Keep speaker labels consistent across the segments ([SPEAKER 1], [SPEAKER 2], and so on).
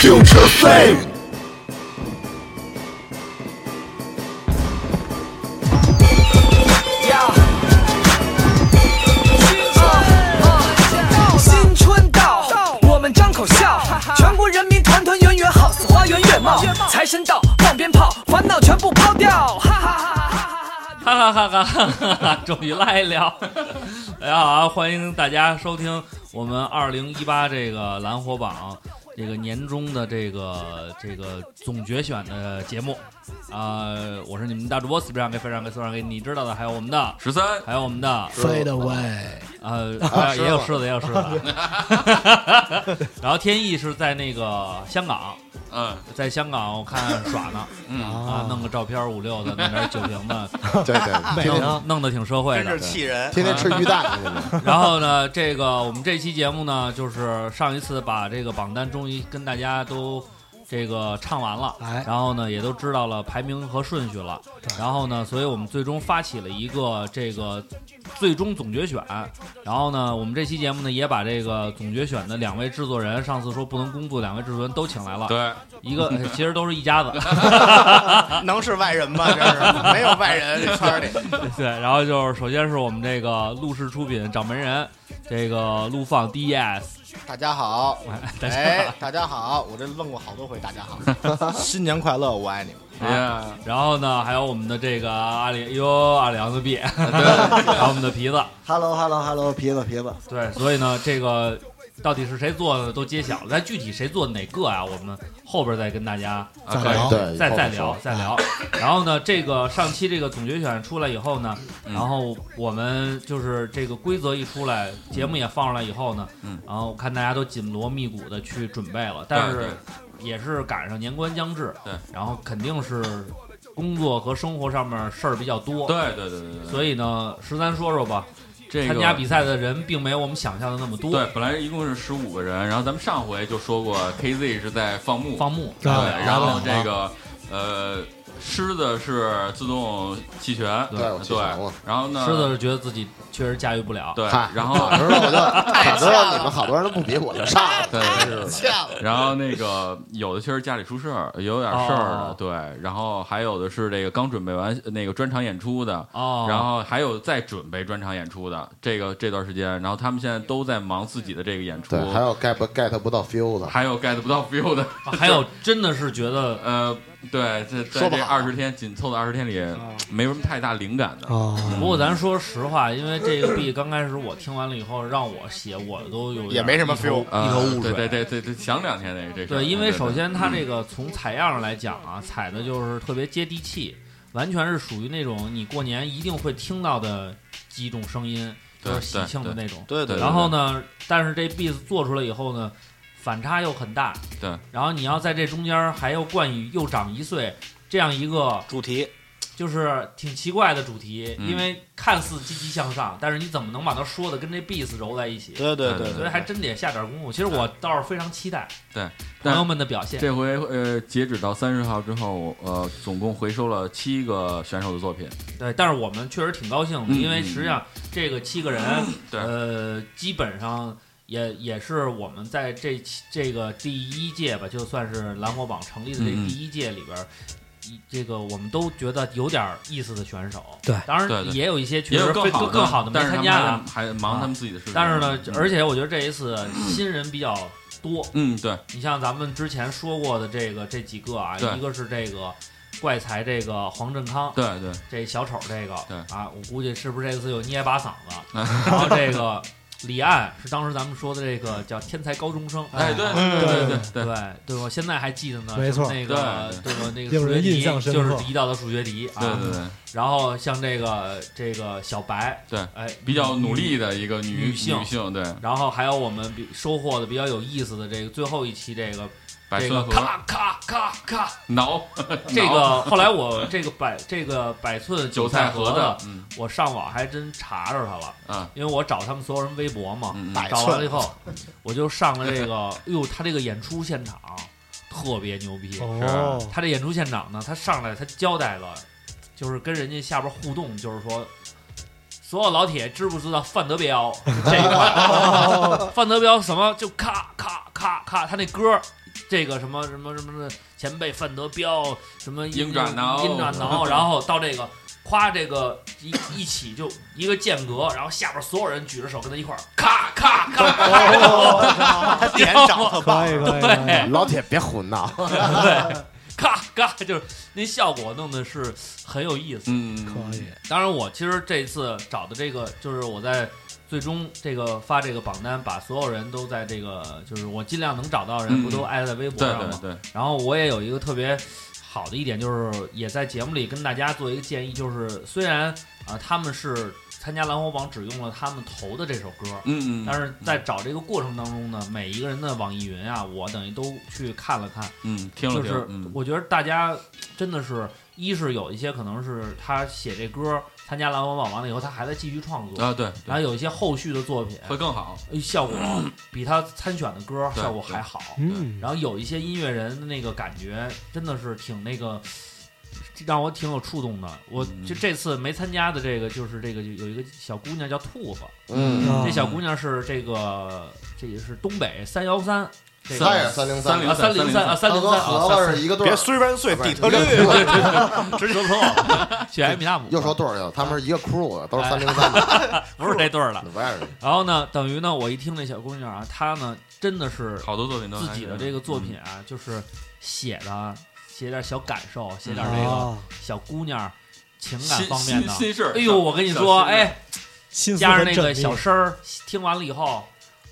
[SPEAKER 1] future fame.
[SPEAKER 2] Uh, uh, 新春到，我们张口笑，全国人民团团圆圆，好似花圆月貌。财神到，放鞭炮，烦恼全部抛掉，哈哈哈哈哈哈哈哈。
[SPEAKER 3] 哈哈哈哈哈哈！ 终于来了，大家好啊！欢迎大家收听我们二零一八这个蓝火榜这个年终的这个这个总决选的节目啊、我是你们大主播 s p r 给非常给送上给你知道的，还有我们的，
[SPEAKER 4] 十三，啊
[SPEAKER 3] 还有我们的
[SPEAKER 5] Fade away，
[SPEAKER 3] 呃，还有也有
[SPEAKER 4] 狮
[SPEAKER 3] 狮子，也有狮子。 然后天意是在那个香港，
[SPEAKER 4] 嗯
[SPEAKER 3] 在香港我看耍呢
[SPEAKER 4] 嗯，
[SPEAKER 3] 啊，弄个照片五六的，弄点酒瓶的，
[SPEAKER 6] 对 对，天天
[SPEAKER 3] 弄弄得挺社会的，
[SPEAKER 7] 真是气人。
[SPEAKER 6] 天天吃鱼蛋，真的
[SPEAKER 3] 然后呢，这个我们这期节目呢，就是上一次把这个榜单终于跟大家都这个唱完了，
[SPEAKER 5] 哎
[SPEAKER 3] 然后呢也都知道了排名和顺序了，然后呢，所以我们最终发起了一个这个最终总决选，然后呢，我们这期节目呢也把这个总决选的两位制作人，上次说不能公布两位制作人都请来了，
[SPEAKER 4] 对，
[SPEAKER 3] 一个哎其实都是一 家子，
[SPEAKER 7] 能是外人吗？这是没有外人 这圈儿里。
[SPEAKER 3] 对，然后就是首先是我们这个陆氏出品掌门人，这个陆放 DS。
[SPEAKER 6] 大家好，
[SPEAKER 3] 大家好
[SPEAKER 6] 哎，大家好，我这问过好多回，大家好， 新年快乐，我爱你们。
[SPEAKER 4] 哎呀，
[SPEAKER 3] 啊然后呢，还有我们的这个阿里哟，阿里昂子币， 还有我们的皮子，
[SPEAKER 5] Hello Hello Hello，皮子皮子，
[SPEAKER 8] 哎
[SPEAKER 3] 对，所以呢，这个到底是谁做的都揭晓了，但具体谁做哪个啊，我们后边再跟大家
[SPEAKER 4] 啊
[SPEAKER 5] 再
[SPEAKER 4] 可以
[SPEAKER 5] 聊
[SPEAKER 6] 对，
[SPEAKER 3] 再
[SPEAKER 6] 以后
[SPEAKER 3] 再
[SPEAKER 6] 说
[SPEAKER 3] 聊，再聊。然后呢，这个上期这个总决选出来以后呢，
[SPEAKER 4] 嗯
[SPEAKER 3] 然后我们就是这个规则一出来，节目也放出来以后呢，
[SPEAKER 4] 嗯
[SPEAKER 3] 然后我看大家都紧锣密鼓的去准备了，
[SPEAKER 4] 对
[SPEAKER 3] 但是
[SPEAKER 4] 对
[SPEAKER 3] 也是赶上年关将至，
[SPEAKER 4] 对，
[SPEAKER 3] 然后肯定是工作和生活上面事儿比较多，，
[SPEAKER 4] 对对对对对，
[SPEAKER 3] 所以呢，十三说说吧，
[SPEAKER 4] 这个
[SPEAKER 3] 参加比赛的人并没有我们想象的那么多，
[SPEAKER 4] 对，本来一共是十五个人，然后咱们上回就说过，KZ 是在放牧，
[SPEAKER 3] 放牧，
[SPEAKER 4] 对，
[SPEAKER 5] 对
[SPEAKER 4] 然后这个呃，狮子是自动弃权，
[SPEAKER 3] 对
[SPEAKER 6] 对，我去
[SPEAKER 4] 对
[SPEAKER 6] 尝了，，
[SPEAKER 4] 然后呢，
[SPEAKER 3] 狮子是觉得自己确实驾驭不了，
[SPEAKER 4] 对
[SPEAKER 6] 嗨，
[SPEAKER 4] 然后啊
[SPEAKER 6] 早知 道我 就早知道你们好多人都不比我就上了，
[SPEAKER 4] 对
[SPEAKER 6] 真是的
[SPEAKER 7] 笑
[SPEAKER 4] 然后那个有的确实家里出事儿，有点事儿的，
[SPEAKER 3] 哦
[SPEAKER 4] 对，然后还有的是这个刚准备完那个专场演出的，
[SPEAKER 3] 哦，
[SPEAKER 4] 然后还有在准备专场演出的这个这段时间，然后他们现在都在忙自己的这个演出，
[SPEAKER 6] 对，还有 get 不 get 不到 feel 的，
[SPEAKER 4] 还有 get 不到 feel 的，
[SPEAKER 3] 啊还有真的是觉得
[SPEAKER 4] 呃，对，这在
[SPEAKER 6] 说不
[SPEAKER 4] 这
[SPEAKER 6] 好啊
[SPEAKER 4] 二十天紧凑的二十天里，没什么太大灵感的，
[SPEAKER 5] 哦，
[SPEAKER 3] 哦不过咱说实话，因为这个 B 刚开始我听完了以后，让我写我都有点
[SPEAKER 7] 也没什么
[SPEAKER 3] 一头
[SPEAKER 7] feel
[SPEAKER 3] 一头雾水。
[SPEAKER 4] 呃对对对对对，想两天那个这事儿
[SPEAKER 3] 对因为首
[SPEAKER 4] 对嗯
[SPEAKER 3] 先它这个从采样上来讲啊，采的就是特别接地气，完全是属于那种你过年一定会听到的几种声音，
[SPEAKER 4] 对
[SPEAKER 3] 就是喜庆的那种。
[SPEAKER 4] 对对，对
[SPEAKER 3] 然后？呢，但是这 B 做出来以后呢，反差又很大。
[SPEAKER 4] 对。
[SPEAKER 3] 然后你要在这中间还要冠以又长一岁这样一个
[SPEAKER 7] 主题
[SPEAKER 3] 就是挺奇怪的主题，
[SPEAKER 4] 嗯
[SPEAKER 3] 因为看似积极向上，但是你怎么能把它说的跟这 beats 揉在一起？
[SPEAKER 7] 对对对
[SPEAKER 4] 对
[SPEAKER 3] 所以还真得下点功夫。其实我倒是非常期待
[SPEAKER 4] 对
[SPEAKER 3] 朋友们的表现。
[SPEAKER 4] 这回呃，截止到三十号之后，我呃，总共回收了七个选手的作品。
[SPEAKER 3] 对，但是我们确实挺高兴的，
[SPEAKER 4] 嗯
[SPEAKER 3] 因为实际上这个七个人，
[SPEAKER 4] 对
[SPEAKER 3] 呃，基本上也也是我们在这期这个第一届吧，就算是蓝火榜成立的这
[SPEAKER 4] 嗯嗯
[SPEAKER 3] 第一届里边儿。一这个我们都觉得有点意思的选手，
[SPEAKER 5] 对
[SPEAKER 3] 当
[SPEAKER 4] 对对
[SPEAKER 3] 然也有一些确
[SPEAKER 4] 也
[SPEAKER 3] 实
[SPEAKER 4] 有
[SPEAKER 3] 非
[SPEAKER 4] 好的，
[SPEAKER 3] 更
[SPEAKER 4] 更
[SPEAKER 3] 好的没
[SPEAKER 4] 但是他
[SPEAKER 3] 参
[SPEAKER 4] 们
[SPEAKER 3] 加啊，
[SPEAKER 4] 还还忙他们自己的事情。
[SPEAKER 3] 但是呢，
[SPEAKER 4] 嗯
[SPEAKER 3] 而且我觉得这 一次新人比较多。
[SPEAKER 4] 嗯，对，
[SPEAKER 3] 你像咱们之前说过的这个这几个啊，
[SPEAKER 4] 对
[SPEAKER 3] 一个是这个怪才这个黄振康，
[SPEAKER 4] 对对，
[SPEAKER 3] 这小丑这个
[SPEAKER 4] 对
[SPEAKER 3] 啊，我估计是不是这次有捏把嗓 子？然后这个李岸是当时咱们说的这个叫天才高中生，
[SPEAKER 4] 哎，对
[SPEAKER 5] 嗯
[SPEAKER 4] 对对对
[SPEAKER 3] 对
[SPEAKER 4] 对，
[SPEAKER 3] 对，我现在还记得呢，
[SPEAKER 5] 没错
[SPEAKER 3] 是那个
[SPEAKER 4] 对
[SPEAKER 3] 对吧？那个
[SPEAKER 5] 令
[SPEAKER 3] 数学
[SPEAKER 5] 人
[SPEAKER 3] 题
[SPEAKER 5] 印象深刻
[SPEAKER 3] 就是一道的数学题啊，
[SPEAKER 4] 对对对，
[SPEAKER 3] 然后像这个这个小白，
[SPEAKER 4] 对
[SPEAKER 3] 哎，
[SPEAKER 4] 比较努力的一个女
[SPEAKER 3] 女性
[SPEAKER 4] 女性，对，
[SPEAKER 3] 然后还有我们比收获的比较有意思的这个最后一期这个
[SPEAKER 4] 百
[SPEAKER 3] 这
[SPEAKER 4] 村
[SPEAKER 3] 个
[SPEAKER 4] 河
[SPEAKER 3] 咔咔咔咔，
[SPEAKER 4] 挠
[SPEAKER 3] 这
[SPEAKER 4] 挠
[SPEAKER 3] 个后来我这个百这个百寸
[SPEAKER 4] 韭
[SPEAKER 3] 菜
[SPEAKER 4] 菜
[SPEAKER 3] 盒
[SPEAKER 4] 盒
[SPEAKER 3] 的
[SPEAKER 4] 的，，嗯
[SPEAKER 3] 我上网还真查着它了，
[SPEAKER 4] 啊
[SPEAKER 3] 因为我找他们所有人微博嘛，
[SPEAKER 4] 嗯嗯
[SPEAKER 7] 百
[SPEAKER 3] 找完了以
[SPEAKER 7] 寸
[SPEAKER 3] 后，我就上了这个，哎呦，他这个演出现场特别牛
[SPEAKER 4] 啊
[SPEAKER 3] 逼，
[SPEAKER 5] 哦，
[SPEAKER 3] 他这演出现场呢，他上来他交代了，就是跟人家下边互动，就是说，所有老铁知不知道范德 彪？这个范德彪什么就咔咔咔咔，他那歌这个什么什么什么的前辈范德彪，什么
[SPEAKER 4] 鹰爪挠
[SPEAKER 3] 鹰爪挠，然后到这个夸这个一一起就一个间隔，然后下边所有人举着手跟他一块儿咔咔咔，
[SPEAKER 7] 哦他点找他吧。
[SPEAKER 1] 可以可以可以，
[SPEAKER 3] 对
[SPEAKER 6] 老铁别胡闹，
[SPEAKER 3] 对，咔咔就是那效果弄的是很有意思。
[SPEAKER 4] 嗯，
[SPEAKER 1] 可以，
[SPEAKER 3] 当然，我其实这次找的这个就是我在最终这个发这个榜单，把所有人都在这个就是我尽量能找到人，
[SPEAKER 4] 嗯
[SPEAKER 3] 不都艾在微博
[SPEAKER 4] 对
[SPEAKER 3] 上吗？
[SPEAKER 4] 对对，
[SPEAKER 3] 然后我也有一个特别好的一点，就是也在节目里跟大家做一个建议，就是虽然啊、他们是参加蓝火榜只用了他们投的这首歌，
[SPEAKER 4] 嗯嗯，
[SPEAKER 3] 但是在找这个过程当中呢，每一个人的网易云啊，我等于都去看了看。
[SPEAKER 4] 嗯听了
[SPEAKER 3] 就
[SPEAKER 4] 听
[SPEAKER 3] 是，
[SPEAKER 4] 嗯
[SPEAKER 3] 我觉得大家真的是，一是有一些可能是他写这歌参加蓝火榜完了以后，他还在继续创作，
[SPEAKER 4] 啊对，对
[SPEAKER 3] 然后有一些后续的作品，呃
[SPEAKER 4] 会更好，
[SPEAKER 3] 效 果比他参选的歌
[SPEAKER 4] 对
[SPEAKER 3] 效果还好。
[SPEAKER 1] 嗯，
[SPEAKER 3] 然后有一些音乐人的那个感觉真的是挺那个，让我挺有触动的。我
[SPEAKER 4] 嗯
[SPEAKER 3] 就这次没参加的这个就是这个有一个小姑娘叫兔子，
[SPEAKER 6] 嗯，
[SPEAKER 3] 这小姑娘是这个这也是东北三幺三。这个
[SPEAKER 5] 三呀三零
[SPEAKER 4] 三
[SPEAKER 3] 啊，
[SPEAKER 4] 零
[SPEAKER 3] 三
[SPEAKER 4] 零
[SPEAKER 3] 零三啊，三
[SPEAKER 5] 他
[SPEAKER 3] 零
[SPEAKER 5] 跟
[SPEAKER 3] 三，
[SPEAKER 5] 盒子是一个队
[SPEAKER 6] 别
[SPEAKER 5] 儿，
[SPEAKER 6] 虽然碎底特律
[SPEAKER 3] 对，对对对，直接说我，雪莱米纳姆
[SPEAKER 5] 又说队儿去了，他们是一个 crew，的都是三零三的，
[SPEAKER 3] 不是这对儿了。
[SPEAKER 5] 外人
[SPEAKER 3] 然后呢，等于呢，我一听那小姑娘啊，她呢真的是
[SPEAKER 4] 好多作品都
[SPEAKER 3] 自
[SPEAKER 4] 还
[SPEAKER 3] 己
[SPEAKER 4] 是
[SPEAKER 3] 的这个作品，啊，就是写的写点小感受，写点这个
[SPEAKER 1] 啊
[SPEAKER 3] 小姑娘情
[SPEAKER 4] 嗯
[SPEAKER 3] 感
[SPEAKER 4] 心
[SPEAKER 3] 方面
[SPEAKER 4] 心
[SPEAKER 3] 的。
[SPEAKER 4] 心事儿，
[SPEAKER 3] 哎呦，我跟你说，
[SPEAKER 4] 小心事儿
[SPEAKER 3] 哎，
[SPEAKER 1] 心思
[SPEAKER 3] 加上
[SPEAKER 1] 很
[SPEAKER 3] 那
[SPEAKER 1] 缜
[SPEAKER 3] 个小
[SPEAKER 1] 密，
[SPEAKER 3] 声儿，听完了以后，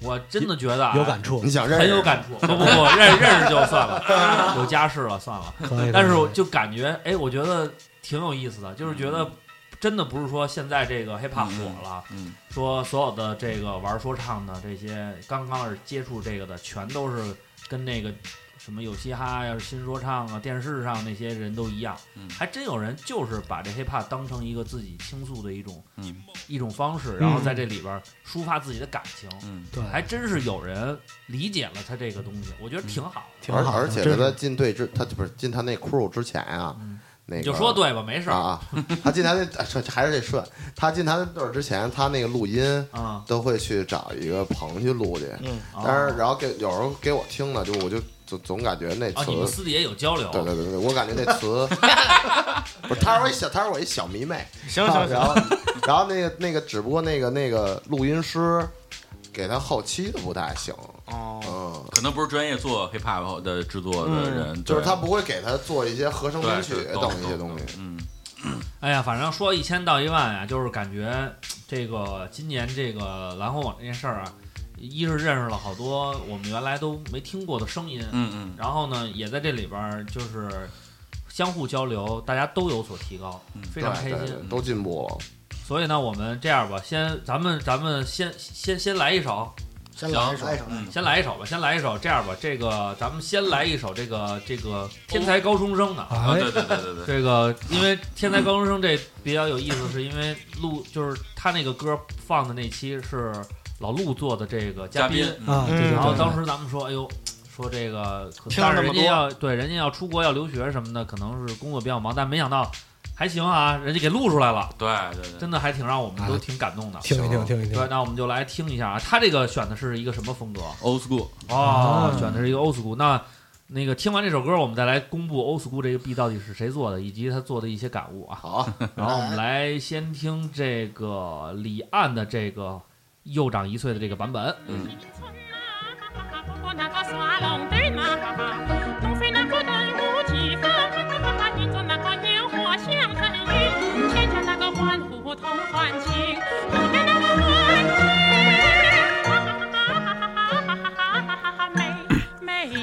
[SPEAKER 3] 我真的觉得啊
[SPEAKER 1] 有感触
[SPEAKER 5] 你，想认识
[SPEAKER 3] 很有感触。不不不，认认识就算了，有家室了算了。
[SPEAKER 1] 可以，
[SPEAKER 3] 但是
[SPEAKER 1] 可以
[SPEAKER 3] 我就感觉，哎，我觉得挺有意思的，就是觉得真的不是说现在这个 hiphop
[SPEAKER 4] 嗯
[SPEAKER 3] 火了，
[SPEAKER 4] 嗯
[SPEAKER 3] 说所有的这个玩说唱的这些刚刚是接触这个的，全都是跟那个什么有嘻哈呀、新说唱啊、电视上那些人都一样，
[SPEAKER 4] 嗯
[SPEAKER 3] 还真有人就是把这 hiphop 当成一个自己倾诉的一种
[SPEAKER 4] 嗯
[SPEAKER 3] 一种方式，然后在这里边抒发自己的感情。
[SPEAKER 4] 嗯
[SPEAKER 1] 对，
[SPEAKER 3] 还真是有人理解了他这个东西，我
[SPEAKER 5] 嗯
[SPEAKER 3] 觉得挺好的。
[SPEAKER 1] 挺
[SPEAKER 5] 而
[SPEAKER 1] 好的，
[SPEAKER 5] 而且
[SPEAKER 1] 真
[SPEAKER 5] 在
[SPEAKER 1] 是
[SPEAKER 5] 他进队之，他不是进他那 crew 之前啊
[SPEAKER 3] 嗯，
[SPEAKER 5] 那个
[SPEAKER 3] 你就说对吧，没事儿
[SPEAKER 5] 啊啊，他进他那哎这还是得顺，他进他那队儿之前，他那个录音
[SPEAKER 3] 啊。
[SPEAKER 5] 都会去找一个棚去录去，
[SPEAKER 3] 啊
[SPEAKER 5] 但是然后给有时候给我听呢，就我就总总感觉那
[SPEAKER 3] 啊，你们
[SPEAKER 5] 词。
[SPEAKER 3] 私底下有交流？
[SPEAKER 5] 对对对对，我感觉那 词不是，他是我一小，他是我一小迷妹，啊
[SPEAKER 6] 行行
[SPEAKER 5] 然
[SPEAKER 6] 行，
[SPEAKER 5] 后，然后那个那个，只不过那个那个录音师给他后期的不太行，
[SPEAKER 6] 哦，
[SPEAKER 5] 嗯，
[SPEAKER 4] 可能不是专业做 hiphop 的制作
[SPEAKER 3] 嗯
[SPEAKER 4] 的人，
[SPEAKER 5] 就是
[SPEAKER 4] 对
[SPEAKER 5] 他不会给他做一些合成
[SPEAKER 4] 对
[SPEAKER 5] 编曲
[SPEAKER 4] 是懂
[SPEAKER 5] 等一些
[SPEAKER 4] 懂
[SPEAKER 5] 东西。
[SPEAKER 4] 懂嗯
[SPEAKER 3] 哎呀，反正说一千道一万呀、就是感觉这个今年这个蓝火网这件事儿啊，一是认识了好多我们原来都没听过的声音，
[SPEAKER 4] 嗯嗯
[SPEAKER 3] 然后呢，也在这里边儿就是相互交流，大家都有所提高，
[SPEAKER 4] 嗯
[SPEAKER 3] 非
[SPEAKER 5] 对
[SPEAKER 3] 常开
[SPEAKER 5] 对
[SPEAKER 3] 心。
[SPEAKER 5] 对，都进步了。
[SPEAKER 3] 所以呢，我们这样吧，先咱们咱们先先先来一首，
[SPEAKER 6] 先来一首，
[SPEAKER 4] 嗯，
[SPEAKER 3] 先来一首吧，先来一首。这样吧，这个咱们先来一首这个这个天才高中生的。
[SPEAKER 4] 啊
[SPEAKER 1] 哎
[SPEAKER 4] 对对对对对，
[SPEAKER 3] 这个，因为《天才高中生》这比较有意思，是因为录就是他那个歌放的那期是老陆做的这个
[SPEAKER 4] 嘉嗯
[SPEAKER 3] 宾，
[SPEAKER 1] 啊，对对对
[SPEAKER 3] 然后当时咱们说，哎呦，说这个，可
[SPEAKER 6] 听了
[SPEAKER 3] 但
[SPEAKER 6] 那
[SPEAKER 3] 是人
[SPEAKER 6] 么多
[SPEAKER 3] 家要对人家要出国要留学什么的，可能是工作比较忙，但没想到还行啊，人家给录出来了，
[SPEAKER 4] 对对对，
[SPEAKER 3] 真的还挺让我们都挺感动的。
[SPEAKER 1] 啊听一听听一
[SPEAKER 3] 对，
[SPEAKER 1] 听，
[SPEAKER 3] 那我们就来听一下啊，他这个选的是一个什么风格？
[SPEAKER 4] old school，
[SPEAKER 3] 哦，
[SPEAKER 1] 啊
[SPEAKER 3] 选的是一个 old school。那那个听完这首歌，我们再来公布 old school 这个 B 到底是谁做的，以及他做的一些感悟啊。
[SPEAKER 5] 好，
[SPEAKER 3] 然后我们来先听这个李岸的这个又长一岁的这个版本。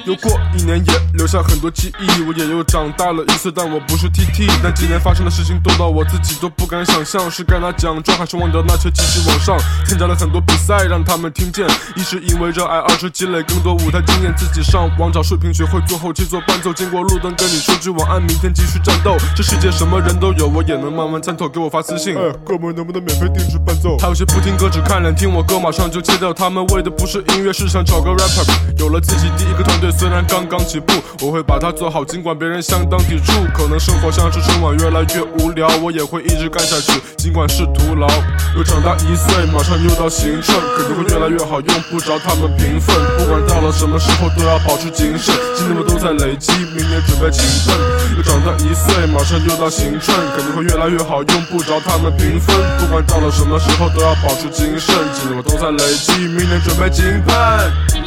[SPEAKER 9] 又过一年也留下很多记忆，我也又长大了一岁，但我不是 TT。但今年发生的事情多到我自己都不敢想象，是该拿奖状还是忘掉那些积极往上？参加了很多比赛，让他们听见。一是因为热爱，二是积累更多舞台经验，自己上网找视频，学会做后期做伴奏。经过路灯跟你说句晚安，明天继续战斗。这世界什么人都有，我也能慢慢参透。给我发私信，哎，哥们儿能不能免费定制伴奏？还有些不听歌只看脸，听我歌马上就戒掉。他们为的不是音乐，是想找个 rapper。有了自己第一个团队，虽然刚刚起步，我会把它做好，尽管别人相当抵触。可能生活像是春晚越来越无聊，我也会一直干下去，尽管是徒劳。又长大一岁，马上又到行政，肯定会越来越好，用不着他们评分。不管到了什么时候，都要保持谨慎。今天我都在累积，明年准备勤奋。又长大一岁，马上又到行政，肯定会越来越好，用不着他们评分。不管到了什么时候，都要保持谨慎。今天我都在累积，明年准备勤奋。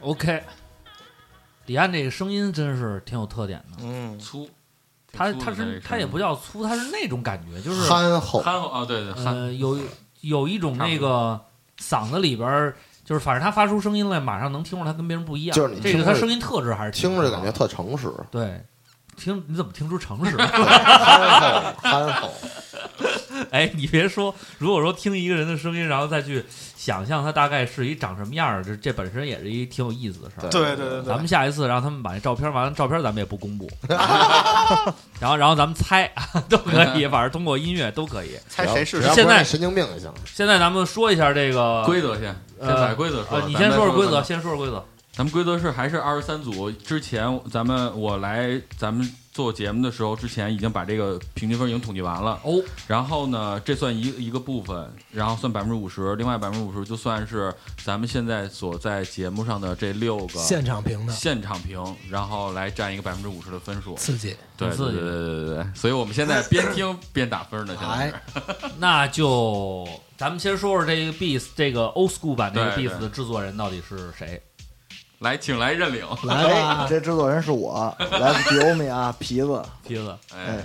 [SPEAKER 3] OK，李安这个声音真是挺有特点的。
[SPEAKER 6] 嗯，
[SPEAKER 4] 粗，
[SPEAKER 3] 他
[SPEAKER 4] 挺粗
[SPEAKER 3] 他
[SPEAKER 4] 的这个
[SPEAKER 3] 是他也不叫粗，他是那种感觉，就是
[SPEAKER 5] 憨厚，
[SPEAKER 4] 憨厚啊，对对憨，
[SPEAKER 3] 呃有有一种
[SPEAKER 4] 差不多
[SPEAKER 3] 那个嗓子里边儿，就是反正他发出声音来，马上能听出他跟别人不一样。
[SPEAKER 5] 就是你
[SPEAKER 3] 这
[SPEAKER 5] 听
[SPEAKER 3] 个
[SPEAKER 5] 着
[SPEAKER 3] 他声音特质还是挺
[SPEAKER 5] 听着就感觉
[SPEAKER 3] 好的
[SPEAKER 5] 特诚实，
[SPEAKER 3] 对。听你怎么听出诚实？
[SPEAKER 5] 憨厚憨厚。
[SPEAKER 3] 哎，你别说，如果说听一个人的声音，然后再去想象他大概是一长什么样儿，这这本身也是一挺有意思的事儿。
[SPEAKER 6] 对对对
[SPEAKER 3] 咱
[SPEAKER 6] 对，
[SPEAKER 3] 们下一次让他们把那照片，完了照片咱们也不公 布，然后然后咱们猜 都可以，反正通过音乐都可以。
[SPEAKER 7] 猜谁是
[SPEAKER 5] 只要
[SPEAKER 3] 现
[SPEAKER 5] 不是
[SPEAKER 3] 在
[SPEAKER 5] 神经病就行。
[SPEAKER 3] 现在咱们说一下这个
[SPEAKER 4] 规则先，先
[SPEAKER 3] 呃
[SPEAKER 4] 把规则说
[SPEAKER 3] 呃
[SPEAKER 4] 了。，
[SPEAKER 3] 你
[SPEAKER 4] 咱
[SPEAKER 3] 先
[SPEAKER 4] 再
[SPEAKER 3] 说
[SPEAKER 4] 说
[SPEAKER 3] 说规
[SPEAKER 4] 咱
[SPEAKER 3] 则，
[SPEAKER 4] 们。
[SPEAKER 3] 先说说规则。
[SPEAKER 4] 咱们规则是还是二十三组之前，咱们我来咱们做节目的时候之前已经把这个平均分已经统计完了。
[SPEAKER 3] 哦，
[SPEAKER 4] 然后呢，这算一一个部分，然后算百分之五十，另外百分之五十就算是咱们现在所在节目上的这六个
[SPEAKER 1] 现场评的，
[SPEAKER 4] 现场评，然后来占一个百分之五十的分数。
[SPEAKER 1] 刺激。
[SPEAKER 4] 对对
[SPEAKER 3] 很刺激
[SPEAKER 4] 对对对对，所以我们现在边听边打分呢，现在
[SPEAKER 1] 哎
[SPEAKER 4] 是，
[SPEAKER 3] 那就咱们先说说这个 Beats 这个 Old School 版这个
[SPEAKER 4] 对
[SPEAKER 3] Beats 的制作人到底是谁？
[SPEAKER 4] 来，请来认领。
[SPEAKER 1] 来
[SPEAKER 8] 哎
[SPEAKER 1] 吧，，
[SPEAKER 8] 这制作人是我，来自迪欧米啊，皮子。
[SPEAKER 3] 皮子，
[SPEAKER 4] 哎，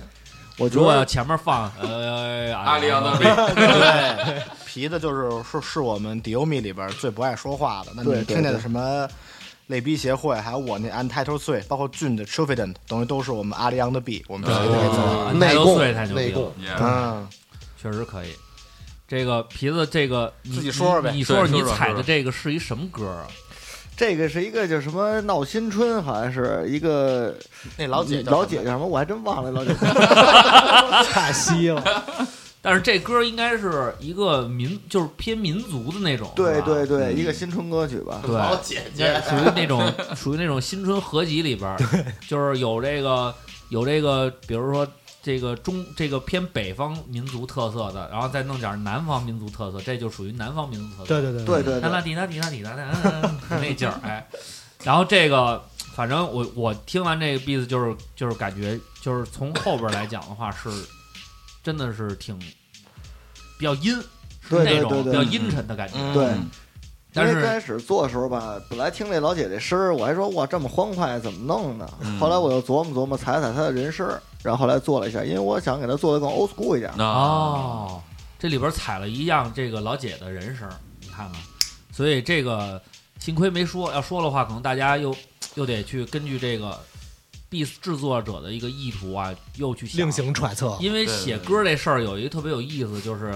[SPEAKER 8] 我觉
[SPEAKER 3] 如果要
[SPEAKER 8] 得
[SPEAKER 3] 前面放呃
[SPEAKER 4] 阿里昂
[SPEAKER 3] 的
[SPEAKER 4] 的贝，
[SPEAKER 6] 对，皮子就是是是我们迪欧米里边最不爱说话的。那你
[SPEAKER 8] 对对
[SPEAKER 6] 听见的
[SPEAKER 8] 对
[SPEAKER 6] 什么类比协会，还有我那 Untitled 碎，包括俊的 t r u f i d e n t 等于都是我们阿里昂的 B，我们直接给做了。
[SPEAKER 5] 内
[SPEAKER 3] 啊太多岁
[SPEAKER 5] 供
[SPEAKER 3] 太牛逼
[SPEAKER 5] 内
[SPEAKER 3] 了
[SPEAKER 5] 啊供，
[SPEAKER 4] Yeah
[SPEAKER 1] 哎
[SPEAKER 6] 嗯，
[SPEAKER 3] 确实可以。这个皮子，这个你
[SPEAKER 6] 自己说说呗
[SPEAKER 3] 你你说
[SPEAKER 4] 对
[SPEAKER 3] 你
[SPEAKER 4] 说说
[SPEAKER 3] 踩的
[SPEAKER 4] 说说
[SPEAKER 3] 这个是一什么歌啊？
[SPEAKER 8] 这个是一个叫什么闹新春，好像是一个
[SPEAKER 6] 那老姐叫什么
[SPEAKER 8] 老姐叫什么？我还真忘了 老姐。
[SPEAKER 1] 卡西了，
[SPEAKER 3] 但是这歌应该是一个民，就是偏民族的那种，
[SPEAKER 8] 对
[SPEAKER 3] 是吧
[SPEAKER 8] 对对，
[SPEAKER 5] 嗯
[SPEAKER 8] 一个新春歌曲 吧。
[SPEAKER 3] 嗯对，
[SPEAKER 7] 姐
[SPEAKER 3] 应该是属于那种属于那种新春合集里边儿，就是有这个有这个，比如说这个中这个偏北方民族特色的，然后再弄点儿南方民族特色，这就属于南方民族特色。
[SPEAKER 1] 对对对
[SPEAKER 8] 对对
[SPEAKER 3] 哒啦
[SPEAKER 8] 对，
[SPEAKER 3] 滴哒滴哒滴哒哒，那劲儿哎。然后这个，反正我我听完这个 beat 就是就是感觉就是从后边来讲的话是真的是挺比较阴，是
[SPEAKER 8] 对
[SPEAKER 3] 那
[SPEAKER 8] 对
[SPEAKER 3] 种
[SPEAKER 8] 对
[SPEAKER 3] 比
[SPEAKER 8] 对
[SPEAKER 3] 较阴沉的感觉。
[SPEAKER 6] 嗯
[SPEAKER 8] 对
[SPEAKER 4] 嗯
[SPEAKER 8] 因
[SPEAKER 3] 但
[SPEAKER 8] 为
[SPEAKER 3] 是
[SPEAKER 8] 开始做的时候吧，本来听这老姐这声儿，我还说哇这么欢快怎么弄呢？
[SPEAKER 3] 嗯
[SPEAKER 8] 后来我又琢磨琢磨，踩踩她的人声儿，然后后来做了一下，因为我想给她做的更 old school 一点。
[SPEAKER 4] 那
[SPEAKER 3] 哦，这里边踩了一样这个老姐的人声，你看看，所以这个幸亏没说，要说的话，可能大家又又得去根据这个 B 制作者的一个意图啊，又去想
[SPEAKER 1] 另行揣测，
[SPEAKER 3] 因为
[SPEAKER 4] 对对
[SPEAKER 3] 写
[SPEAKER 4] 对
[SPEAKER 3] 歌这事儿有一个特别有意思，就是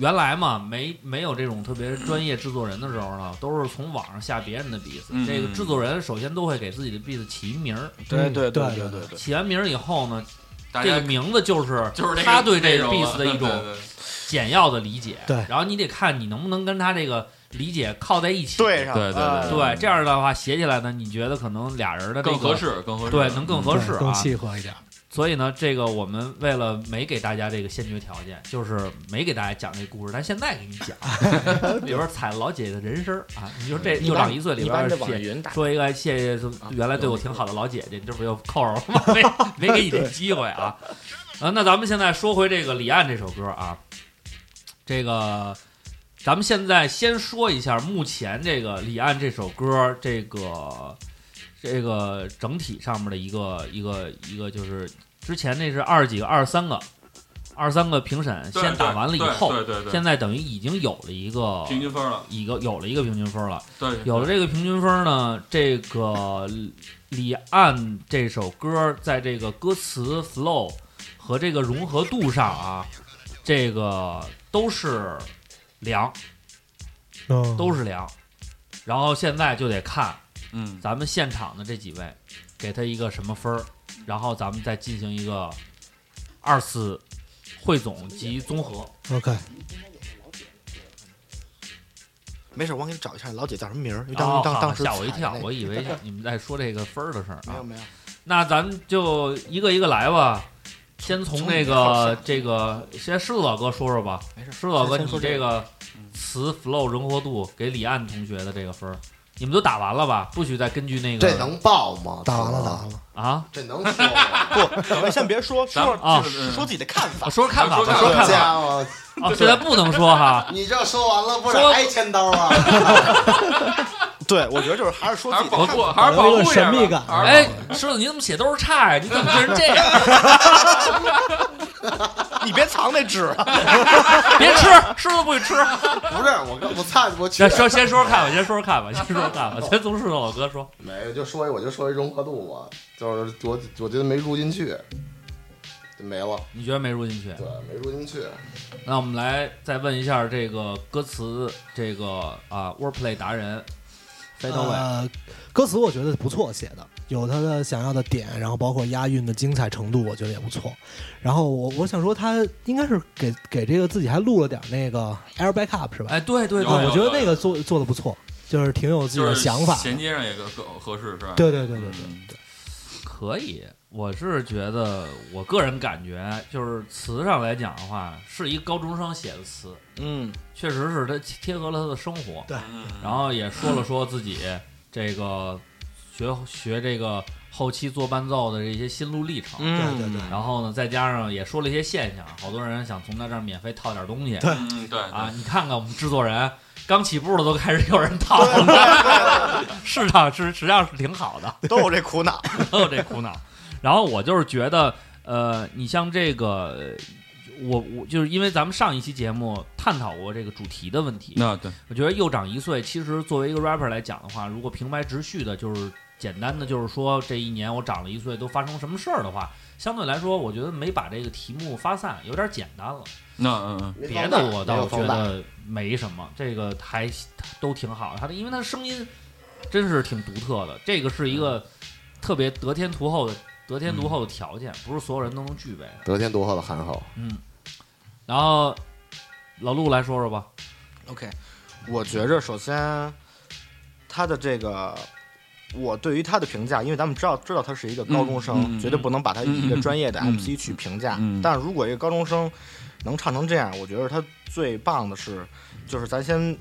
[SPEAKER 3] 原来嘛，没没有这种特别专业制作人的时候呢，都是从网上下别人的 beat、
[SPEAKER 4] 嗯
[SPEAKER 3] 这个制作人首先都会给自己的 beat 起一名儿，
[SPEAKER 6] 对
[SPEAKER 1] 嗯
[SPEAKER 6] 对
[SPEAKER 1] 对
[SPEAKER 6] 对
[SPEAKER 1] 对
[SPEAKER 6] 对对，
[SPEAKER 3] 起完名儿以后呢，
[SPEAKER 4] 大
[SPEAKER 3] 这
[SPEAKER 4] 家
[SPEAKER 3] 个名字就是
[SPEAKER 4] 就是这个
[SPEAKER 3] 他对这
[SPEAKER 4] 内
[SPEAKER 3] 个
[SPEAKER 4] 容
[SPEAKER 3] beat
[SPEAKER 4] 了
[SPEAKER 3] 的一种
[SPEAKER 4] 啊对对对
[SPEAKER 3] 简要的理解。
[SPEAKER 1] 对
[SPEAKER 3] 然后你得看你能不能跟他这个理解靠在一起。
[SPEAKER 6] 对上，
[SPEAKER 4] 对对
[SPEAKER 6] 哎
[SPEAKER 4] 对
[SPEAKER 3] 对，这样的话写起来呢，你觉得可能俩人的、这个、
[SPEAKER 4] 更合，适，更合适，
[SPEAKER 3] 对，能更合适
[SPEAKER 1] 对
[SPEAKER 3] 啊
[SPEAKER 1] 更。契合一点。
[SPEAKER 3] 所以呢，这个我们为了没给大家这个先决条件，就是没给大家讲这故事，但现在给你讲，比如说踩老姐姐的人声儿啊，你说这又长一岁里
[SPEAKER 7] 一
[SPEAKER 3] 边
[SPEAKER 7] 般
[SPEAKER 3] 儿
[SPEAKER 7] 这网易
[SPEAKER 3] 写。
[SPEAKER 7] 云打
[SPEAKER 3] 说一个谢谢
[SPEAKER 4] 啊
[SPEAKER 3] 原来对我挺好的老姐姐，你这不又扣上了吗？没没给你这机会啊！啊，那咱们现在说回这个《离岸》这首歌啊，这个咱们现在先说一下目前这个《离岸》这首歌这个这个整体上面的一个一个一个就是之前那是二十几个、二十三个、二十三个评审
[SPEAKER 4] 对
[SPEAKER 3] 先打完了以
[SPEAKER 4] 对
[SPEAKER 3] 后，
[SPEAKER 4] 对对对，
[SPEAKER 3] 现在等于已经有了一个
[SPEAKER 4] 平均分了，
[SPEAKER 3] 一个有了一个平均分了。
[SPEAKER 4] 对，
[SPEAKER 3] 有了这个平均分呢，这个李岸这首歌在这个歌词 flow 和这个融合度上啊，这个都是良，
[SPEAKER 1] 嗯，
[SPEAKER 3] 都是良。然后现在就得看
[SPEAKER 4] 嗯，
[SPEAKER 3] 咱们现场的这几位给他一个什么分儿，然后咱们再进行一个二次汇总及综合。
[SPEAKER 1] OK。
[SPEAKER 6] 没事，我给你找一下老姐叫什么名儿，因为
[SPEAKER 3] 哦
[SPEAKER 6] 当当
[SPEAKER 3] 好
[SPEAKER 6] 当时
[SPEAKER 3] 吓我一
[SPEAKER 6] 踩的
[SPEAKER 3] 跳
[SPEAKER 6] 那，个
[SPEAKER 3] 我以为你们在说这个分儿的事儿
[SPEAKER 6] 没有
[SPEAKER 3] 啊。
[SPEAKER 6] 没有，
[SPEAKER 3] 那咱们就一个一个来吧，先从那个这个，先狮子老哥说说吧。
[SPEAKER 6] 没事
[SPEAKER 3] 狮子老哥，
[SPEAKER 6] 先
[SPEAKER 3] 你
[SPEAKER 6] 说
[SPEAKER 3] 这个词 flow 灵活度给李岸同学的这个分儿，你们都打完了吧？不许再根据那个
[SPEAKER 5] 这能报吗？
[SPEAKER 1] 打完了，
[SPEAKER 5] 哥
[SPEAKER 1] 打完了，
[SPEAKER 3] 啊，
[SPEAKER 5] 这能说吗？
[SPEAKER 6] 不，先别哦 说，
[SPEAKER 4] 咱
[SPEAKER 6] 说
[SPEAKER 3] 啊
[SPEAKER 6] 就是说自己的看法
[SPEAKER 3] 我。说说看法吧，
[SPEAKER 4] 说看
[SPEAKER 3] 说看法。
[SPEAKER 5] 家伙，
[SPEAKER 3] 哦，现在不能说哈。
[SPEAKER 5] 你这说完了不得
[SPEAKER 3] 说
[SPEAKER 5] 挨千刀啊？
[SPEAKER 6] 对，我觉得就是还是说
[SPEAKER 4] 还
[SPEAKER 6] 自
[SPEAKER 4] 是
[SPEAKER 6] 己
[SPEAKER 4] 保
[SPEAKER 6] 的
[SPEAKER 4] 护
[SPEAKER 6] 看，法。
[SPEAKER 4] 还是保护
[SPEAKER 1] 有一
[SPEAKER 4] 点吧
[SPEAKER 1] 个神秘感
[SPEAKER 4] 还是
[SPEAKER 3] 哎，狮子，你怎么写都是差呀？你怎么变成这 样？
[SPEAKER 6] 你别藏那纸，啊
[SPEAKER 3] 别吃，狮子不许吃。
[SPEAKER 5] 不是我跟我擦我去
[SPEAKER 3] 先，说先说说看吧，先说说看吧，先说说 看吧，先从狮子老哥说。
[SPEAKER 5] 没有就说一我就说一融合度吧，就是我我觉得没入进去，就没了，
[SPEAKER 3] 你觉得没入进去？
[SPEAKER 5] 对，没入进去。
[SPEAKER 3] 那我们来再问一下这个歌词，这个啊，wordplay 达人飞刀伟，
[SPEAKER 1] 呃，歌词我觉得不错写的，有他的想要的点，然后包括押韵的精彩程度，我觉得也不错。然后我我想说，他应该是给给这个自己还录了点那个 air backup 是吧？
[SPEAKER 3] 哎，对对
[SPEAKER 4] 有
[SPEAKER 1] 对，
[SPEAKER 3] 对，
[SPEAKER 1] 我觉得那个做做的不错，就是挺有自己
[SPEAKER 4] 就
[SPEAKER 1] 的
[SPEAKER 4] 是
[SPEAKER 1] 想法。
[SPEAKER 4] 衔接上也更更合适是吧？
[SPEAKER 1] 对对对对对，
[SPEAKER 4] 嗯
[SPEAKER 3] 可以。我是觉得，我个人感觉，就是词上来讲的话，是一高中生写的词，
[SPEAKER 6] 嗯，
[SPEAKER 3] 确实是他贴合了他的生活。
[SPEAKER 4] 嗯
[SPEAKER 3] 然后也说了说自己这个学学这个后期做伴奏的这些心路历程。
[SPEAKER 1] 对
[SPEAKER 6] 嗯
[SPEAKER 1] 对对，
[SPEAKER 3] 然后呢，再加上也说了一些现象，好多人想从他这儿免费套点东西。对
[SPEAKER 4] 嗯对
[SPEAKER 3] 啊，你看看我们制作人刚起步的都开始有人套了，市场 是实际上是挺好的，
[SPEAKER 6] 都有这苦恼。
[SPEAKER 3] 都有这苦恼。然后我就是觉得，呃，你像这个，我我就是因为咱们上一期节目探讨过这个主题的问题，
[SPEAKER 4] 那对
[SPEAKER 3] 我觉得又长一岁，其实作为一个 rapper 来讲的话，如果平白直叙的，就是简单的，就是说这一年我长了一岁，都发生什么事儿的话，相对来说，我觉得没把这个题目发散，有点简单了。
[SPEAKER 4] 那嗯嗯
[SPEAKER 5] 没
[SPEAKER 3] 别
[SPEAKER 5] 放
[SPEAKER 3] 的
[SPEAKER 5] 大
[SPEAKER 3] 我
[SPEAKER 5] 没
[SPEAKER 3] 倒
[SPEAKER 5] 有
[SPEAKER 3] 觉
[SPEAKER 5] 放大
[SPEAKER 3] 得没什么，这个还都挺好。他的因为他的声音真是挺独特的，这个是一个特别得天独厚的得天独厚的条件，不是所有人都能具备的。
[SPEAKER 5] 得天独厚的憨厚，
[SPEAKER 3] 嗯，然后老陆来说说吧，
[SPEAKER 6] OK，我觉着首先他的这个，我对于他的评价，因为咱们知道知道他是一个高中
[SPEAKER 4] 嗯嗯
[SPEAKER 6] 生，
[SPEAKER 4] 嗯
[SPEAKER 6] 绝对不能把他以一个专业的
[SPEAKER 4] 嗯嗯
[SPEAKER 6] MC 去评价
[SPEAKER 4] 嗯嗯。
[SPEAKER 6] 但如果一个高中生能唱成这样，我觉得他最棒的是，就是咱先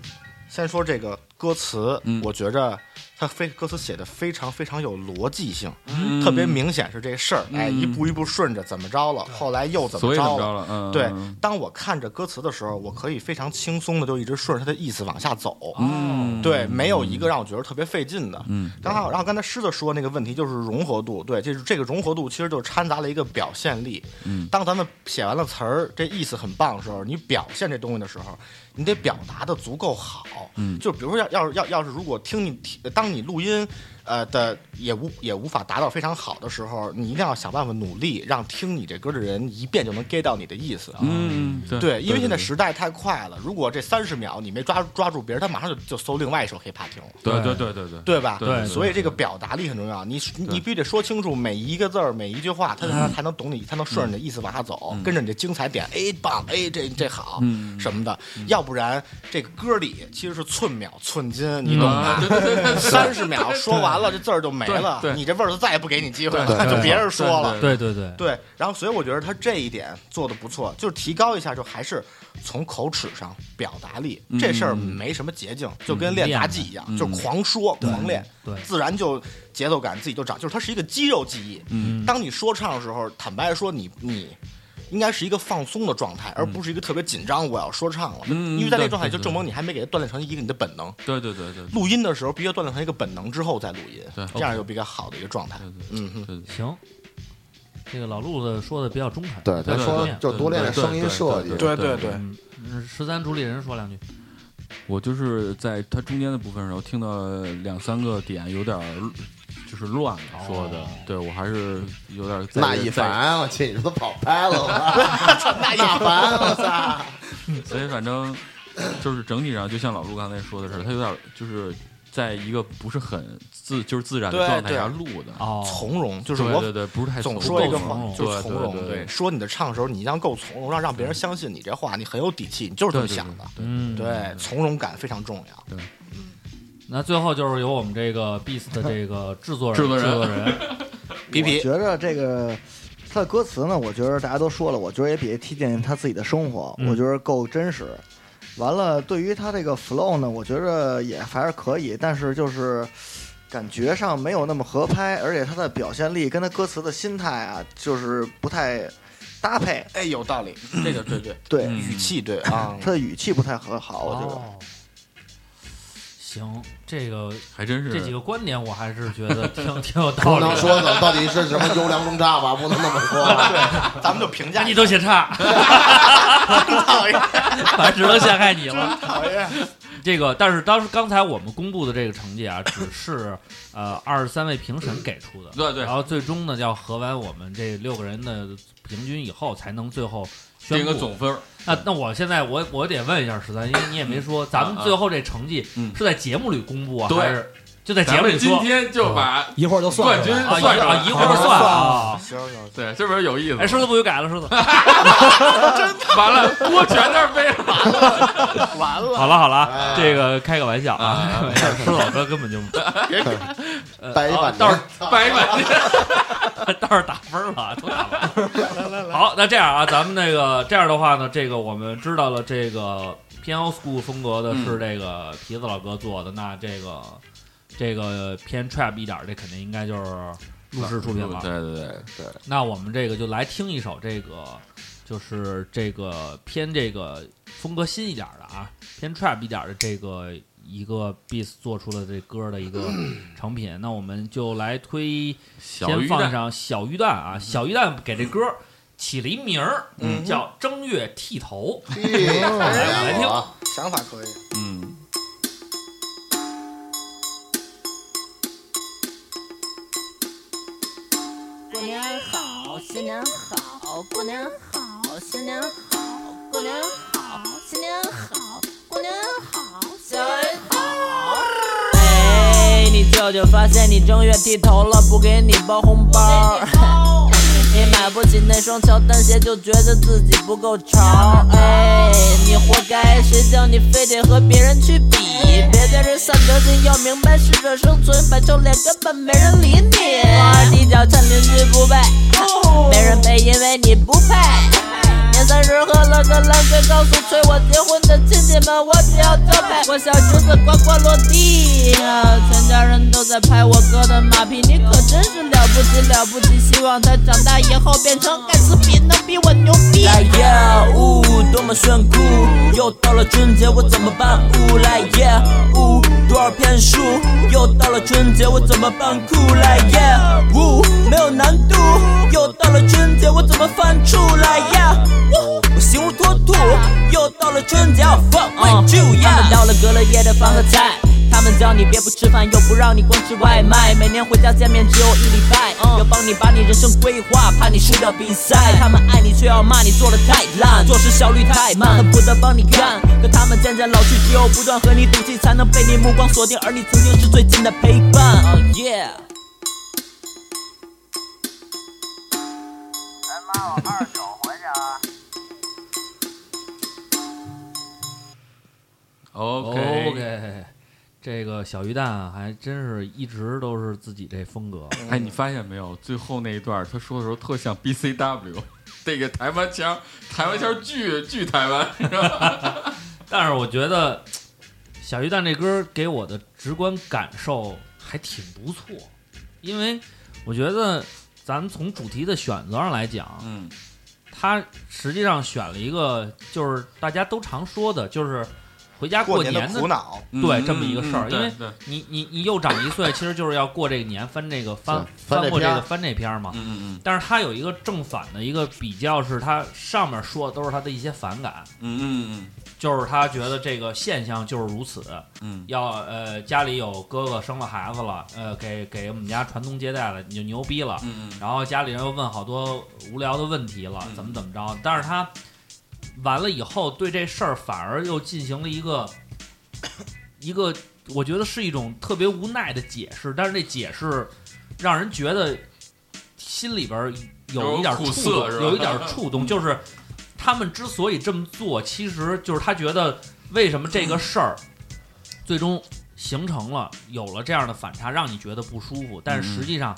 [SPEAKER 6] 先说这个歌词
[SPEAKER 4] 嗯，
[SPEAKER 6] 我觉着他非歌词写的非常非常有逻辑性，
[SPEAKER 4] 嗯，
[SPEAKER 6] 特别明显是这事儿，哎，
[SPEAKER 4] 嗯
[SPEAKER 6] 一步一步顺着怎么着了，后来又怎
[SPEAKER 4] 所
[SPEAKER 6] 么
[SPEAKER 4] 以怎么
[SPEAKER 6] 着了
[SPEAKER 4] 着。了？嗯，
[SPEAKER 6] 对
[SPEAKER 4] 嗯，
[SPEAKER 6] 当我看着歌词的时候，我可以非常轻松的就一直顺着它的意思往下走。
[SPEAKER 4] 嗯，
[SPEAKER 6] 对，没有一个让我觉得特别费劲的。
[SPEAKER 4] 嗯，
[SPEAKER 6] 刚才然后刚才狮子说那个问题就是融合度，对，这是这个融合度其实就掺杂了一个表现力。
[SPEAKER 4] 嗯
[SPEAKER 6] 当咱们写完了词儿，这意思很棒的时候，你表现这东西的时候，你得表达的足够好。
[SPEAKER 4] 嗯
[SPEAKER 6] 就比如说要要要要是如果听你听，当你录音。呃的也无也无法达到非常好的时候，你一定要想办法努力，让听你这歌的人一遍就能 get 到你的意思。啊
[SPEAKER 4] 嗯，对
[SPEAKER 6] 对，因为现在时代太快了，如果这三十秒你没抓抓住别人，他马上就就搜另外一首 hiphop 听了，
[SPEAKER 4] 对对对对对对
[SPEAKER 6] 对吧？
[SPEAKER 4] 对对
[SPEAKER 6] 所以这个表达力很重要，你你必须得说清楚每一个字儿、每一句话，他
[SPEAKER 4] 嗯
[SPEAKER 6] 才才能懂你，才能顺着你的意思往下走，跟着你的精彩点，哎棒，哎这这好、
[SPEAKER 4] 嗯
[SPEAKER 6] 什么的，要不然这个歌里其实是寸秒寸金，你懂
[SPEAKER 4] 啊，
[SPEAKER 6] 吗
[SPEAKER 4] 对？对对对
[SPEAKER 6] 三十秒说完了，这字儿就没了
[SPEAKER 4] 对，对
[SPEAKER 6] 你这味儿就再也不给你机会
[SPEAKER 4] 对
[SPEAKER 6] 了，就别人说了。
[SPEAKER 3] 对对对，
[SPEAKER 6] 对，然后所以我觉得他这一点做的不错，就是提高一下，就还是从口齿上表达力，这事儿
[SPEAKER 4] 嗯
[SPEAKER 6] 没什么捷径，就跟练杂技一样，就狂说、狂练，
[SPEAKER 3] 对
[SPEAKER 6] 自然就节奏感自己就长，就是它是一个肌肉记忆。
[SPEAKER 4] 嗯
[SPEAKER 6] 当你说唱的时候，坦白说你，你应该是一个放松的状态，而不是一个特别紧张，我要说唱了，
[SPEAKER 4] 嗯
[SPEAKER 6] 因为在那
[SPEAKER 4] 对
[SPEAKER 6] 状态就
[SPEAKER 4] 对
[SPEAKER 6] 证明你还没给它锻炼成一个你的本能。
[SPEAKER 4] 对对对对。
[SPEAKER 6] 录音的时候必须要锻炼成一个本能之后再录音，
[SPEAKER 4] 对
[SPEAKER 6] 这样就比较好的一个状态。嗯哼。
[SPEAKER 3] 行，这个老陆的说的比较中肯，
[SPEAKER 5] 对，
[SPEAKER 4] 对
[SPEAKER 5] 咱说
[SPEAKER 4] 对
[SPEAKER 5] 就多练练声音设计。
[SPEAKER 4] 对对
[SPEAKER 6] 对
[SPEAKER 3] 嗯，嗯十三主理人说两句，
[SPEAKER 4] 我就是在它中间的部分时候听到两三个点有点儿就是乱
[SPEAKER 3] 哦
[SPEAKER 4] 了说的，对我还是有点儿在
[SPEAKER 5] 那一，凡，我去，你这都跑拍了吧？哎 那一凡，我操！
[SPEAKER 4] 在所以反正就是整体上就像老陆刚才说的似的，它有点儿就是在一个不是很自就是自然的
[SPEAKER 6] 对
[SPEAKER 4] 状态
[SPEAKER 6] 对
[SPEAKER 4] 下录的。
[SPEAKER 3] 哦，
[SPEAKER 6] 从容，就是
[SPEAKER 4] 对
[SPEAKER 6] 我
[SPEAKER 4] 对对，不是太
[SPEAKER 6] 总
[SPEAKER 4] 怂
[SPEAKER 6] 说一个
[SPEAKER 4] 够
[SPEAKER 6] 话
[SPEAKER 4] 怂容
[SPEAKER 6] 就是从容，
[SPEAKER 4] 对对对
[SPEAKER 6] 说你的唱的时候，你一定要够从容，让让别人相信你这话，你很有底气，你就是这么想的。
[SPEAKER 3] 嗯，
[SPEAKER 6] 对，从容感非常重要。
[SPEAKER 3] 那最后就是由我们这个 Beast 的这个制作人，
[SPEAKER 4] 制作人
[SPEAKER 6] 皮
[SPEAKER 8] 我
[SPEAKER 6] 皮，
[SPEAKER 8] 觉着这个他的歌词呢，我觉得大家都说了，我觉得也比贴近他自己的生活，
[SPEAKER 3] 嗯
[SPEAKER 8] 我觉得够真实。完了，对于他这个 flow 呢，我觉着也还是可以，但是就是感觉上没有那么合拍，而且他的表现力跟他歌词的心态啊，就是不太搭配。
[SPEAKER 6] 哎，有道理，这个对对，
[SPEAKER 8] 对，
[SPEAKER 4] 嗯
[SPEAKER 6] 语气 对啊，
[SPEAKER 8] 他的语气不太和好，我觉得。
[SPEAKER 3] 哦行， 这个
[SPEAKER 4] 还真是
[SPEAKER 3] 这几个观点我还是觉得挺 挺有
[SPEAKER 5] 不
[SPEAKER 3] 道理
[SPEAKER 5] 能
[SPEAKER 3] 的。
[SPEAKER 5] 说怎么到底是什么优良中差吧，不能那么 说。
[SPEAKER 6] 咱们就评价
[SPEAKER 3] 那你都 写差，
[SPEAKER 6] 讨厌，
[SPEAKER 3] 反正只能陷害你了。
[SPEAKER 6] 讨厌，
[SPEAKER 3] 这个，但是当时刚才我们公布的这个成绩啊，只是呃二十三位评审给出的，
[SPEAKER 4] 对对
[SPEAKER 3] 然后最终呢，要合完我们这六个人的平均以后，才能最后宣
[SPEAKER 4] 这
[SPEAKER 3] 布
[SPEAKER 4] 个总分儿
[SPEAKER 3] 那那我现在我我得问一下十三，因为你也没说，咱们最后这成绩
[SPEAKER 4] 嗯
[SPEAKER 3] 是在节目里公布啊，
[SPEAKER 4] 对
[SPEAKER 3] 还是就在节
[SPEAKER 4] 咱
[SPEAKER 3] 目
[SPEAKER 4] 们
[SPEAKER 3] 里
[SPEAKER 4] 今
[SPEAKER 3] 说
[SPEAKER 4] 天就把
[SPEAKER 1] 哦一会儿就算
[SPEAKER 4] 冠
[SPEAKER 1] 了
[SPEAKER 4] 军
[SPEAKER 1] 吧
[SPEAKER 3] 啊？
[SPEAKER 4] 算上
[SPEAKER 3] 一会儿啊，一会儿算啊。
[SPEAKER 6] 行行，
[SPEAKER 4] 对，这不是有意思吗？
[SPEAKER 3] 哎，说的不许改 了，说的。
[SPEAKER 4] 完了，锅全那儿背了。
[SPEAKER 3] 好了好了
[SPEAKER 5] 哎
[SPEAKER 3] 啊，这个开个玩笑啊，
[SPEAKER 4] 啊
[SPEAKER 3] 开玩 笑狮子老哥根本就呃
[SPEAKER 5] 掰一
[SPEAKER 3] 好
[SPEAKER 5] 半
[SPEAKER 3] 到时
[SPEAKER 5] 年，
[SPEAKER 4] 哦掰满地，
[SPEAKER 3] 候 到时候打分了啊，都打完了。好，那这样啊，咱们那个这样的话呢，这个我们知道了，这个偏 old school 风格的
[SPEAKER 4] 嗯
[SPEAKER 3] 是这个皮子老哥做的，那这个这个偏 trap 一点儿，这肯定应该就是录制出品了。
[SPEAKER 4] 对对对，
[SPEAKER 3] 那我们这个就来听一首这个，就是这个偏这个风格新一点的啊，偏 trap 一点的这个一个 Beats 做出了这歌的一个成品。那我们就来推，
[SPEAKER 4] 小
[SPEAKER 3] 先
[SPEAKER 4] 鱼
[SPEAKER 3] 放
[SPEAKER 4] 蛋
[SPEAKER 3] 上小鱼蛋啊，小鱼蛋给这歌起了一名儿，叫《正月剃头》。来听
[SPEAKER 5] 啊，
[SPEAKER 6] 想法可以。
[SPEAKER 4] 嗯，
[SPEAKER 10] 过年好，新年好，过年好，新年好，过年好，新年好，过年好，新年好。
[SPEAKER 2] 哎，你舅舅发现你正月剃头了，不给你包红包。你买不起那双乔丹鞋，就觉得自己不够潮。哎，你活该，谁叫你非得和别人去比？别在这丧德性，要明白适者生存，摆臭脸根本没人理你。光着地脚趁邻居不 备，没人陪，因为你不配。年三十喝了个烂醉，告诉催我结婚的亲戚们，我只要德配。我小侄子呱呱落地啊，全家人都在拍我哥的马屁，你可真是了不起了不起！希望他长大以后变成盖茨比，能比我牛逼。来呀，呜，多么炫酷！又到了春节，我怎么办？呜，来呀，呜，多少骗术？又到了春节，我怎么扮酷？来呀，呜，没有难度。又到了春节，我怎么翻出来呀？呜，我形如脱兔。又到了春节，要放 with you 呀。啊他们到了隔了夜的饭和菜。他们叫你别不吃饭，又不让你光吃外卖。每年回家见面只有一礼拜，要帮你把你人生规划，怕你输掉比赛。他们爱你却要骂你做的太烂，做事效率太慢，恨不得帮你干。可他们渐渐老去，只有不断和你赌气，才能被你目光锁定，而你曾经是最近的陪伴。Oh yeah。
[SPEAKER 4] OK
[SPEAKER 3] OK，这个小鱼蛋啊还真是一直都是自己这风格。
[SPEAKER 4] 哎，你发现没有？最后那一段他说的时候特像 B C W，这个台湾腔儿，台湾腔儿巨巨台湾，是吧？
[SPEAKER 3] 但是我觉得小鱼蛋这歌给我的直观感受还挺不错，因为我觉得咱们从主题的选择上来讲，
[SPEAKER 4] 嗯，
[SPEAKER 3] 它实际上选了一个就是大家都常说的，就是回家
[SPEAKER 6] 过
[SPEAKER 3] 年
[SPEAKER 6] 年的苦恼，
[SPEAKER 3] 对这么一个事儿
[SPEAKER 4] 嗯
[SPEAKER 3] 因为
[SPEAKER 4] 对对
[SPEAKER 3] 你你你又长一岁，其实就是要过这个年，翻这个翻
[SPEAKER 5] 对翻
[SPEAKER 3] 翻
[SPEAKER 5] 这
[SPEAKER 3] 过这
[SPEAKER 5] 篇
[SPEAKER 3] 个
[SPEAKER 5] 儿
[SPEAKER 3] 翻这篇儿嘛。
[SPEAKER 4] 嗯嗯
[SPEAKER 3] 但是它有一个正反的一个比较，是它上面说的都是他的一些反感，
[SPEAKER 4] 嗯嗯嗯
[SPEAKER 3] 就是他觉得这个现象就是如此，
[SPEAKER 4] 嗯
[SPEAKER 3] 要呃家里有哥哥生了孩子了，呃给给我们家传宗接代了，你就牛逼了。
[SPEAKER 4] 嗯嗯，
[SPEAKER 3] 然后家里人又问好多无聊的问题了，
[SPEAKER 4] 嗯
[SPEAKER 3] 怎么怎么着？但是他 完了以后，对这事儿反而又进行了一个一个我觉得是一种特别无奈的解释，但是这解释让人觉得心里边儿有一点
[SPEAKER 4] 有
[SPEAKER 3] 触
[SPEAKER 4] 苦涩
[SPEAKER 3] 动，
[SPEAKER 4] 是吧
[SPEAKER 3] 有一点触动，就是他们之所以这么做，其实就是他觉得为什么这个事儿最终形成了有了这样的反差，让你觉得不舒服，但是实际上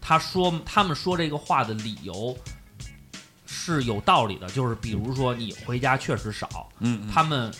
[SPEAKER 3] 他说他们说这个话的理由。是有道理的，就是比如说你回家确实少，
[SPEAKER 4] 嗯嗯
[SPEAKER 3] 他们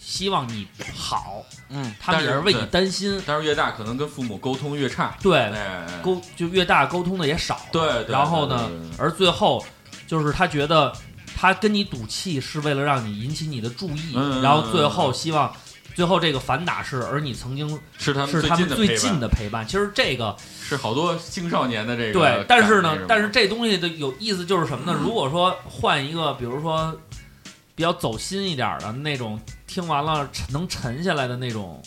[SPEAKER 3] 希望你好，
[SPEAKER 4] 嗯
[SPEAKER 3] 他们也是为你担心，
[SPEAKER 4] 但是越大可能跟父母沟通越差，
[SPEAKER 3] 对
[SPEAKER 4] 哎哎
[SPEAKER 3] 沟就越大沟通的也少了，
[SPEAKER 4] 对对对
[SPEAKER 3] 然后呢
[SPEAKER 4] 对对嗯对，
[SPEAKER 3] 而最后就是他觉得他跟你赌气是为了让你引起你的注意，
[SPEAKER 4] 嗯嗯嗯
[SPEAKER 3] 然后最后希望。最后这个反打是，而你曾经
[SPEAKER 4] 是他们
[SPEAKER 3] 是
[SPEAKER 4] 最
[SPEAKER 3] 他
[SPEAKER 4] 近的
[SPEAKER 3] 们最
[SPEAKER 4] 陪伴
[SPEAKER 3] 近的陪伴。其实这个
[SPEAKER 4] 是好多青少年的这个
[SPEAKER 3] 对，但
[SPEAKER 4] 感
[SPEAKER 3] 是呢
[SPEAKER 4] 觉，
[SPEAKER 3] 但是这东西的有意思就是什么呢？
[SPEAKER 4] 嗯
[SPEAKER 3] 如果说换一个，比如说比较走心一点儿的那种，听完了沉能沉下来的那种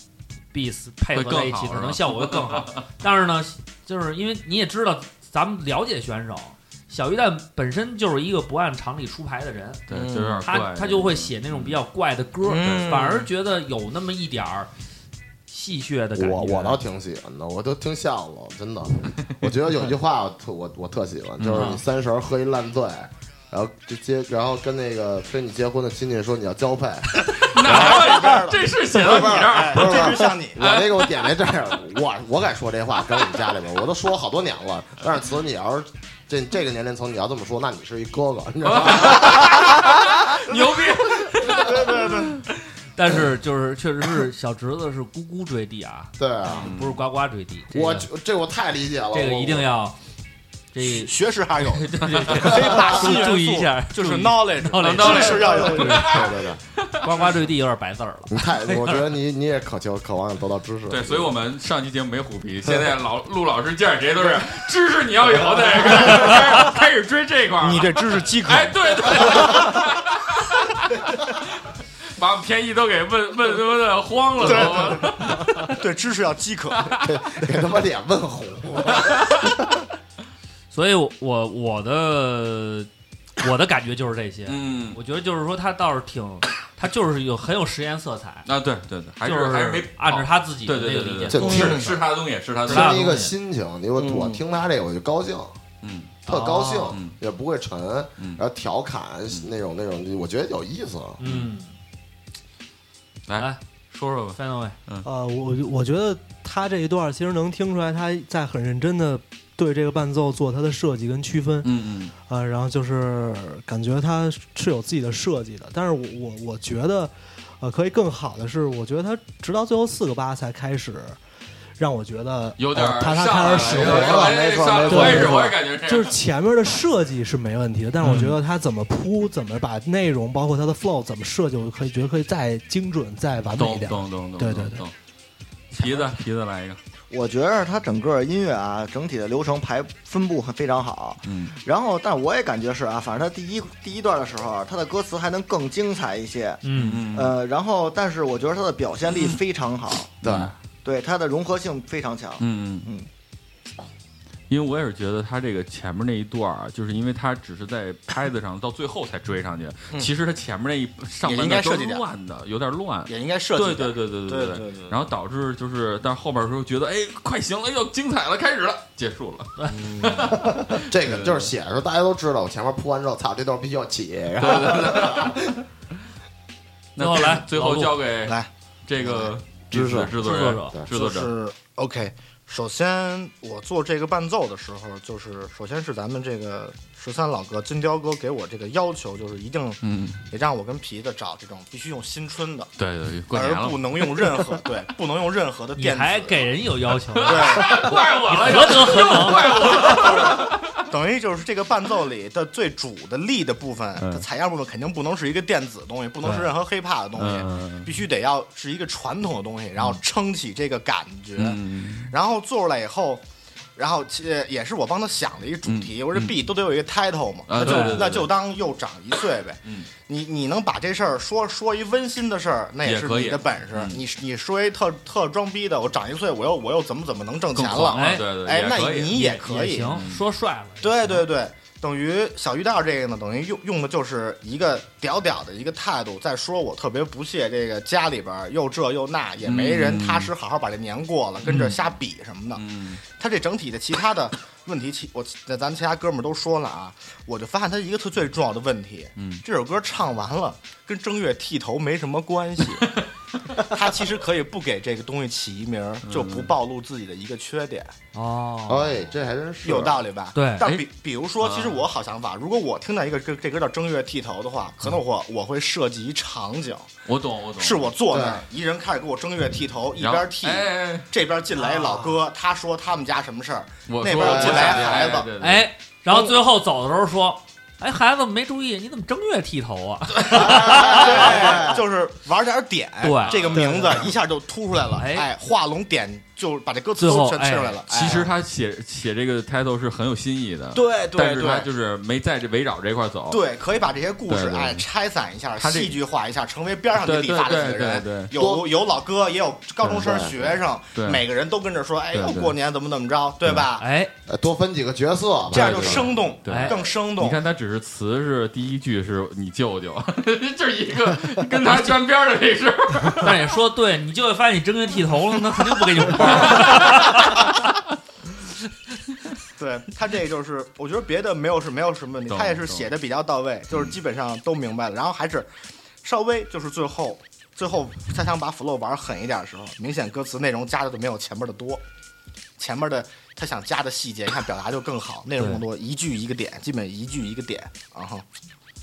[SPEAKER 3] beats 配合在一起，
[SPEAKER 4] 会更好
[SPEAKER 3] 可
[SPEAKER 4] 是吧
[SPEAKER 3] 能效果会更好。但是呢，就是因为你也知道，咱们了解选手。小鱼蛋本身就是一个不按常理出牌的人，
[SPEAKER 4] 对嗯就有点
[SPEAKER 3] 他
[SPEAKER 4] 怪
[SPEAKER 3] 他就会写那种比较怪的歌，
[SPEAKER 5] 嗯
[SPEAKER 3] 反而觉得有那么一点儿戏谑的感觉。啊
[SPEAKER 5] 我我倒挺喜欢的，我都听笑了，真的。我觉得有一句话我特我我特喜欢，就是
[SPEAKER 3] 嗯
[SPEAKER 5] 你三十儿喝一烂醉，然后就结，然后跟那个跟你结婚的亲戚说你要交配，
[SPEAKER 4] 这是 写到你这儿，啊
[SPEAKER 5] 不是
[SPEAKER 4] 哎这是哎像你
[SPEAKER 5] 我那个我点在这儿，我我敢说这话，跟我们家里边，我都说了好多年了。但是此你要是这这个年龄层你要这么说，那你是一哥哥，你知道吗？
[SPEAKER 3] 牛逼！对对对。但是就是确实是小侄子是咕咕追地啊，
[SPEAKER 5] 对啊，
[SPEAKER 3] 不是呱呱追地。这个
[SPEAKER 5] 我这这我太理解了，
[SPEAKER 3] 这个
[SPEAKER 5] 我
[SPEAKER 3] 一定要这
[SPEAKER 6] 学识还有，
[SPEAKER 3] 对对对，
[SPEAKER 6] 非法新元素
[SPEAKER 3] 注意一下，
[SPEAKER 6] 就是
[SPEAKER 3] 注意
[SPEAKER 6] knowledge，
[SPEAKER 3] knowledge
[SPEAKER 6] 知识要有
[SPEAKER 3] 对
[SPEAKER 5] 对对
[SPEAKER 3] 对，呱呱追地有点白字儿了。
[SPEAKER 5] 你太，我觉得你你也渴求渴望得到知识，
[SPEAKER 4] 对，所以 我们上期节目没虎皮，现在老陆老师见着谁都 是知识你要有的，开始开始追这块儿了，
[SPEAKER 6] 你这知识饥渴
[SPEAKER 4] 哎， 对对，把我们天意都给问问问问慌了都。
[SPEAKER 6] 对知识要饥 渴，
[SPEAKER 5] 给他妈脸问红。
[SPEAKER 3] 所以我，我我的我的感觉就是这些。
[SPEAKER 4] 嗯，
[SPEAKER 3] 我觉得就是说，他倒是挺， 他就是有很有实验色彩。
[SPEAKER 4] 啊，对对对，还是
[SPEAKER 3] 就
[SPEAKER 4] 还是没哦
[SPEAKER 3] 按照他自己的
[SPEAKER 4] 对对
[SPEAKER 3] 那
[SPEAKER 4] 对
[SPEAKER 3] 个理
[SPEAKER 4] 对对，
[SPEAKER 3] 解做的
[SPEAKER 4] 是是他的东西，是他的东
[SPEAKER 5] 听
[SPEAKER 4] 西
[SPEAKER 5] 一个心情，你我我听他这个我就高兴，
[SPEAKER 4] 嗯，
[SPEAKER 5] 特高兴
[SPEAKER 4] 哦嗯，
[SPEAKER 5] 也不会沉，然后调侃那种那种，我觉得有意思。
[SPEAKER 3] 嗯，
[SPEAKER 4] 来说说吧
[SPEAKER 3] ，Final Way，
[SPEAKER 4] 嗯
[SPEAKER 1] 呃，我我觉得他这一段其实能听出来他在很认真的对这个伴奏做他的设计跟区分，
[SPEAKER 4] 嗯嗯，
[SPEAKER 1] 啊、然后就是感觉他是有自己的设计的，但是我我我觉得，呃，可以更好的是，我觉得他直到最后四个八才开始。让我觉得
[SPEAKER 4] 有点
[SPEAKER 1] 呃他他
[SPEAKER 4] 上
[SPEAKER 1] 开
[SPEAKER 4] 来
[SPEAKER 1] 始使
[SPEAKER 4] 了
[SPEAKER 1] 用
[SPEAKER 4] 有点
[SPEAKER 1] 了，
[SPEAKER 4] 哎上来了
[SPEAKER 1] 对
[SPEAKER 4] 我也是
[SPEAKER 1] 对
[SPEAKER 4] 我也感觉这样嗯
[SPEAKER 1] 就是前面的设计是没问题的，但是我觉得他怎么铺，怎么把内容，包括他的 flow 怎么设计，我可以觉得可以再精准、再完美一
[SPEAKER 4] 懂
[SPEAKER 1] 点。
[SPEAKER 4] 懂懂懂，
[SPEAKER 1] 对对对。
[SPEAKER 4] 懂。皮子皮子来一个，
[SPEAKER 8] 我觉得它整个音乐啊，整体的流程排分布非常好。
[SPEAKER 4] 嗯，
[SPEAKER 8] 然后，但我也感觉是啊，反正它第一第一段的时候，它的歌词还能更精彩一些。
[SPEAKER 3] 嗯
[SPEAKER 4] 嗯
[SPEAKER 8] 呃，然后，但是我觉得它的表现力非常好，
[SPEAKER 5] 对，
[SPEAKER 8] 对它的融合性非常
[SPEAKER 6] 啊
[SPEAKER 8] 强。
[SPEAKER 4] 嗯嗯因为我也是觉得他这个前面那一段儿，就是因为他只是在拍子上到最后才追上去，
[SPEAKER 6] 嗯
[SPEAKER 4] 其实他前面那一上
[SPEAKER 6] 也
[SPEAKER 4] 半
[SPEAKER 6] 应该
[SPEAKER 4] 段都
[SPEAKER 6] 设计点
[SPEAKER 4] 乱的，有点乱，
[SPEAKER 6] 也应该设计
[SPEAKER 4] 对
[SPEAKER 6] 点
[SPEAKER 4] 对对对
[SPEAKER 6] 对
[SPEAKER 4] 对
[SPEAKER 6] 对对
[SPEAKER 4] 然后导致就是，但是后边的时候觉得，哎，快行了，要精彩了，开始了，结束 了。
[SPEAKER 5] 这个就是写的时候大家都知道，我前面铺完之后，操，这段必须要起。然后
[SPEAKER 4] 那
[SPEAKER 6] 最后来
[SPEAKER 4] 最后
[SPEAKER 6] 老陆
[SPEAKER 4] 交给
[SPEAKER 6] 来
[SPEAKER 4] 这个
[SPEAKER 6] 知识
[SPEAKER 4] 制作人制作
[SPEAKER 6] 就
[SPEAKER 4] 者，
[SPEAKER 6] 是 OK。首先，我做这个伴奏的时候，就是首先是咱们这个十三老哥金雕哥给我这个要求，就是一定
[SPEAKER 4] 嗯，
[SPEAKER 6] 得让我跟皮子找这种必须用新春的，
[SPEAKER 4] 对对，过年
[SPEAKER 6] 而
[SPEAKER 4] 了
[SPEAKER 6] 不，能用任何对，不能用任何的
[SPEAKER 3] 你
[SPEAKER 6] 电子。
[SPEAKER 3] 还给人有要 求，
[SPEAKER 6] 对，
[SPEAKER 4] 怪我了，
[SPEAKER 3] 何德何能？
[SPEAKER 6] 等于就是这个伴奏里的最主的力的部分，
[SPEAKER 4] 嗯
[SPEAKER 6] 它采样部分肯定不能是一个电子东西，不能是任何 hiphop 的东
[SPEAKER 4] 嗯嗯
[SPEAKER 6] 西，必须得要是一个传统的东西，然后撑起这个感觉。
[SPEAKER 4] 嗯，
[SPEAKER 6] 然后做出来以后，然后其呃也是我帮他想了一个主题，我说 B 都得有一个 title 嘛，
[SPEAKER 4] 嗯啊
[SPEAKER 6] 那就
[SPEAKER 4] 对对对
[SPEAKER 6] 那就当又长一岁呗。
[SPEAKER 4] 嗯
[SPEAKER 6] 你你能把这事儿说说一温馨的事儿，那
[SPEAKER 4] 也
[SPEAKER 6] 是
[SPEAKER 4] 可以
[SPEAKER 6] 你的本事。
[SPEAKER 4] 嗯
[SPEAKER 6] 你你说一特特装逼的，我长一岁，我又我又怎么怎么能挣钱
[SPEAKER 4] 更狂
[SPEAKER 6] 了？啊
[SPEAKER 4] 了，对对，
[SPEAKER 6] 哎
[SPEAKER 4] 也，
[SPEAKER 6] 那
[SPEAKER 4] 可以嗯
[SPEAKER 6] 你也可
[SPEAKER 3] 也
[SPEAKER 6] 以，
[SPEAKER 3] 行，说帅了。
[SPEAKER 6] 对对对。等于小鱼蛋儿这个呢，等于用用的就是一个屌屌的一个态度，在说我特别不屑这个家里边儿又这又那，也没人
[SPEAKER 4] 嗯
[SPEAKER 6] 踏实好好把这年过了，跟这瞎比什么的。他这整体的其他的问题，其我那咱其他哥们儿都说了啊，我就发现他一个特最重要的问题，
[SPEAKER 4] 嗯
[SPEAKER 6] 这首歌唱完了跟正月剃头没什么关系。他其实可以不给这个东西起一名儿，就不暴露自己的一个缺点。
[SPEAKER 3] 哦，
[SPEAKER 5] 哎，这还真是
[SPEAKER 6] 有道理吧？
[SPEAKER 3] 对
[SPEAKER 6] 但
[SPEAKER 4] 哎嗯
[SPEAKER 6] 比比如说，其实我好想法，如果我听到一个这这歌叫《正月剃头》的话，可能我我会设计一场景，
[SPEAKER 4] 我懂，我懂，
[SPEAKER 6] 是我坐那儿，一人开始给我正月剃头，一
[SPEAKER 4] 然后
[SPEAKER 6] 边剃，
[SPEAKER 4] 哎哎哎啊
[SPEAKER 6] 这边进来一老哥，他说他们家什么事儿，
[SPEAKER 4] 我
[SPEAKER 6] 那
[SPEAKER 4] 说
[SPEAKER 6] 边
[SPEAKER 4] 我
[SPEAKER 6] 进
[SPEAKER 4] 想
[SPEAKER 6] 来
[SPEAKER 4] 起
[SPEAKER 6] 孩
[SPEAKER 4] 了
[SPEAKER 6] 子，，
[SPEAKER 3] 哎，然后最后走的时候说，哎，孩子没注意，你怎么正月剃头啊？
[SPEAKER 6] 对，哎就是玩点点，
[SPEAKER 3] 对
[SPEAKER 6] 这个名字一下就突出来了，
[SPEAKER 3] 哎
[SPEAKER 6] 哎，画龙点就把这歌词
[SPEAKER 3] 最
[SPEAKER 6] 都
[SPEAKER 3] 后
[SPEAKER 6] 全
[SPEAKER 3] 哎
[SPEAKER 6] 吃出来了。哎
[SPEAKER 4] 其实他写写这个 title 是很有新意的，
[SPEAKER 6] 对对
[SPEAKER 4] 但是他
[SPEAKER 6] 对。
[SPEAKER 4] 就是没在这围绕这块儿走。
[SPEAKER 6] 对，可以把这些故事
[SPEAKER 4] 对对
[SPEAKER 6] 哎拆散一下，
[SPEAKER 4] 他这
[SPEAKER 6] 戏剧化一下，成为边上那
[SPEAKER 4] 对
[SPEAKER 6] 理
[SPEAKER 4] 对
[SPEAKER 6] 发的
[SPEAKER 4] 对对
[SPEAKER 6] 人
[SPEAKER 4] 对，
[SPEAKER 6] 有有老哥，也有高中生
[SPEAKER 5] 对对
[SPEAKER 6] 学生
[SPEAKER 4] 对，
[SPEAKER 6] 每个人都跟着说，哎，
[SPEAKER 4] 对
[SPEAKER 6] 又
[SPEAKER 4] 对
[SPEAKER 6] 过年怎么怎么着，对吧？
[SPEAKER 3] 哎，啊
[SPEAKER 5] 呃多分几个角色吧，
[SPEAKER 6] 这样就
[SPEAKER 5] 对
[SPEAKER 6] 生动，
[SPEAKER 4] 对
[SPEAKER 6] 更生
[SPEAKER 4] 你
[SPEAKER 6] 动。
[SPEAKER 4] 看他只是词是第一句是你舅舅，就是一个跟他沾边儿的这事儿。
[SPEAKER 3] 但也说对，你就会发现你正月剃头了，那肯定不给你红包。
[SPEAKER 6] 对他这就是，我觉得别的没有是没有什么问题，
[SPEAKER 4] 懂
[SPEAKER 6] 他也是写的比较到位，
[SPEAKER 3] 嗯
[SPEAKER 6] 就是基本上都明白了。然后还是稍微就是最后，最后他想把 flow 玩狠一点的时候，明显歌词内容加的就没有前面的多，前面的他想加的细节，你看表达就更好，内容更多，一句一个点，基本一句一个点，然后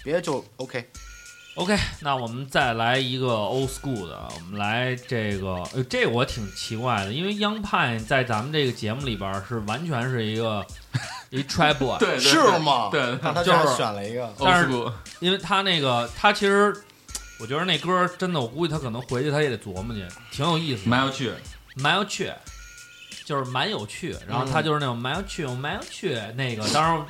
[SPEAKER 6] 别的就 OK。
[SPEAKER 3] OK，那我们再来一个 old school 的，啊我们来这个，呃，这我挺奇怪的，因为 Young Pine 在咱们这个节目里边儿是完全是一 个一 try boy，
[SPEAKER 4] 对，对
[SPEAKER 6] 是？吗？
[SPEAKER 4] 对
[SPEAKER 6] 那他
[SPEAKER 4] 就
[SPEAKER 6] 居然
[SPEAKER 4] 是
[SPEAKER 6] 选了一个，
[SPEAKER 3] 但是
[SPEAKER 4] old school
[SPEAKER 3] 因为他那个他其实，我觉得那歌儿真的，我估计他可能回去他也得琢磨去，挺有意思的，
[SPEAKER 4] 蛮有趣，
[SPEAKER 3] 蛮有趣，就是蛮有趣。然
[SPEAKER 4] 嗯
[SPEAKER 3] 后他就是那种蛮有趣，蛮有趣那个，当然。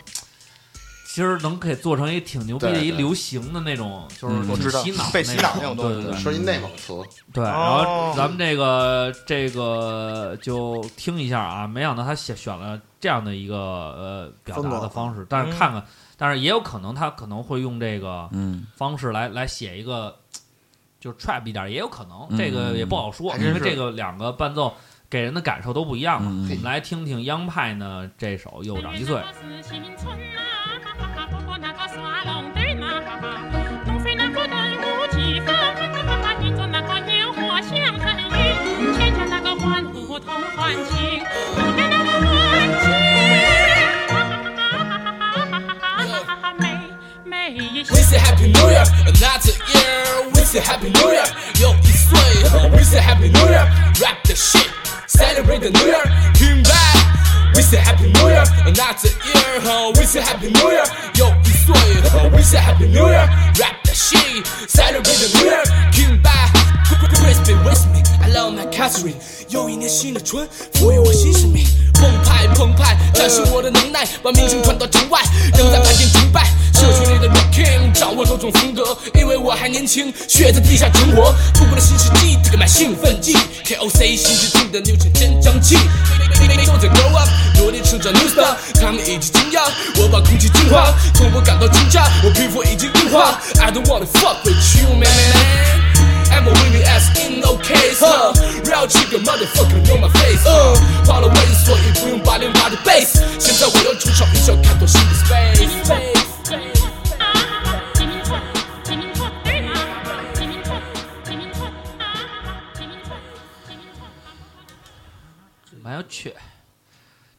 [SPEAKER 3] 其实能给做成一挺牛逼的
[SPEAKER 5] 对
[SPEAKER 3] 一
[SPEAKER 5] 对
[SPEAKER 3] 流行的那种，就是
[SPEAKER 4] 嗯
[SPEAKER 6] 我知道
[SPEAKER 3] 洗脑
[SPEAKER 6] 被洗脑
[SPEAKER 3] 那
[SPEAKER 6] 那种东西哦
[SPEAKER 3] 对对对
[SPEAKER 5] 是一内蒙词，
[SPEAKER 3] 对，然后咱们这个这个就听一下啊，没想到他选选了这样的一个呃表达的方式，
[SPEAKER 6] 嗯
[SPEAKER 3] 但是看看，但是也有可能他可能会用这个
[SPEAKER 4] 嗯，
[SPEAKER 3] 方式来来写一个，就是 trap 一点，也有可能，
[SPEAKER 4] 嗯
[SPEAKER 3] 这个也不好说，
[SPEAKER 4] 还真
[SPEAKER 3] 因为
[SPEAKER 4] 是
[SPEAKER 3] 这个两个伴奏给人的感受都不一样嘛。
[SPEAKER 4] 嗯
[SPEAKER 3] 我们来听听央派呢这首《又长一岁》。
[SPEAKER 11] We say Happy New Year, not a year. We say Happy New Year, yo, it's way. We say Happy New Year, rap the shit, celebrate the New Year, bring back. We say Happy New Year, not a year. huh? We say Happy New Year, yo, it's way. We say Happy New Year, rap the shit, celebrate the New Year, bring back. Crispy with me, I love my Catherine。又一年新的春，赋予我新生命。澎湃澎湃，展示我的能耐，把名声传到城外，仍在盘点崇拜。社区里的 Rock King，掌握多种风格，因为我还年轻，血在地下存活。度过了新世纪，这个买兴奋剂，KOC 新致敬的 New 真争气。都在 grow up，努力成长 new star，他们已经惊讶，我把空气净化，从不感到惊讶，我皮肤已经硬化。I don't wanna fuck with you, man. I'm a women ass in no case，huh? 绕这个 motherfucker on my face，uh, 换了位，所以不用八零八的 bass。现在我要出场，一脚看到新的 space。
[SPEAKER 3] 蛮有趣。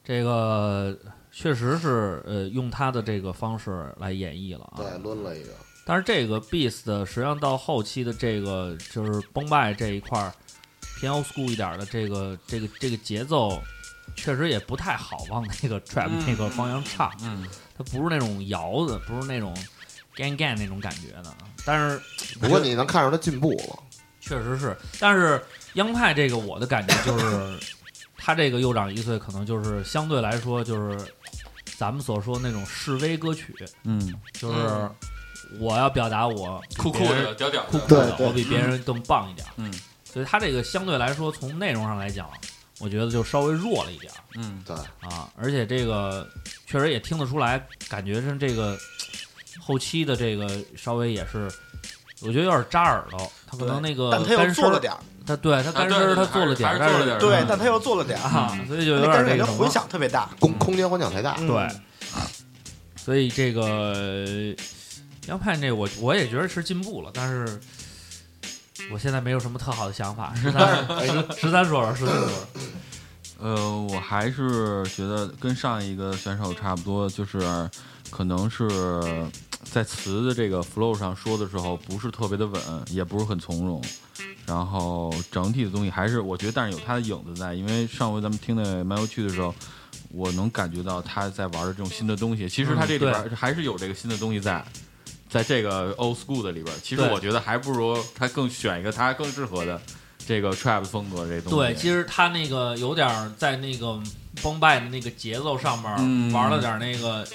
[SPEAKER 3] 这个确实是呃，用他的这个方式来演绎了啊。
[SPEAKER 5] 对，抡了一个，
[SPEAKER 3] 但是这个 Beast 的实际上到后期的这个就是崩败这一块儿，偏 old school 一点儿的这个这个这个节奏，确实也不太好往那个 trap 那个方向唱。
[SPEAKER 4] 嗯，
[SPEAKER 3] 它不是那种摇子，不是那种 gang gang 那种感觉的。啊但是
[SPEAKER 5] 不过你能看出他进步了，
[SPEAKER 3] 确实是，但是央派这个我的感觉就是， 他这个又长一岁，可能就是相对来说就是咱们所说那种示威歌曲，
[SPEAKER 4] 嗯，
[SPEAKER 3] 就是我要表达我
[SPEAKER 4] 酷酷的，屌屌
[SPEAKER 3] 酷
[SPEAKER 4] 的，
[SPEAKER 3] 酷的，
[SPEAKER 8] 对对
[SPEAKER 3] 我比别人更棒一点。
[SPEAKER 4] 嗯，
[SPEAKER 3] 所以他这个相对来说从内容上来讲，啊我觉得就稍微弱了一点儿。
[SPEAKER 4] 嗯，
[SPEAKER 5] 对
[SPEAKER 3] 啊，而且这个确实也听得出来，感觉是这个后期的这个稍微也是，我觉得有点扎耳朵。他可能那个
[SPEAKER 6] 但他又
[SPEAKER 3] 干
[SPEAKER 6] 做
[SPEAKER 3] 声
[SPEAKER 6] 了
[SPEAKER 3] 儿
[SPEAKER 6] 点儿
[SPEAKER 3] 他啊对他干声儿他做了点儿，嗯但是
[SPEAKER 6] 啊对，但他又做了点儿嗯
[SPEAKER 3] 啊，所以就有
[SPEAKER 6] 那
[SPEAKER 3] 点
[SPEAKER 6] 感
[SPEAKER 3] 儿
[SPEAKER 6] 觉
[SPEAKER 3] 那个
[SPEAKER 6] 感觉
[SPEAKER 3] 什么
[SPEAKER 6] 混响特别大，嗯
[SPEAKER 5] 空空间混响太大，
[SPEAKER 3] 嗯对，所以这个杨派这我我也觉得是进步了，但是我现在没有什么特好的想法。十 三十十三说说十四说说，
[SPEAKER 4] 呃，我还是觉得跟上一个选手差不多，就是可能是在词的这个 flow 上说的时候不是特别的稳，也不是很从容，然后整体的东西还是我觉得，但是有他的影子在，因为上回咱们听的蛮有趣的时候。我能感觉到他在玩的这种新的东西，其实他这里边
[SPEAKER 3] 嗯
[SPEAKER 4] 还是有这个新的东西在，在这个 old school 的里边，其实
[SPEAKER 3] 对
[SPEAKER 4] 我觉得还不如他更选一个他更适合的这个 trap 风格这东西。
[SPEAKER 3] 对，其实他那个有点儿在那个崩败的那个节奏上面儿
[SPEAKER 4] 嗯
[SPEAKER 3] 玩了点儿那个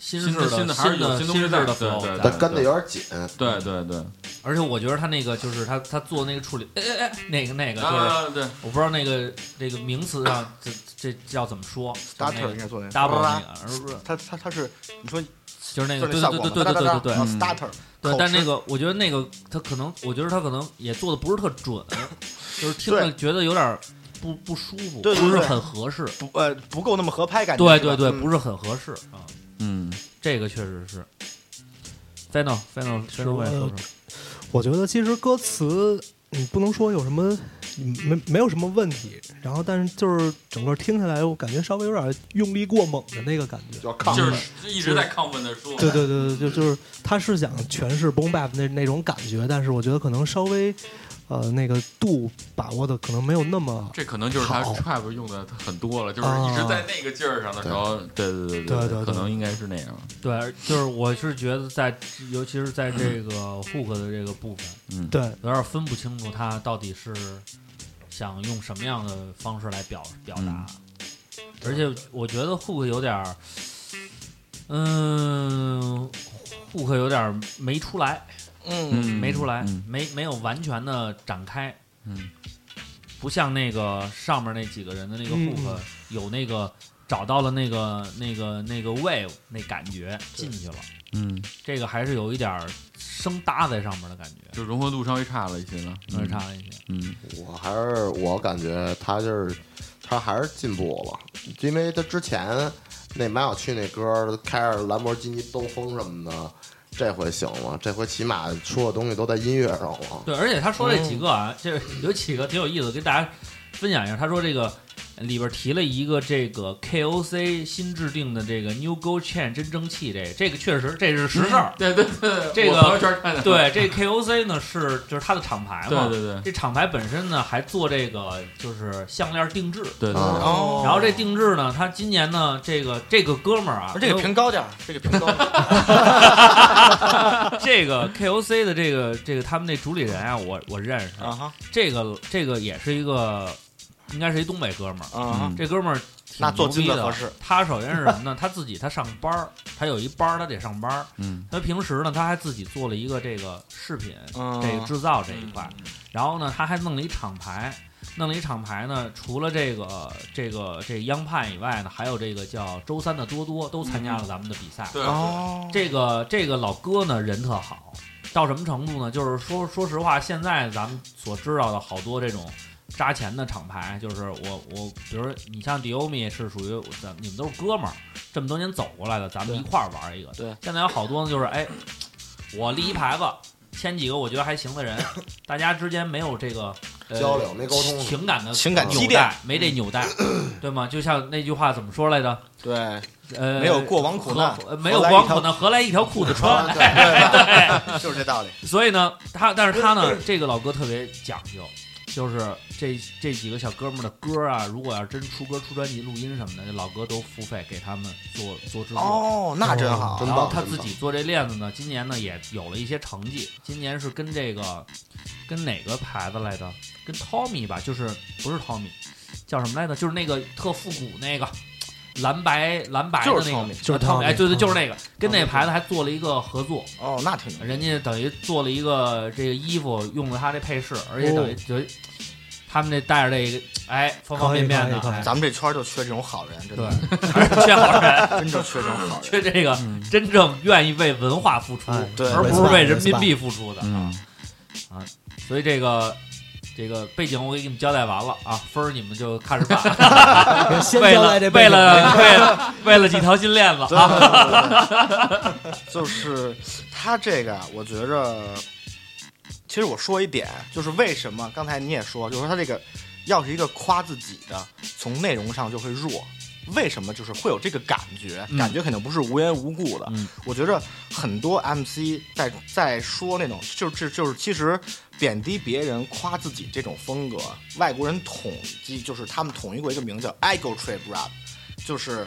[SPEAKER 3] 新式
[SPEAKER 4] 新的新的还是有新
[SPEAKER 3] 新
[SPEAKER 4] 东西
[SPEAKER 3] 式
[SPEAKER 4] 在
[SPEAKER 3] 的
[SPEAKER 4] 对
[SPEAKER 3] flow
[SPEAKER 4] 对
[SPEAKER 3] 在
[SPEAKER 5] 但跟的有点紧。
[SPEAKER 4] 对对对，
[SPEAKER 3] 而且我觉得他那个就是他他做那个处理，哎哎哎，那个那个就是，
[SPEAKER 4] 啊对
[SPEAKER 3] 我不知道那个这个名词上这这叫怎么说
[SPEAKER 6] starter 应该做那个
[SPEAKER 3] double 那
[SPEAKER 6] 吧
[SPEAKER 4] 啊
[SPEAKER 3] 个，而不是
[SPEAKER 6] 他他他是你说
[SPEAKER 3] 就是那个对
[SPEAKER 6] 效
[SPEAKER 3] 对
[SPEAKER 6] 果
[SPEAKER 3] 对
[SPEAKER 6] 嘛
[SPEAKER 3] 对对
[SPEAKER 6] 哒哒哒
[SPEAKER 3] 对对
[SPEAKER 6] 然后
[SPEAKER 4] 嗯
[SPEAKER 6] starter，
[SPEAKER 3] 对
[SPEAKER 6] 口，
[SPEAKER 3] 但
[SPEAKER 6] 吃
[SPEAKER 3] 那个我觉得那个他可能，我觉得他可能也做的不是特准， 就是听着
[SPEAKER 6] 对
[SPEAKER 3] 觉得有点不不舒服，
[SPEAKER 6] 对对
[SPEAKER 3] 不是
[SPEAKER 6] 对
[SPEAKER 3] 很合适，
[SPEAKER 6] 不呃不够那么合拍感觉，
[SPEAKER 3] 对
[SPEAKER 6] 是吧
[SPEAKER 3] 对对，
[SPEAKER 6] 嗯
[SPEAKER 3] 不是很合适啊，
[SPEAKER 4] 嗯，
[SPEAKER 3] 这个确实是。final final
[SPEAKER 1] 是
[SPEAKER 3] final 说说，
[SPEAKER 1] 我呃我觉得其实歌词你不能说有什么嗯没没有什么问题，然后但是就是整个听下来，我感觉稍微有点用力过猛的那个感觉，
[SPEAKER 5] 就
[SPEAKER 4] 就是一直在亢奋的说。
[SPEAKER 1] 对对对对，就就是他是想诠释 boom bap 那那种感觉，但是我觉得可能稍微，呃，那个度把握的可能没有那么
[SPEAKER 4] 这可能就是他
[SPEAKER 1] 好
[SPEAKER 4] trap 用的很多了，就是一直在那个劲儿上的时候，对对对
[SPEAKER 1] 对对对
[SPEAKER 4] 可能应该是那样。
[SPEAKER 3] 对，就是我是觉得在，尤其是在这个 hook 的这个部分，
[SPEAKER 4] 嗯
[SPEAKER 1] 对
[SPEAKER 3] 有点分不清楚他到底是想用什么样的方式来表表达，
[SPEAKER 4] 嗯
[SPEAKER 3] 而且我觉得 hook 有点儿，嗯，hook 有点儿没出来，
[SPEAKER 6] 嗯
[SPEAKER 3] 没出来，
[SPEAKER 4] 嗯
[SPEAKER 3] 没没有完全的展开，
[SPEAKER 4] 嗯，
[SPEAKER 3] 不像那个上面那几个人的那个
[SPEAKER 1] 嗯
[SPEAKER 3] hook、有那个找到了那个那个那个 wave 那感觉进去了。
[SPEAKER 4] 嗯，
[SPEAKER 3] 这个还是有一点儿生搭在上面的感觉，
[SPEAKER 4] 就融合度稍微差了一些了，
[SPEAKER 3] 稍微差了一些。
[SPEAKER 4] 嗯，
[SPEAKER 5] 我还是我感觉他就是他还是进步了，因为他之前那马小去那歌开着兰博基尼兜风什么的，这回行了，这回起码说的东西都在音乐上了。
[SPEAKER 3] 对，而且他说这几个啊，
[SPEAKER 4] 嗯
[SPEAKER 3] 这有几个挺有意思，跟大家分享一下。他说这个里边提了一个这个 KOC 新制定的这个 New Gold Chain 真争气，这这个确实这是实事儿。
[SPEAKER 4] 嗯对对对，
[SPEAKER 3] 这
[SPEAKER 4] 我朋友圈看
[SPEAKER 3] 个
[SPEAKER 4] 见
[SPEAKER 3] 对这 KOC 呢是就是它的厂牌
[SPEAKER 4] 对
[SPEAKER 3] 嘛，
[SPEAKER 4] 对对
[SPEAKER 3] 这厂牌本身呢还做这个就是项链定制，
[SPEAKER 4] 对对对
[SPEAKER 6] 哦
[SPEAKER 3] 然后这定制呢，他今年呢这个这个哥们儿啊，
[SPEAKER 6] 这个评高点儿，这个评高点儿，
[SPEAKER 3] 这个 KOC 的这个这个他们那主理人啊，我我认识
[SPEAKER 6] 啊哈，
[SPEAKER 3] 这个这个也是一个，应该是一东北哥们儿。嗯
[SPEAKER 6] 啊哈
[SPEAKER 3] 这哥们儿挺
[SPEAKER 6] 那做
[SPEAKER 3] 牛逼
[SPEAKER 6] 金子合适
[SPEAKER 3] 他首先是什么呢？他自己他上班儿，他有一班儿，他得上班儿。
[SPEAKER 4] 嗯，
[SPEAKER 3] 他平时呢，他还自己做了一个这个饰品，
[SPEAKER 6] 嗯
[SPEAKER 3] 这个制造这一块。然后呢，他还弄了一厂牌，弄了一厂牌呢，除了这个这个这央派以外呢，还有这个叫周三的多多都参加了咱们的比赛。
[SPEAKER 4] 对
[SPEAKER 6] 哦，
[SPEAKER 3] 这个这个老哥呢人特好，到什么程度呢？就是说说实话，现在咱们所知道的好多这种扎钱的厂牌，就是我我，比如说你像 Diomi 是属于咱你们都是哥们儿，这么多年走过来的，咱们一块儿玩一个。
[SPEAKER 6] 对，
[SPEAKER 3] 现在有好多呢，就是哎，我立一牌子。签几个我觉得还行 的人，大家之间没有这个、呃
[SPEAKER 5] 交流没沟通
[SPEAKER 3] 情感的
[SPEAKER 6] 情感积
[SPEAKER 3] 纽
[SPEAKER 6] 淀
[SPEAKER 3] 带，没这纽带，对吗？就像那句话怎么说来着？
[SPEAKER 6] 对，
[SPEAKER 3] 呃，
[SPEAKER 6] 没有过往苦难
[SPEAKER 3] 何呃没有
[SPEAKER 6] 何
[SPEAKER 3] 过
[SPEAKER 6] 来一
[SPEAKER 3] 往
[SPEAKER 6] 条
[SPEAKER 3] 苦难，何来一条裤子穿？
[SPEAKER 6] 对
[SPEAKER 3] 对，
[SPEAKER 6] 就是这道理。
[SPEAKER 3] 所以呢，他但是他呢， 这个老哥特别讲究，就是这这几个小哥们儿的歌啊，如果要真出歌、出专辑、录音什么的，这老哥都付费给他们做做制作。
[SPEAKER 6] 哦，那真好，
[SPEAKER 3] 然后他自己做这链子呢，今年呢也有了一些成绩。今年是跟这个，跟哪个牌子来着？跟 Tommy 吧，就是不是 Tommy，叫什么来着？就是那个特复古那个蓝白蓝白的
[SPEAKER 6] 就
[SPEAKER 3] 那
[SPEAKER 6] 是
[SPEAKER 3] 个，
[SPEAKER 1] 就是
[SPEAKER 6] Tommy，啊
[SPEAKER 3] 啊 Tommy，哎，
[SPEAKER 1] Tommy，
[SPEAKER 3] 对对，
[SPEAKER 1] 嗯
[SPEAKER 3] 就是那个，跟那牌子还做了一个合作。
[SPEAKER 6] 哦，那挺牛，哦
[SPEAKER 3] 人家等于做了一个这个衣服，用了他这配饰，而且等于等于他们这带着这个，哎，方方面面的，哎
[SPEAKER 6] 咱们这圈儿就缺这种好人，真的
[SPEAKER 3] 对， 还是缺好人
[SPEAKER 6] 真就缺这种好人。
[SPEAKER 3] 缺这个真正愿意为文化付出，
[SPEAKER 1] 哎
[SPEAKER 6] 对
[SPEAKER 3] 而不
[SPEAKER 1] 没
[SPEAKER 3] 是
[SPEAKER 1] 错
[SPEAKER 3] 为人
[SPEAKER 1] 没
[SPEAKER 3] 民
[SPEAKER 1] 错
[SPEAKER 3] 币付出的啊
[SPEAKER 4] 嗯
[SPEAKER 3] 啊！所以这个这个背景我给你们交代完了啊，分儿你们就看着 办。
[SPEAKER 1] 先
[SPEAKER 3] 为
[SPEAKER 1] 交
[SPEAKER 3] 了
[SPEAKER 1] 代这
[SPEAKER 3] 为
[SPEAKER 1] 背景
[SPEAKER 3] 了为了为了几条金链子
[SPEAKER 6] 对
[SPEAKER 3] 啊！
[SPEAKER 6] 对对 对就是他这个啊，我觉着，其实我说一点，就是为什么刚才你也说，就是说他这个要是一个夸自己的，从内容上就会弱。为什么就是会有这个感觉？
[SPEAKER 3] 嗯
[SPEAKER 6] 感觉肯定不是无缘无故的。
[SPEAKER 3] 嗯
[SPEAKER 6] 我觉着很多 MC 在在说那种，就是就是其实贬低别人、夸自己这种风格，外国人统计就是他们统一过一个名叫 “ego trip rap”，就是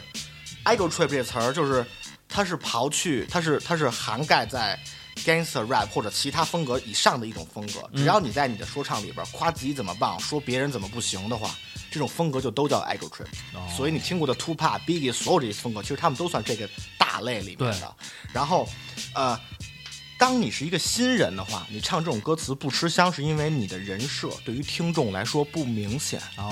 [SPEAKER 6] “ego trip” 这词儿，就是它是刨去，它是它是涵盖在 gangster rap 或者其他风格以上的一种风
[SPEAKER 3] 嗯
[SPEAKER 6] 格。只要你在你的说唱里边夸自己怎么棒，说别人怎么不行的话，这种风格就都叫 ego trip。所以
[SPEAKER 3] 哦
[SPEAKER 6] 你听过的 Tupac、Biggie 所有这些风格，其实他们都算这个大类里面的。然后，呃，当你是一个新人的话，你唱这种歌词不吃香，是因为你的人设对于听众来说不明显。
[SPEAKER 3] 哦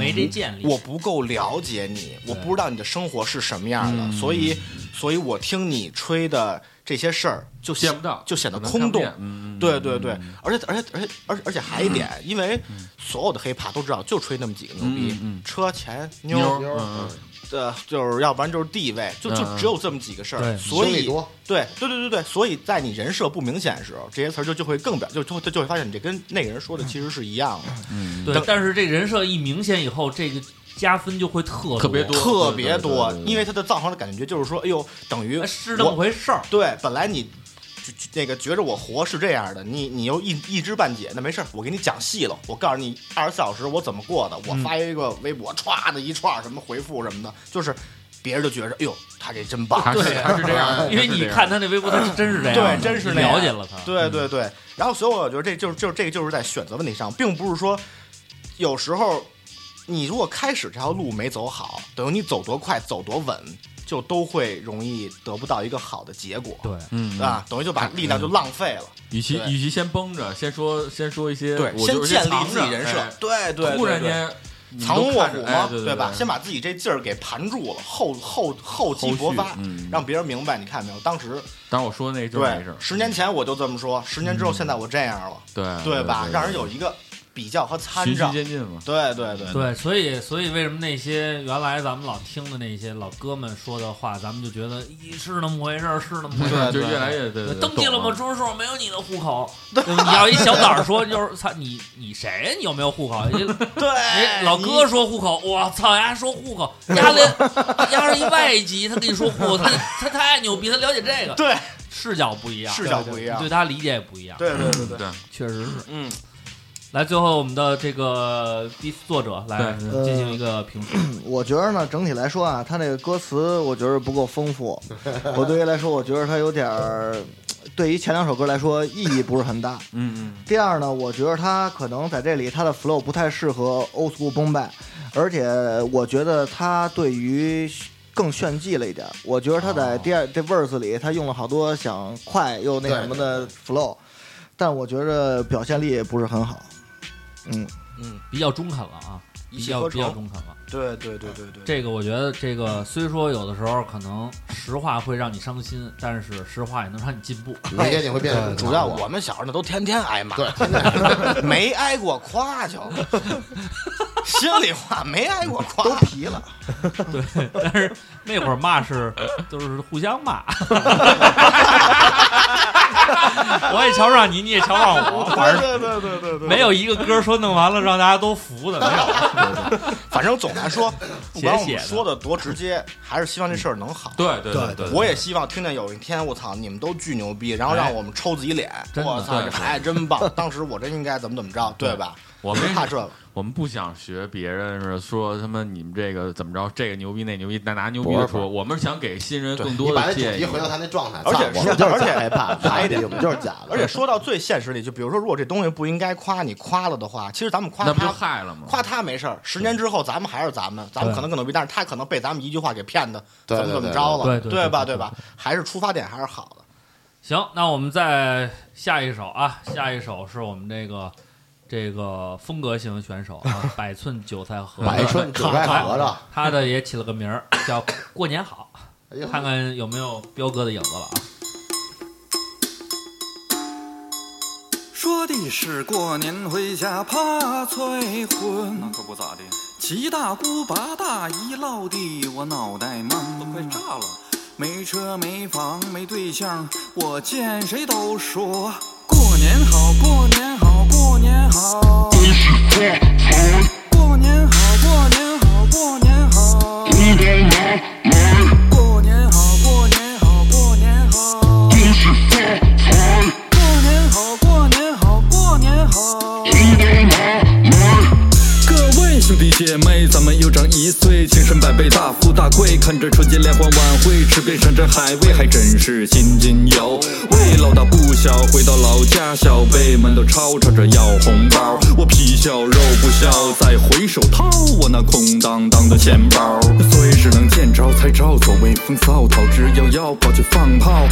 [SPEAKER 3] 没这建立，
[SPEAKER 6] 我不够了解你，我不知道你的生活是什么样
[SPEAKER 4] 嗯
[SPEAKER 6] 的，所以，所以我听你吹的这些事儿就显
[SPEAKER 4] 见不到
[SPEAKER 6] 就显得
[SPEAKER 4] 可能
[SPEAKER 6] 空
[SPEAKER 4] 看不
[SPEAKER 6] 洞
[SPEAKER 4] 见。嗯，嗯嗯
[SPEAKER 6] 对对对，而且而且而且而且而且还一点，因为所有的黑怕都知道，就吹那么几个牛
[SPEAKER 4] 嗯
[SPEAKER 6] 逼，
[SPEAKER 4] 嗯嗯
[SPEAKER 6] 车钱妞
[SPEAKER 4] 妞
[SPEAKER 6] 儿
[SPEAKER 4] 儿，嗯
[SPEAKER 6] 呃，就是要不然就是地位，就就
[SPEAKER 4] 嗯
[SPEAKER 6] 只有这么几个事儿，
[SPEAKER 1] 对
[SPEAKER 6] 所
[SPEAKER 5] 兄弟
[SPEAKER 6] 以
[SPEAKER 5] 多
[SPEAKER 6] 对对对对对，所以在你人设不明显的时候，这些词儿就就会更表，就就就会发现你这跟那个人说的其实是一样的，
[SPEAKER 4] 嗯，
[SPEAKER 3] 对
[SPEAKER 6] 等，
[SPEAKER 3] 但是这人设一明显以后，这个加分就会特
[SPEAKER 4] 特别多
[SPEAKER 6] 特别
[SPEAKER 4] 对对
[SPEAKER 6] 多
[SPEAKER 4] 对对，对
[SPEAKER 6] 因为它的造成的感觉就是说，哎呦，等于
[SPEAKER 3] 是这么
[SPEAKER 6] 事。
[SPEAKER 3] 回事儿。
[SPEAKER 6] 对，本来你就就那个觉着我活是这样的，你你又一一知半解，那没事儿，我给你讲细了，我告诉你二十四小时我怎么过的，
[SPEAKER 4] 嗯
[SPEAKER 6] 我发一个微博，歘的一串儿什么回复什么的，就是别人就觉着，哎呦，他这真棒，
[SPEAKER 4] 他是
[SPEAKER 6] 对啊
[SPEAKER 4] 他是这样的，
[SPEAKER 3] 因为
[SPEAKER 4] 他是
[SPEAKER 3] 你
[SPEAKER 4] 这样
[SPEAKER 3] 看他那微博，他是真是这样的，
[SPEAKER 6] 对，真是
[SPEAKER 3] 你
[SPEAKER 6] 那样
[SPEAKER 3] 了解了他。嗯
[SPEAKER 6] 对对对，然后所以我觉得这就是就是这个就是在选择问题上，并不是说有时候你如果开始这条路没走好，等于你走多快走多稳，就都会容易得不到一个好的结果。
[SPEAKER 3] 对
[SPEAKER 4] 嗯嗯
[SPEAKER 6] 啊，等于就把力量就浪费了。
[SPEAKER 4] 与其
[SPEAKER 6] 对
[SPEAKER 4] 与其先绷着，先说先说一些，我
[SPEAKER 6] 先
[SPEAKER 4] 就是
[SPEAKER 6] 建立
[SPEAKER 4] 藏
[SPEAKER 6] 自
[SPEAKER 4] 着
[SPEAKER 6] 己人设
[SPEAKER 4] 哎，
[SPEAKER 6] 对对，
[SPEAKER 4] 突
[SPEAKER 6] 对
[SPEAKER 4] 然
[SPEAKER 6] 对
[SPEAKER 4] 间你
[SPEAKER 6] 藏
[SPEAKER 4] 都
[SPEAKER 6] 龙卧
[SPEAKER 4] 看
[SPEAKER 6] 虎
[SPEAKER 4] 着
[SPEAKER 6] 嘛
[SPEAKER 4] 哎，对
[SPEAKER 6] 吧？先把自己这劲儿给盘住了，后后厚积
[SPEAKER 4] 后
[SPEAKER 6] 薄
[SPEAKER 4] 续
[SPEAKER 6] 发
[SPEAKER 4] 嗯，
[SPEAKER 6] 让别人明白。你看没有？当时
[SPEAKER 4] 当然我说的那就是没
[SPEAKER 6] 对
[SPEAKER 4] 事儿，，嗯
[SPEAKER 6] 十年前我就这么说，十年之后现在我这样了，
[SPEAKER 4] 哎对
[SPEAKER 6] 对吧？让人有
[SPEAKER 4] 一
[SPEAKER 6] 一个比较和参
[SPEAKER 4] 循序
[SPEAKER 6] 照。
[SPEAKER 4] 渐进嘛，
[SPEAKER 6] 对对对
[SPEAKER 3] 对，所以所以为什么那些原来咱们老听的那些老哥们说的话，咱们就觉得咦是那么回事儿，是那么回事儿，
[SPEAKER 4] 就越来越对对对
[SPEAKER 3] 登记了吗？
[SPEAKER 4] 懂
[SPEAKER 3] 中叔没有你的户口，对吧 你要一小崽儿说就是操你你谁呀？你有没有户口？人家
[SPEAKER 6] 对
[SPEAKER 3] 人，老哥说户口，我操，人家说户口，丫 连丫是一外籍，他跟你说户口，他他太牛逼，他了解这个，
[SPEAKER 6] 对
[SPEAKER 3] 视角不一样，
[SPEAKER 6] 视角不一样
[SPEAKER 3] 你对他理解也不一样，
[SPEAKER 6] 对对对对
[SPEAKER 4] 对，
[SPEAKER 3] 确实是。
[SPEAKER 6] 嗯，
[SPEAKER 3] 来，最后我们的这个第作者来嗯
[SPEAKER 8] 对
[SPEAKER 3] 进行一个评述。
[SPEAKER 8] 呃 我觉得呢，整体来说啊，他那个歌词我觉得不够丰 富。我对于来说，我觉得他有点儿，对于前两首歌来说意义不是很大。
[SPEAKER 4] 嗯嗯，
[SPEAKER 8] 第二呢，我觉得他可能在这里他的 flow 不太适合 old school 崩败，而且我觉得他对于更炫技了一点儿。我觉得他在第
[SPEAKER 3] 哦
[SPEAKER 8] 二、这 verse 里，他用了好多想快又那什么的 flow，但我觉得表现力不是很好。嗯，
[SPEAKER 3] 比较中肯了啊，比
[SPEAKER 6] 一气
[SPEAKER 3] 较
[SPEAKER 6] 呵
[SPEAKER 3] 比较
[SPEAKER 6] 成。
[SPEAKER 3] 中肯了。
[SPEAKER 6] 对对对对对，
[SPEAKER 3] 这个我觉得，这个虽说有的时候可能实话会让你伤心，但是实话也能让你进步。
[SPEAKER 5] 明天你会变得
[SPEAKER 6] 主要我们小时候那都天天挨骂，
[SPEAKER 5] 对，现 在
[SPEAKER 6] 没挨过夸 就，心里话没挨过夸，
[SPEAKER 8] 都皮了。
[SPEAKER 3] 对，但是那会儿骂是就是互相骂。 我也瞧不上你，你也瞧不上我，反正
[SPEAKER 6] 对对对对对，
[SPEAKER 3] 没有一个歌说弄完了让大家都服的，没有。
[SPEAKER 6] 反正总的来 说，不管我
[SPEAKER 3] 写
[SPEAKER 6] 们
[SPEAKER 3] 的
[SPEAKER 6] 说的多直接，还是希望这事儿能好。
[SPEAKER 4] 对对
[SPEAKER 1] 对
[SPEAKER 4] 对，
[SPEAKER 6] 我也希望听见有一天，我操，你们都巨牛逼，然后
[SPEAKER 3] 哎
[SPEAKER 6] 让我们抽自己脸。
[SPEAKER 3] 真的
[SPEAKER 6] 我操，
[SPEAKER 4] 对
[SPEAKER 6] 这孩子真棒！当时我真应该怎么怎么着，对吧？
[SPEAKER 4] 我
[SPEAKER 6] 没
[SPEAKER 4] 们
[SPEAKER 6] 怕这个，
[SPEAKER 4] 我们不想学别人是说他们你们这个怎么着，这个牛逼那牛逼，拿拿牛逼的
[SPEAKER 5] 不是不
[SPEAKER 4] 说，我们是想给新人更
[SPEAKER 5] 你
[SPEAKER 4] 多
[SPEAKER 5] 把
[SPEAKER 4] 的
[SPEAKER 5] 这主
[SPEAKER 4] 建
[SPEAKER 5] 题
[SPEAKER 4] 议。
[SPEAKER 5] 回到他那状态，
[SPEAKER 6] 而且
[SPEAKER 5] 操我们就是假害 怕，
[SPEAKER 6] 还
[SPEAKER 5] 傻
[SPEAKER 6] 一
[SPEAKER 5] 逼
[SPEAKER 6] 点
[SPEAKER 5] 我们就是假的，
[SPEAKER 6] 而且说到最现实里，就比如说，如果这东西不应该夸，你夸了的话，其实咱们夸
[SPEAKER 4] 那不就
[SPEAKER 6] 他，
[SPEAKER 4] 害了吗？
[SPEAKER 6] 夸他没事儿。十年之后，咱们还是咱们，咱们可能更牛逼，但是他可能被咱们一句话给骗的，
[SPEAKER 5] 对
[SPEAKER 6] 怎
[SPEAKER 5] 对
[SPEAKER 6] 么怎么着了，
[SPEAKER 3] 对对对对
[SPEAKER 6] 吧？
[SPEAKER 3] 对
[SPEAKER 6] 对吧？还是出发点还是好 的。
[SPEAKER 3] 行，那我们再下一首啊，下一首是我们这个这个风格型选手 啊，百寸韭菜盒子，
[SPEAKER 5] 百寸韭菜盒子
[SPEAKER 3] 他的也起了个名儿叫“过年好
[SPEAKER 5] 哎呦”，
[SPEAKER 3] 看看有没有彪哥的影子了啊。
[SPEAKER 12] 说的是过年回家怕催婚，那可不咋的。七大姑八大姨落的我脑袋懵，都快炸了。没车没房没对象，我见谁都说过年好，过年好，过年好。过年好，过年好，过年好。过年好，过年好，过年好。
[SPEAKER 13] 嗯
[SPEAKER 4] 嗯
[SPEAKER 12] 过年好，过年好，过年好。
[SPEAKER 13] 各位兄弟姐妹，咱们又长一岁，精神百倍，大富大贵。看着春节联欢晚会，吃遍山珍海味，还真是津津有味。老大不小，回到老家，小辈们都吵吵着要红包。我皮笑肉不笑，再回首掏我那空荡荡的钱包。所以只能见招拆招，所谓风骚，逃之夭夭，跑去放炮。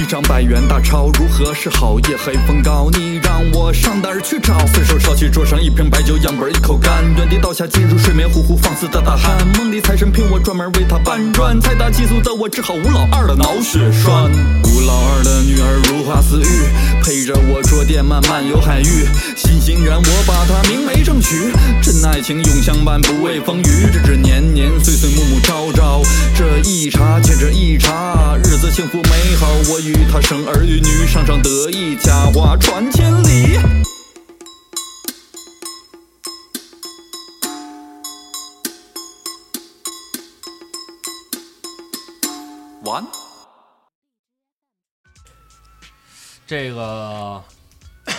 [SPEAKER 13] 一张百元大钞如何是好？夜黑风高，你让我上哪儿去找？随手抄起桌上一瓶白酒，样本一口干，原地倒下进入睡眠，呼呼放肆的大喊。梦里财神聘我专门为他搬砖，财大气粗的我只好吴老二的脑血栓。吴老二的女儿如花似玉，陪着我桌店慢慢游海域，欣欣然我把她明媒正娶，真爱情永相伴，不畏风雨，日日年年岁岁暮暮朝朝，这一茬接着一茬，日子幸福美好，我与她生儿育女，上上得意，佳话传千里。
[SPEAKER 12] 完。
[SPEAKER 3] 这个，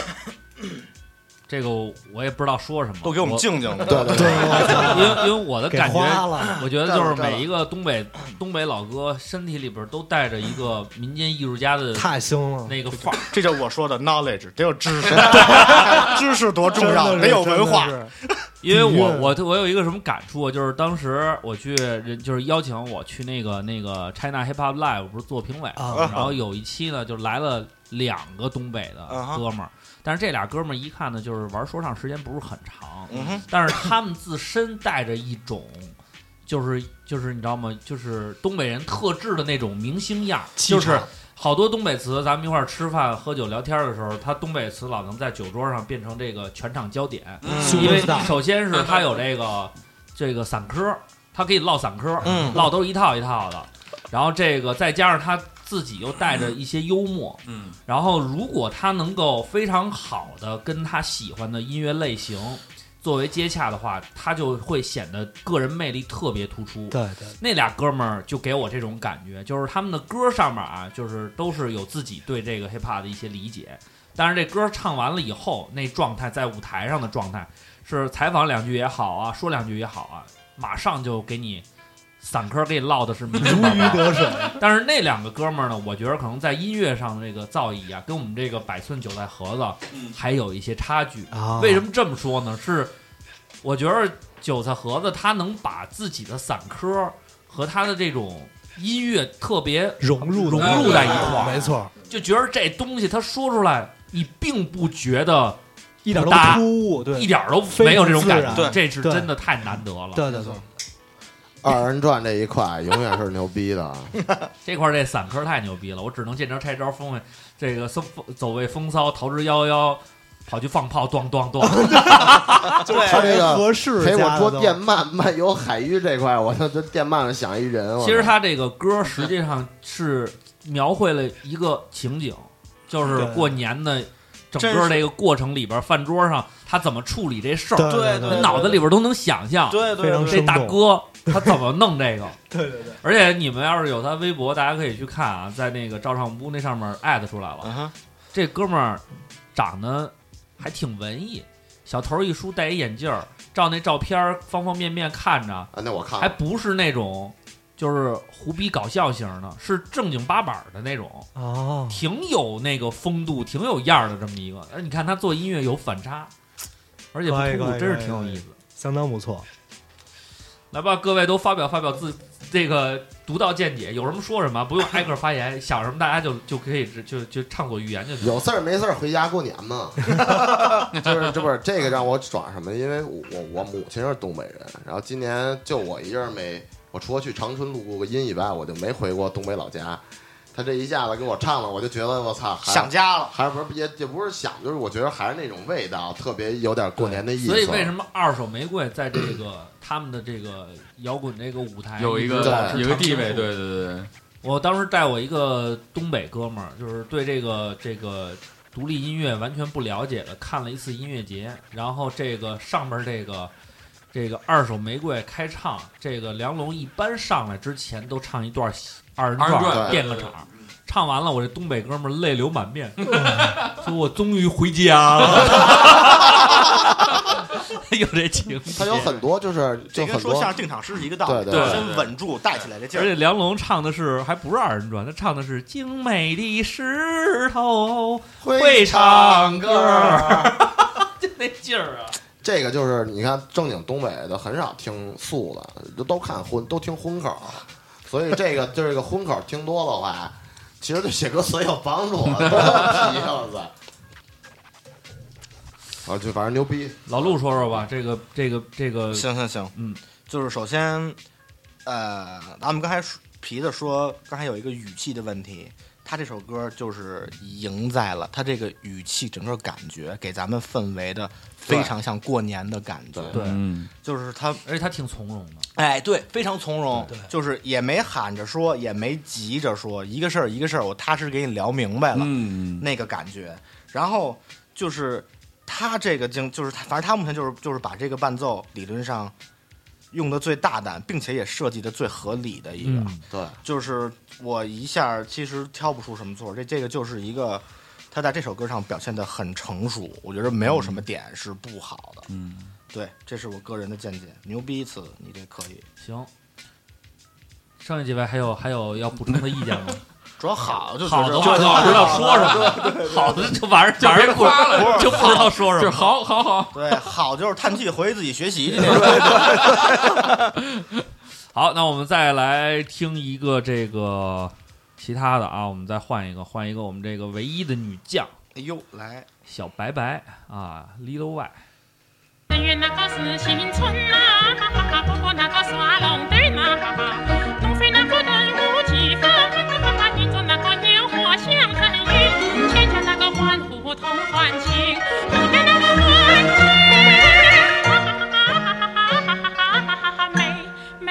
[SPEAKER 3] 这个我也不知道说什么，
[SPEAKER 6] 都给我们静静 吧
[SPEAKER 3] 对
[SPEAKER 6] 对对
[SPEAKER 3] 因为因为我的
[SPEAKER 6] 给
[SPEAKER 3] 感觉
[SPEAKER 6] 花了，
[SPEAKER 3] 我觉得就是
[SPEAKER 6] 占了占了
[SPEAKER 3] 每一个东北东北老哥身体里边都带着一个民间艺术家的
[SPEAKER 6] 太
[SPEAKER 1] 凶了
[SPEAKER 3] 那个范儿。
[SPEAKER 6] 这就是我说的 knowledge，得 有知识， 知识多重要，得有文化。
[SPEAKER 3] 因为我
[SPEAKER 6] 底蕴
[SPEAKER 3] 我我有一个什么感触啊，就是当时我去人就是邀请我去那个那个 China Hip Hop Live，我不是做评委嘛，
[SPEAKER 6] 啊
[SPEAKER 3] 然后有一期呢就来了两个东北的
[SPEAKER 6] 啊哈
[SPEAKER 3] 哥们儿，但是这俩哥们儿一看呢就是玩说唱时间不是很长
[SPEAKER 6] 嗯哼，
[SPEAKER 3] 但是他们自身带着一种。就是就是你知道吗？就是东北人特质的那种明星样儿，
[SPEAKER 6] 气
[SPEAKER 3] 就
[SPEAKER 6] 场
[SPEAKER 3] 是好多东北词，咱们一块儿吃饭、喝酒、聊天的时候，他东北词老能在酒桌上变成这个全场焦点，
[SPEAKER 6] 嗯
[SPEAKER 3] 因为
[SPEAKER 6] 是的
[SPEAKER 3] 首先是他有这个这个散科，他可以唠散科，
[SPEAKER 6] 嗯
[SPEAKER 3] 唠都是一套一套的，然后这个再加上他自己又带着一些幽默，
[SPEAKER 12] 嗯，
[SPEAKER 3] 然后如果他能够非常好的跟他喜欢的音乐类型。作为接洽的话，他就会显得个人魅力特别突出。
[SPEAKER 1] 对对
[SPEAKER 3] 那俩哥们儿就给我这种感觉，就是他们的歌上面啊，就是都是有自己对这个 hiphop 的一些理解，但是这歌唱完了以后，那状态在舞台上的状态是采访两句也好啊，说两句也好啊，马上就给你散科给你唠的是如鱼
[SPEAKER 1] 得水。
[SPEAKER 3] 但是那两个哥们儿呢，我觉得可能在音乐上的这个造诣啊，跟我们这个百寸韭菜盒子还有一些差距。
[SPEAKER 1] 啊
[SPEAKER 3] 为什么这么说呢？是我觉得韭菜盒子他能把自己的散科和他的这种音乐特别
[SPEAKER 1] 融入
[SPEAKER 3] 融
[SPEAKER 1] 的
[SPEAKER 3] 入在一块儿，
[SPEAKER 1] 没错，
[SPEAKER 3] 就觉得这东西他说出来，你并不觉得
[SPEAKER 1] 一点都
[SPEAKER 3] 不搭
[SPEAKER 1] 不突兀对
[SPEAKER 3] 一点都
[SPEAKER 1] 非常
[SPEAKER 3] 没有这种感
[SPEAKER 1] 自
[SPEAKER 3] 觉，
[SPEAKER 1] 然
[SPEAKER 3] 这是
[SPEAKER 1] 对
[SPEAKER 3] 真的太难得了。
[SPEAKER 1] 对对对，
[SPEAKER 5] 二人转这一块永远是牛逼的。
[SPEAKER 3] 这块儿这散科太牛逼了，我只能见招拆招，风这个风走位风骚，逃之夭夭，跑去放炮，咣 咣 咣，
[SPEAKER 5] 他这个陪我说电鳗 漫游海域这块，我就这电鳗上想一人。我
[SPEAKER 3] 其实他这个歌实际上是描绘了一个情景，就是过年的整个这个过程里边，饭桌上他怎么处理这事儿，
[SPEAKER 6] 对对对对
[SPEAKER 3] 你脑子里边都能想象。
[SPEAKER 6] 对对对非常
[SPEAKER 3] 这
[SPEAKER 6] 生动
[SPEAKER 3] 大哥他怎么弄这个？
[SPEAKER 6] 对对对，
[SPEAKER 3] 而且你们要是有他微博，大家可以去看啊，在那个照唱不误那上面艾特出来
[SPEAKER 5] 嗯
[SPEAKER 3] 了。这哥们儿长得还挺文艺，小头一梳，戴一眼镜儿，照那照片儿方方面面看着，
[SPEAKER 5] 啊那我看了
[SPEAKER 3] 还不是那种就是胡逼搞笑型的，是正经八板儿的那种，
[SPEAKER 1] 哦，
[SPEAKER 3] 挺有那个风度，挺有样儿的这么一个。哎而你看他做音乐有反差，而且不
[SPEAKER 1] 可以
[SPEAKER 3] 突
[SPEAKER 1] 可
[SPEAKER 3] 兀，
[SPEAKER 1] 以
[SPEAKER 3] 真是
[SPEAKER 1] 可以
[SPEAKER 3] 挺有
[SPEAKER 1] 可以
[SPEAKER 3] 意思的。
[SPEAKER 1] 相当不错。
[SPEAKER 3] 来吧，各位都发表发表自这个独到见解，有什么说什么，不用挨个发言，想什么大家就就可以直就就畅所欲言就行。
[SPEAKER 5] 有事儿没事儿回家过年嘛，就是这不是这个让我爽什么？因为我我母亲是东北人，然后今年就我一人没，我除了去长春录过个音以外，我就没回过东北老家。他这一下子给我唱了，我就觉得我操，还
[SPEAKER 6] 想家了，
[SPEAKER 5] 还是不是也也不是想，就是我觉得还是那种味道，特别有点过年的意思。
[SPEAKER 3] 所以为什么二手玫瑰在这个 他们的这个摇滚这个舞台
[SPEAKER 4] 有一个
[SPEAKER 3] 直保持
[SPEAKER 4] 有一个地
[SPEAKER 3] 长青
[SPEAKER 4] 位，
[SPEAKER 3] 树
[SPEAKER 4] 对对对对。
[SPEAKER 3] 我当时带我一个东北哥们儿，就是对这个这个独立音乐完全不了解的，看了一次音乐节，然后这个上面这个这个二手玫瑰开唱，这个梁龙一般上来之前都唱一段二人
[SPEAKER 4] 二人转
[SPEAKER 3] 转
[SPEAKER 4] 对
[SPEAKER 3] 垫个场。唱完了，我这东北哥们儿泪流满面，说我终于回家 了， 有这情节。
[SPEAKER 5] 他有很多就是就
[SPEAKER 6] 这跟
[SPEAKER 5] 很
[SPEAKER 6] 说
[SPEAKER 5] 多
[SPEAKER 6] 相声定场诗是一个道理，
[SPEAKER 5] 对对对
[SPEAKER 6] 先稳住带起来这劲
[SPEAKER 3] 而且
[SPEAKER 6] 儿。
[SPEAKER 3] 梁龙唱的是还不是二人转，他唱的是《精美的石头会唱歌》， 就那劲儿 啊！
[SPEAKER 5] 这个就是你看正经东北的很少听素的，都都看荤，都听荤口，所以这个就是这个荤口听多的话， 其实对写歌词有帮助。多 提我操！啊，就反正牛逼。
[SPEAKER 3] 老陆说说吧，这个这个这个，
[SPEAKER 6] 行行行，
[SPEAKER 3] 嗯，
[SPEAKER 6] 就是首先，呃，咱们刚才说皮子说，刚才有一个语气的问题，他这首歌就是赢在了他这个语气，整个感觉给咱们氛围的非常像过年的感觉，
[SPEAKER 3] 对嗯，
[SPEAKER 6] 就是他，
[SPEAKER 3] 而且他挺从容的，
[SPEAKER 6] 哎，对，非常从容
[SPEAKER 3] 对，
[SPEAKER 6] 就是也没喊着说，也没急着说，一个事儿一个事儿，我踏实给你聊明白了，
[SPEAKER 4] 嗯
[SPEAKER 6] 那个感觉。然后就是他这个经，就是他，反正他目前就是就是把这个伴奏理论上用的最大胆，并且也设计的最合理的一个。
[SPEAKER 5] 嗯对，
[SPEAKER 6] 就是我一下其实挑不出什么错，这这个就是一个他在这首歌上表现的很成熟，我觉得没有什么点是不好的。
[SPEAKER 4] 嗯，
[SPEAKER 6] 对，这是我个人的见解，牛逼一次，你这可以。
[SPEAKER 3] 行。 剩下几位还有还有要补充的意见吗？
[SPEAKER 6] 主要 好就
[SPEAKER 3] 好的
[SPEAKER 6] 觉
[SPEAKER 3] 话
[SPEAKER 6] 得
[SPEAKER 3] 就不知道说什
[SPEAKER 6] 对对
[SPEAKER 3] 么，
[SPEAKER 6] 对
[SPEAKER 3] 好的就玩儿
[SPEAKER 6] 就
[SPEAKER 3] 玩
[SPEAKER 6] 别
[SPEAKER 3] 儿
[SPEAKER 6] 夸了
[SPEAKER 3] 就不知道说什么，
[SPEAKER 6] 就好
[SPEAKER 4] 好好，
[SPEAKER 6] 对，好就是叹气回去自己学习去那种。
[SPEAKER 3] 好，那我们再来听一个这个其他的啊，我们再换一个，换一个我们这个唯一的女将
[SPEAKER 6] 哎呦，来，
[SPEAKER 3] 小白白啊，Lil Y。
[SPEAKER 14] 月那个是新村呐，哈哈哈，不过那个是瓦龙堆呐，哈哈，东非那个南无几分，哈哈哈哈，你做那个烟火香很晕，牵着那个欢呼同欢庆，你的那个欢庆，哈哈哈哈哈哈哈哈哈哈哈，美美。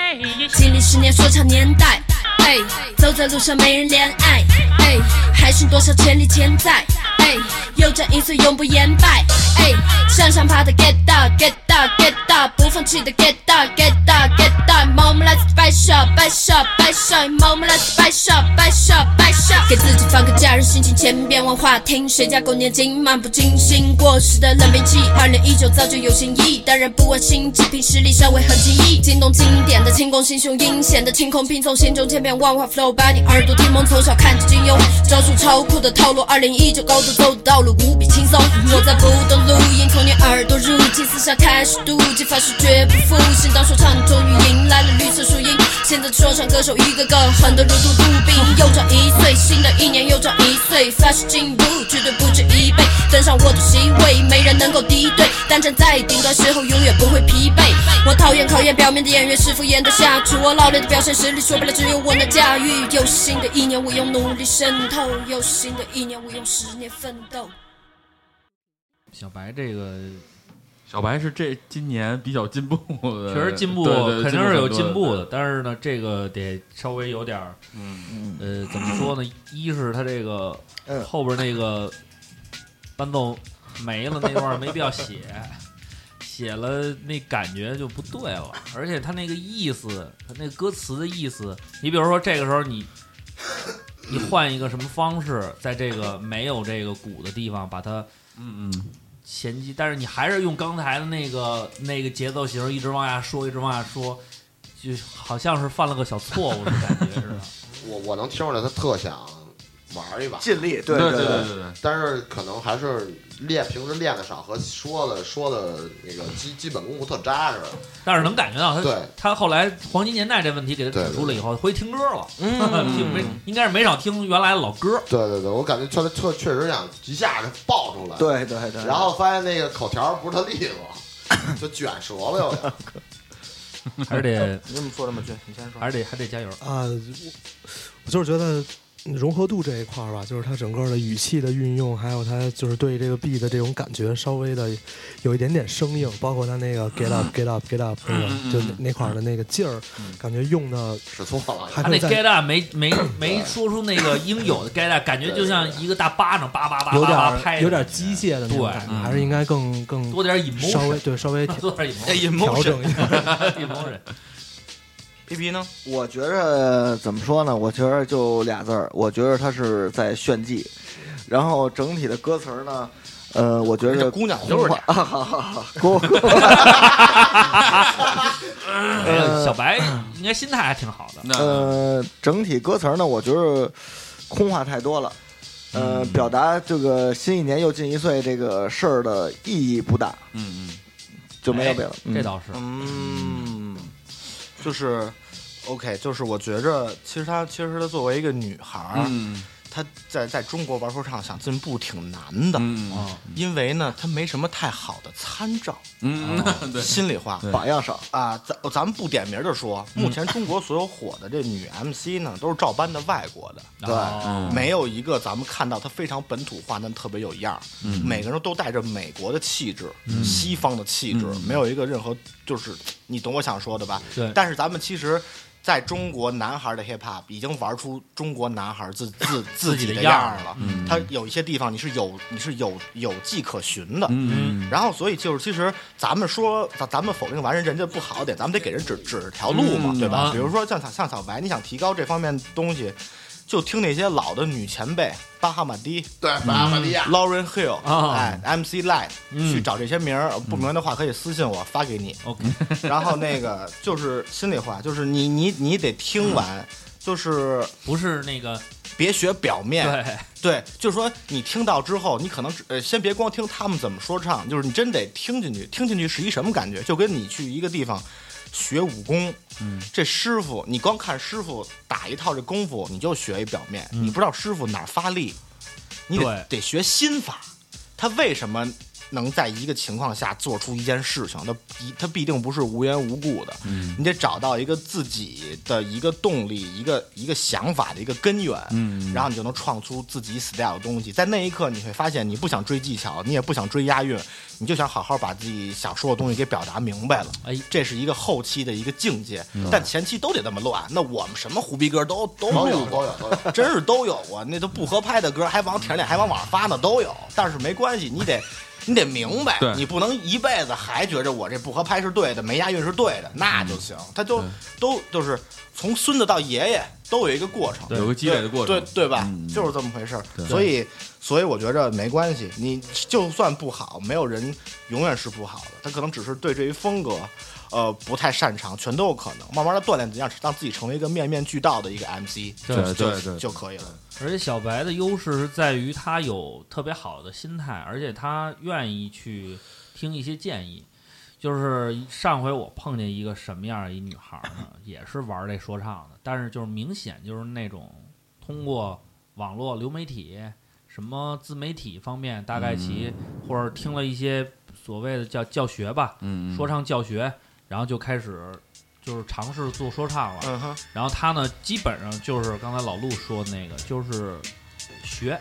[SPEAKER 15] 经历十年说唱年代，哎，走在路上没人怜爱，哎，还剩多少潜力潜在，哎，有朝一日永不言败，哎，向上爬的 get up get up get up，不放弃的 get up get up get up，moment let's 摆手摆手摆手，moment let's 摆手摆手摆手，给自己放个假，让心情千变万化，听谁家狗年轻，漫不经心，过时的冷兵器，二零一九造就有新意，当然不玩心机，凭实力稍微很记忆，京东经典的轻功心胸阴险的清空拼凑，心中千变万化 flow，把你耳朵听懵，从小看着金庸，招数超酷的套路，二零一九高度走的道路无比轻松，我在不断录音，从你耳朵入侵，私下开始妒忌，发誓绝不负信，当说唱终于迎来了绿色树荫，现在说唱歌手一个个狠得如同杜宾，又长一岁，新的一年又长一岁，发誓进步绝对不止一倍，登上我的席位，没人能够敌对，但站在顶端时候永远不会疲惫。我讨厌考验表面的演员是否演得下去，我老练的表现实力，说白了只有我能驾驭。又是新的一年，我用努力渗透；又是新的一年，我用十年奋斗。
[SPEAKER 3] 小白这个
[SPEAKER 4] 小白是这今年比较进步的，
[SPEAKER 3] 确实进步，
[SPEAKER 4] 对呃对
[SPEAKER 3] 肯定是有进
[SPEAKER 4] 很多
[SPEAKER 3] 步
[SPEAKER 4] 的。
[SPEAKER 3] 的，但是呢，这个得稍微有点儿，
[SPEAKER 4] 嗯
[SPEAKER 3] 呃，怎么说呢？一是他这个后边那个伴奏没了那段儿没必要写，写了那感觉就不对了，而且他那个意思，他那歌词的意思，你比如说这个时候你。你换一个什么方式，在这个没有这个鼓的地方把它，
[SPEAKER 4] 嗯嗯，
[SPEAKER 3] 衔接，但是你还是用刚才的那个那个节奏型一直往下说，一直往下说，就好像是犯了个小错误的感觉似的。
[SPEAKER 5] 我我能听出来他特想玩一把，
[SPEAKER 8] 尽力对对对对对对对
[SPEAKER 5] 但是可能还是练平时练的少和说的说的那个基基本功不特扎实。
[SPEAKER 3] 但是能感觉到他
[SPEAKER 5] 对
[SPEAKER 3] 他后来黄金年代这问题给他指出了以后，会听歌了，听没应该是没少听原来的老歌。
[SPEAKER 5] 嗯对对对，我感觉确确确实想一下就爆出来，
[SPEAKER 8] 对对对
[SPEAKER 5] 然后发现那个口条不是他利索，就卷折了又 得。
[SPEAKER 3] 还是得
[SPEAKER 6] 你怎么说这么俊？你先说，
[SPEAKER 3] 还是得还得加油。
[SPEAKER 1] 啊、我我就是觉得融合度这一块儿吧，就是它整个的语气的运用，还有它就是对这个 B 的这种感觉稍微的有一点点生硬，包括它那个 get up get up get up 那个、就那那块儿的那个劲儿，感觉用的
[SPEAKER 5] 使错了，
[SPEAKER 3] 他
[SPEAKER 1] 还可
[SPEAKER 3] 那
[SPEAKER 1] 以再
[SPEAKER 3] get up 没没没说出那个应有的 get up，感觉就像一个大巴掌叭叭叭
[SPEAKER 1] 有
[SPEAKER 3] 叭叭拍
[SPEAKER 1] 点
[SPEAKER 3] 的，
[SPEAKER 1] 有点机械的那种
[SPEAKER 3] 对
[SPEAKER 1] 感觉，
[SPEAKER 3] 嗯
[SPEAKER 1] 还是应该更更
[SPEAKER 3] 多点 emotion
[SPEAKER 1] 稍微对稍微调
[SPEAKER 3] 多点 emotion
[SPEAKER 1] 调整一下。
[SPEAKER 3] emotion
[SPEAKER 6] P P 呢？
[SPEAKER 8] 我觉着怎么说呢？我觉着就俩字儿，我觉着他是在炫技。然后整体的歌词儿呢，呃，我觉着
[SPEAKER 6] 姑娘就是
[SPEAKER 8] 啊，好 好好， 姑
[SPEAKER 3] 哎呀小白应该心态还挺好的。
[SPEAKER 6] 嗯
[SPEAKER 8] 呃，整体歌词儿呢，我觉得空话太多了，
[SPEAKER 6] 嗯
[SPEAKER 8] 呃，表达这个新一年又近一岁这个事儿的意义不大，
[SPEAKER 4] 嗯嗯，
[SPEAKER 8] 就没有别的。
[SPEAKER 6] 哎
[SPEAKER 8] 嗯
[SPEAKER 6] 嗯，就是，OK，就是我觉着，其实她其实她作为一个女孩儿，
[SPEAKER 4] 嗯
[SPEAKER 6] 她在在中国玩说唱想进步挺难的，
[SPEAKER 4] 嗯
[SPEAKER 6] 因为呢，她没什么太好的参照，
[SPEAKER 4] 嗯
[SPEAKER 6] 啊
[SPEAKER 4] 嗯对
[SPEAKER 6] 心里话
[SPEAKER 4] 对榜
[SPEAKER 8] 样少
[SPEAKER 6] 啊，咱咱们不点名的说，目前中国所有火的这女 MC 呢，都是照搬的外国的，
[SPEAKER 8] 对哦
[SPEAKER 6] 没有一个咱们看到她非常本土化，但特别有样儿，
[SPEAKER 8] 嗯
[SPEAKER 6] 每个人都带着美国的气质，
[SPEAKER 8] 嗯
[SPEAKER 6] 西方的气质，
[SPEAKER 8] 嗯
[SPEAKER 6] 没有一个任何就是你懂我想说的吧？
[SPEAKER 8] 对
[SPEAKER 6] 但是咱们其实。在中国男孩的 hip hop 已经玩出中国男孩自自
[SPEAKER 3] 自己
[SPEAKER 6] 己
[SPEAKER 3] 的
[SPEAKER 6] 样
[SPEAKER 3] 样儿
[SPEAKER 6] 儿了
[SPEAKER 3] 了，嗯
[SPEAKER 6] 他有一些地方你是有你是有有迹可循的，
[SPEAKER 4] 嗯
[SPEAKER 6] 然后所以就是其实咱们说咱咱们否定完人人家不好点，咱们得给人指指条路嘛，
[SPEAKER 4] 嗯
[SPEAKER 6] 对吧
[SPEAKER 4] 啊？
[SPEAKER 6] 比如说像小像小白，你想提高这方面东西，就听那些老的女前辈，巴哈马迪，
[SPEAKER 5] 对巴哈马迪亚
[SPEAKER 6] Lauren Hill，
[SPEAKER 5] 啊
[SPEAKER 6] 哎，MC Light，
[SPEAKER 5] 嗯
[SPEAKER 6] 去找这些名儿，不明白的话可以私信我发给你。
[SPEAKER 3] OK，
[SPEAKER 6] 然后那个就是心里话，就是你你你得听完，就是
[SPEAKER 3] 不是那个
[SPEAKER 6] 别学表面，对，就是说你听到之后，你可能只呃先别光听他们怎么说唱，就是你真得听进去，听进去是一什么感觉？就跟你去一个地方学武功，
[SPEAKER 4] 嗯
[SPEAKER 6] 这师傅你光看师傅打一套这功夫，你就学一表面，你不知道师傅哪儿发力，你得得学心法，他为什么？能在一个情况下做出一件事情，他一他必定不是无缘无故的，
[SPEAKER 4] 嗯
[SPEAKER 6] 你得找到一个自己的一个动力，一个一个想法的一个根源，
[SPEAKER 4] 嗯
[SPEAKER 6] 然后你就能创出自己 style 的东西。在那一刻，你会发现你不想追技巧，你也不想追押韵，你就想好好把自己想说的东西给表达明白了。
[SPEAKER 3] 哎，
[SPEAKER 6] 这是一个后期的一个境界，
[SPEAKER 5] 嗯
[SPEAKER 6] 但前期都得这么乱。那我们什么胡逼歌都都
[SPEAKER 5] 都有
[SPEAKER 6] 录过
[SPEAKER 5] 都有都
[SPEAKER 6] 真是都有啊！那都不合拍的歌，还往舔脸，还往网上发呢，都有。但是没关系，你得。你得明白
[SPEAKER 4] 对，
[SPEAKER 6] 你不能一辈子还觉着我这不合拍是对的，没押韵是对的，那
[SPEAKER 4] 嗯
[SPEAKER 6] 就行。他就都就是从孙子到爷爷都有一个过程，
[SPEAKER 4] 对有个积累的过程
[SPEAKER 6] 对对对吧？
[SPEAKER 4] 嗯
[SPEAKER 6] 就是这么回事儿
[SPEAKER 4] 对。
[SPEAKER 6] 所以所以我觉着没关系，你就算不好，没有人永远是不好的，他可能只是对这一风格。呃，不太擅长，全都有可能。慢慢的锻炼，怎样让自己成为一个面面俱到的一个 MC，
[SPEAKER 3] 对
[SPEAKER 6] 就就
[SPEAKER 3] 对对
[SPEAKER 6] 就可以了。
[SPEAKER 3] 而且小白的优势是在于他有特别好的心态，而且他愿意去听一些建议。就是上回我碰见一个什么样的一女孩呢？也是玩这说唱的，但是就是明显就是那种通过网络流媒体、什么自媒体方面，大概其、或者听了一些所谓的叫教学吧，
[SPEAKER 4] 嗯嗯
[SPEAKER 3] 说唱教学，然后就开始就是尝试做说唱了。
[SPEAKER 6] 嗯哼
[SPEAKER 3] 然后他呢，基本上就是刚才老陆说的那个，就是学，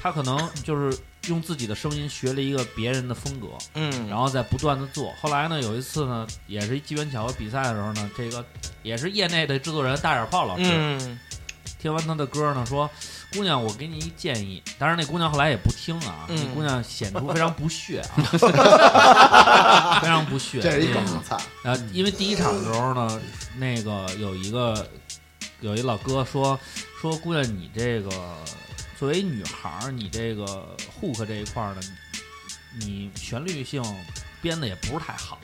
[SPEAKER 3] 他可能就是用自己的声音学了一个别人的风格，
[SPEAKER 6] 嗯
[SPEAKER 3] 然后再不断的做。后来呢，有一次呢，也是机缘巧合比赛的时候呢，这个也是业内的制作人大眼炮老师，
[SPEAKER 6] 嗯
[SPEAKER 3] 听完他的歌呢，说姑娘，我给你一建议。当然，那姑娘后来也不听啊，
[SPEAKER 6] 嗯
[SPEAKER 3] 那姑娘显出非常不屑 啊， 非常不屑。
[SPEAKER 5] 这是一梗菜
[SPEAKER 3] 啊，因为第一场的时候呢，那个有一个有一老哥说说姑娘，你这个作为女孩儿，你这个 hook 这一块儿呢，你旋律性编的也不是太好。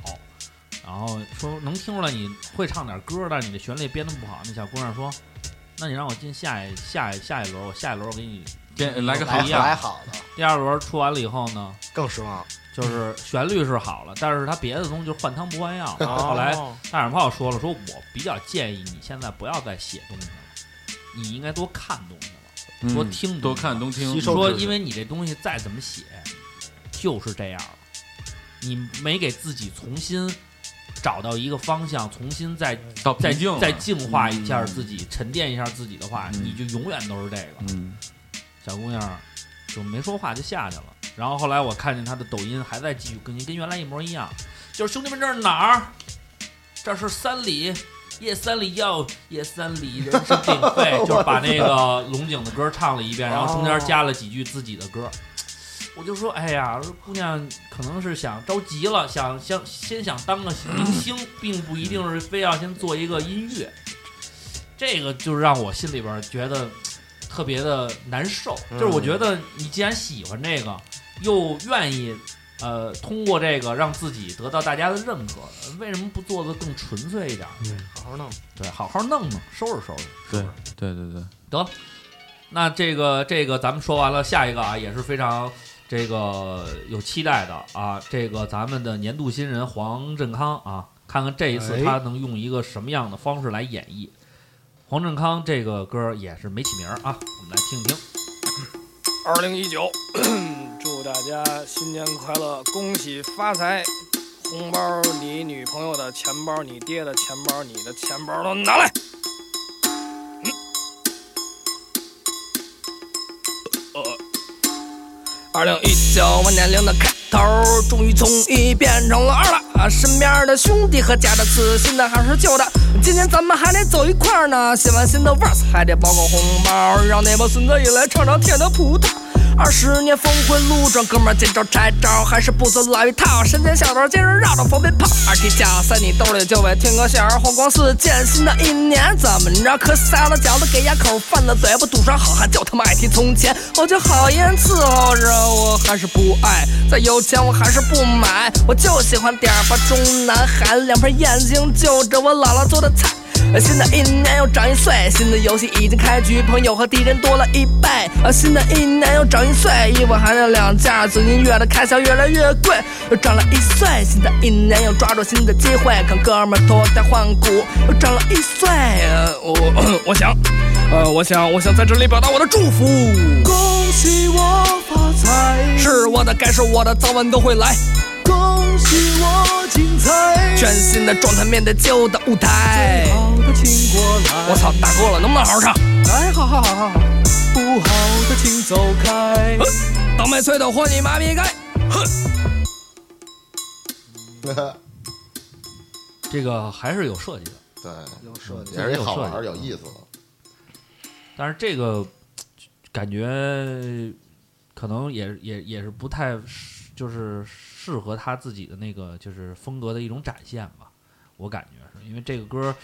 [SPEAKER 3] 然后说能听出来你会唱点歌，但是你的旋律编的不好。那小姑娘说：“那你让我进下一下一下一轮，我下一轮我给你
[SPEAKER 4] 变来个
[SPEAKER 3] 不一样
[SPEAKER 4] 来好
[SPEAKER 3] 的。第二轮出完了以后呢，
[SPEAKER 6] 更失望。
[SPEAKER 3] 就是旋律是好了，但是他别的东西就换汤不换药。
[SPEAKER 6] 哦
[SPEAKER 3] 后来大眼炮说了，说我比较建议你现在不要再写东西了，你应该多看东西了，
[SPEAKER 4] 嗯
[SPEAKER 3] 多听东西了
[SPEAKER 4] 多看多听吸收
[SPEAKER 3] 说
[SPEAKER 4] 知识
[SPEAKER 3] 因为你这东西再怎么写，就是这样了，你没给自己重新找到一个方向，重新再
[SPEAKER 4] 到
[SPEAKER 3] 再
[SPEAKER 4] 瓶颈了
[SPEAKER 3] 再净化一下
[SPEAKER 4] 嗯
[SPEAKER 3] 自己，沉淀一下自己的话，你就永远都是这个。
[SPEAKER 4] 嗯，，
[SPEAKER 3] 小姑娘就没说话就下去了。然后后来我看见她的抖音还在继续更新，跟原来一模一样。就是兄弟们，这是哪儿？这是三里，夜三里哟，夜三里人声鼎沸就是把那个龙井的歌唱了一遍，然后中间加了几句自己的歌。我就说，哎呀，姑娘可能是想着急了，想想先想当个明星，并不一定是非要先做一个音乐。这个就是让我心里边觉得特别的难受，
[SPEAKER 4] 嗯
[SPEAKER 3] 就是我觉得你既然喜欢这个，又愿意呃通过这个让自己得到大家的认可，为什么不做的更纯粹一点？
[SPEAKER 1] 嗯，
[SPEAKER 6] 好好弄，
[SPEAKER 3] 对，好好弄弄，收拾收拾。
[SPEAKER 4] 对对对对，
[SPEAKER 3] 得，那这个这个咱们说完了，下一个啊也是非常这个有期待的啊，这个咱们的年度新人黄振康啊，看看这一次
[SPEAKER 4] 哎
[SPEAKER 3] 他能用一个什么样的方式来演绎。黄振康这个歌也是没起名儿啊，我们来听一听。
[SPEAKER 16] 二零一九，祝大家新年快乐，恭喜发财！红包你女朋友的，钱包你爹的，钱包你的，钱包都拿来。二零一九万年龄的开头，终于从一变成了二了。啊，身边的兄弟和家的词，新的还是旧的，今年咱们还得走一块儿呢。写完新的 verse，还得包个红包，让那帮孙子也来尝尝甜的葡萄。二十年峰回路转，哥们儿见招拆招，还是不走老一套。神仙小刀接着绕着防备炮，二踢脚塞你兜里就为天高线儿红光四溅。新的一年怎么着？可撒了饺子给牙口，饭了嘴巴堵上好汉，就他妈爱提从前。我就好言伺候着，我还是不爱。再有钱我还是不买，我就喜欢点儿吧中南海，两盘眼睛就着我姥姥做的菜。呃新的一年又长一岁，新的游戏已经开局，朋友和敌人多了一倍。呃新的一年又长一岁，衣服还剩两件，最近月的开销越来越贵，又长了一岁。新的一年又抓住新的机会，跟哥们儿脱胎换骨，又长了一岁。呃我 我想，呃，我想，我想在这里表达我的祝福。
[SPEAKER 11] 恭喜我发财，
[SPEAKER 16] 是我的，该是我的，早晚都会来。
[SPEAKER 11] 恭喜我精彩，
[SPEAKER 16] 全新的状态面对旧的舞台。
[SPEAKER 11] 好的请过来，
[SPEAKER 16] 我操，打过了，能不能好好唱？哎，好好好好好。
[SPEAKER 11] 不好的请走开。
[SPEAKER 16] 倒霉催的货你妈逼该。哼。
[SPEAKER 3] 这个还是有设计的，
[SPEAKER 5] 对，
[SPEAKER 3] 有
[SPEAKER 5] 设嗯计也是一好玩儿有意思的。
[SPEAKER 3] 但是这个感觉可能也也也是不太适就是适合他自己的那个就是风格的一种展现吧，我感觉是因为这个歌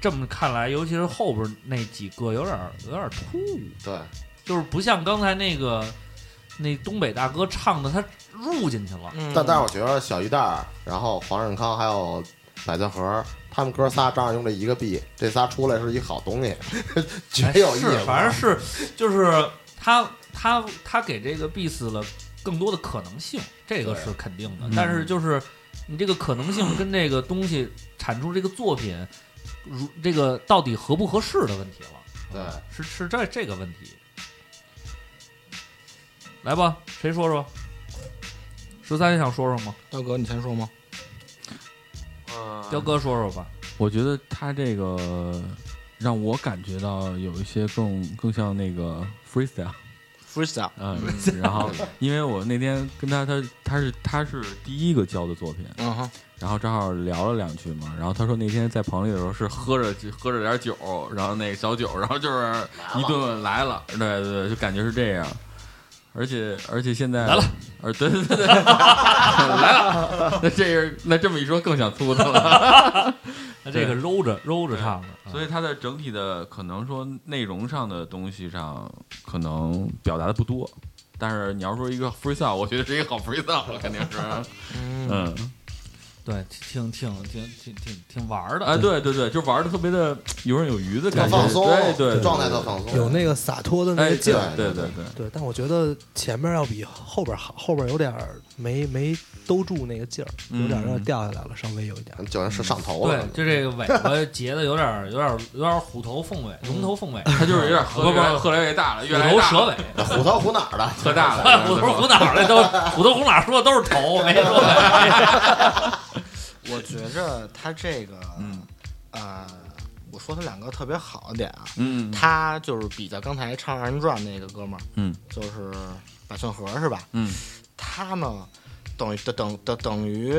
[SPEAKER 3] 这么看来，尤其是后边那几个有点儿有点儿突兀，
[SPEAKER 5] 对，
[SPEAKER 3] 就是不像刚才那个那东北大哥唱的，他入进去了，
[SPEAKER 6] 嗯
[SPEAKER 5] 但但是我觉得小鱼蛋儿，然后黄振康还有百岁盒，他们哥仨照样用这一个币，这仨出来是一好东西， 绝有意
[SPEAKER 3] 哎是
[SPEAKER 4] 啊
[SPEAKER 5] 思。，啊
[SPEAKER 3] 反正是就是他他他给这个 b e a s 了更多的可能性，这个是肯定的
[SPEAKER 4] 嗯。
[SPEAKER 3] 但是就是你这个可能性跟这个东西产出这个作品，如这个到底合不合适的问题了。啊
[SPEAKER 5] 对，
[SPEAKER 3] 是是这这个问题。来吧，谁说说？十三想说说吗？
[SPEAKER 16] 大哥，你先说吗？
[SPEAKER 4] 嗯
[SPEAKER 3] 彪哥说说吧。，
[SPEAKER 4] 我觉得他这个让我感觉到有一些更更像那个 freestyle。
[SPEAKER 6] freestyle，
[SPEAKER 4] 嗯，然后因为我那天跟他，他他是他是第一个交的作品，
[SPEAKER 6] 嗯哼，
[SPEAKER 4] 然后正好聊了两句嘛，然后他说那天在棚里的时候是喝着喝着点酒，然后那个小酒，然后就是一顿来了，对对对，就感觉是这样，而且而且现在来了，而对 对对对，来了， 那这是那这么一说更想秃他了
[SPEAKER 3] 那这
[SPEAKER 4] 对
[SPEAKER 3] 个揉着揉着唱的
[SPEAKER 4] 对所以它的整体的可能说内容上的东西上可能表达的不多，
[SPEAKER 3] 嗯
[SPEAKER 4] 但是你要说一个 freestyle，我觉得是一个好 freestyle，肯定是，嗯，
[SPEAKER 3] 对，挺挺挺挺挺挺玩儿的。
[SPEAKER 4] 哎，对对对，就玩的特别的游刃有余的感觉，
[SPEAKER 5] 特放松
[SPEAKER 4] 对对，对
[SPEAKER 5] 状态特放松
[SPEAKER 1] 有那个洒脱的那个劲儿、
[SPEAKER 4] 哎对对对对
[SPEAKER 1] 对。但我觉得前面要比后边好，后边有点儿没没兜住那个劲儿，有点儿要掉下来了，稍微有一点。
[SPEAKER 5] 就是上头啊
[SPEAKER 3] 对，就这个尾巴结的有点儿有点儿有点儿虎头凤尾，龙头凤尾，
[SPEAKER 4] 它嗯就是有点儿
[SPEAKER 3] 虎
[SPEAKER 4] 荷包越来越大了，越来
[SPEAKER 3] 虎
[SPEAKER 4] 越
[SPEAKER 3] 头
[SPEAKER 4] 大
[SPEAKER 3] 蛇
[SPEAKER 4] 了
[SPEAKER 3] 尾，
[SPEAKER 5] 虎头虎哪儿的？
[SPEAKER 4] 特大了
[SPEAKER 3] 虎头虎哪儿的都虎头虎哪儿说的都是头，没说
[SPEAKER 6] 我觉着他这个，
[SPEAKER 4] 嗯
[SPEAKER 6] 呃，我说他两个特别好的点啊，
[SPEAKER 4] 嗯嗯
[SPEAKER 6] 他就是比较刚才唱二人转那个哥们儿，
[SPEAKER 4] 嗯，
[SPEAKER 6] 就是百寸盒是吧？
[SPEAKER 4] 嗯，
[SPEAKER 6] 他呢，等于等等等等于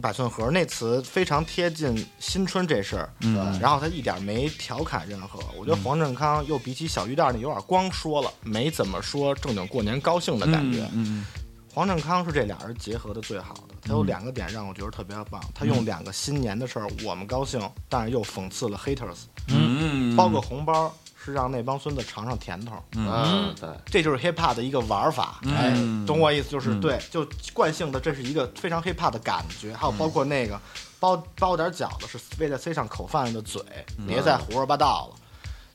[SPEAKER 6] 百寸盒那词非常贴近新春这事儿，呃
[SPEAKER 4] 嗯
[SPEAKER 6] 然后他一点没调侃任何，我觉得
[SPEAKER 4] 嗯
[SPEAKER 6] 黄振康又比起小鱼蛋儿那有点光说了，没怎么说正经过年高兴的感觉，
[SPEAKER 4] 嗯
[SPEAKER 6] 黄振康是这俩人结合的最好的，他有两个点让我觉得特别棒，他用
[SPEAKER 4] 嗯
[SPEAKER 6] 两个新年的事儿，我们高兴，但是又讽刺了 haters，
[SPEAKER 4] 嗯
[SPEAKER 6] 包个红包是让那帮孙子尝尝甜头，呃
[SPEAKER 4] 嗯
[SPEAKER 6] 啊
[SPEAKER 4] 嗯
[SPEAKER 5] 对，
[SPEAKER 6] 这就是 hip hop 的一个玩法，
[SPEAKER 4] 嗯
[SPEAKER 6] 哎，懂我意思就是
[SPEAKER 4] 嗯
[SPEAKER 6] 对，就惯性的这是一个非常 hip hop 的感觉，还有包括那个包包点饺子是为了塞上口饭的嘴，
[SPEAKER 3] 嗯
[SPEAKER 6] 别再胡说八道了，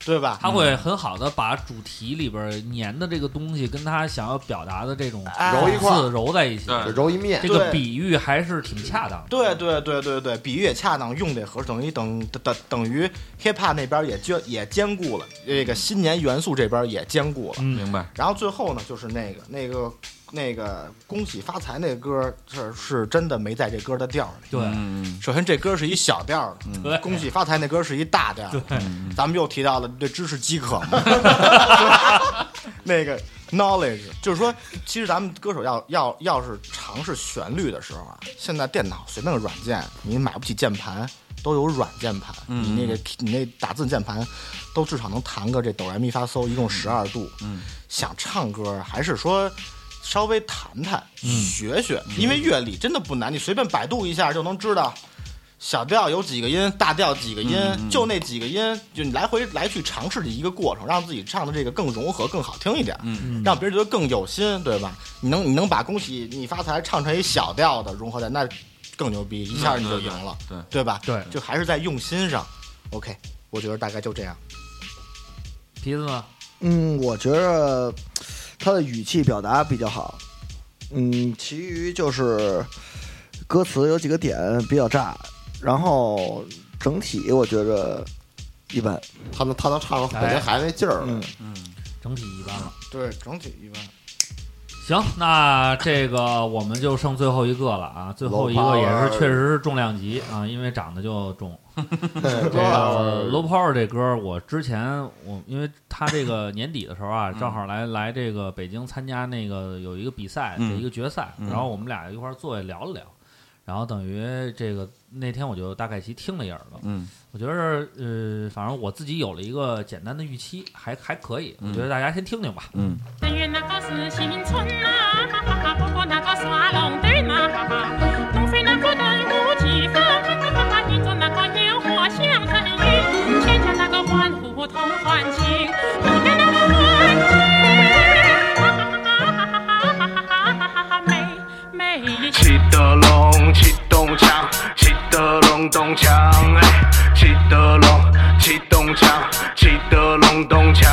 [SPEAKER 6] 对吧？
[SPEAKER 3] 他会很好的把主题里边儿粘的这个东西跟他想要表达的这种
[SPEAKER 6] 哎揉一块儿
[SPEAKER 3] 字揉在一起，
[SPEAKER 6] 对揉一面
[SPEAKER 3] 这个
[SPEAKER 6] 对
[SPEAKER 3] 比喻还是挺恰当的。
[SPEAKER 6] 对对对对对，比喻也恰当，用得也合适，等于等等等等于 hiphop 那边也兼也兼顾了这个新年元素这边也兼顾了。
[SPEAKER 4] 嗯明白。
[SPEAKER 6] 然后最后呢，就是那个那个那个恭喜发财那个歌是是真的没在这歌的调儿里。
[SPEAKER 3] 对
[SPEAKER 4] 嗯
[SPEAKER 6] 首先这歌是一小调儿的，
[SPEAKER 4] 对
[SPEAKER 6] 恭喜发财那歌是一大调儿的。咱们又提到了对知识饥渴嘛， 那个 knowledge，就是说，其实咱们歌手要要要是尝试旋律的时候啊，现在电脑随便个软件，你买不起键盘，都有软键盘，
[SPEAKER 4] 嗯
[SPEAKER 6] 你那个你那打字键盘，都至少能弹个这哆来咪发嗦，一共十二度。
[SPEAKER 4] 嗯，
[SPEAKER 6] 想唱歌还是说稍微弹弹、
[SPEAKER 4] 嗯
[SPEAKER 6] 学学，因为乐理真的不难，你随便百度一下就能知道。小调有几个音，大调几个音，
[SPEAKER 4] 嗯嗯
[SPEAKER 6] 就那几个音，就你来回来去尝试的一个过程，让自己唱的这个更融合、更好听一点，
[SPEAKER 4] 嗯
[SPEAKER 6] 让别人觉得更有心，对吧？你能你能把“恭喜你发财”唱成一小调的融合在，那更牛逼，一下你就赢了，
[SPEAKER 4] 嗯对对
[SPEAKER 6] 对吧？
[SPEAKER 3] 对，
[SPEAKER 6] 就还是在用心上。OK，我觉得大概就这样。
[SPEAKER 3] 皮子呢？
[SPEAKER 8] 嗯，我觉着他的语气表达比较好。嗯，其余就是歌词有几个点比较炸，然后整体我觉着一般。
[SPEAKER 5] 他能他能唱
[SPEAKER 8] 上
[SPEAKER 5] 感
[SPEAKER 3] 哎
[SPEAKER 5] 觉还那劲儿
[SPEAKER 8] 嗯，
[SPEAKER 3] 嗯，整体一般了。
[SPEAKER 6] 对，整体一般。
[SPEAKER 3] 行，那这个我们就剩最后一个了啊，最后一个也是确实是重量级啊，因为长得就 重。这个 Low Power 这歌，我之前我因为他这个年底的时候
[SPEAKER 4] 嗯
[SPEAKER 3] 啊，正好来来这个北京参加那个有一个比赛的
[SPEAKER 4] 嗯
[SPEAKER 3] 一个决赛，
[SPEAKER 4] 嗯
[SPEAKER 3] 然后我们俩一块儿坐下聊了聊，然后等于这个那天我就大概其听了一耳朵，
[SPEAKER 4] 嗯
[SPEAKER 3] 我觉得呃，反正我自己有了一个简单的预期，还还可以，我
[SPEAKER 4] 嗯
[SPEAKER 3] 觉得大家先听听吧。
[SPEAKER 4] 嗯
[SPEAKER 14] 但愿那个是新春呐，咔咔咔，不过那个是阿龙队呐，咔咔，东非那个人物气氛，咔咔咔咔，你做那个烟火香喷云，牵着那个欢呼同欢庆，你的那个欢庆，哈哈哈哈哈哈哈哈哈，美美。
[SPEAKER 17] 七德龙，七咚锵，七德龙咚锵，哎，七德龙，七咚锵，七德龙咚锵，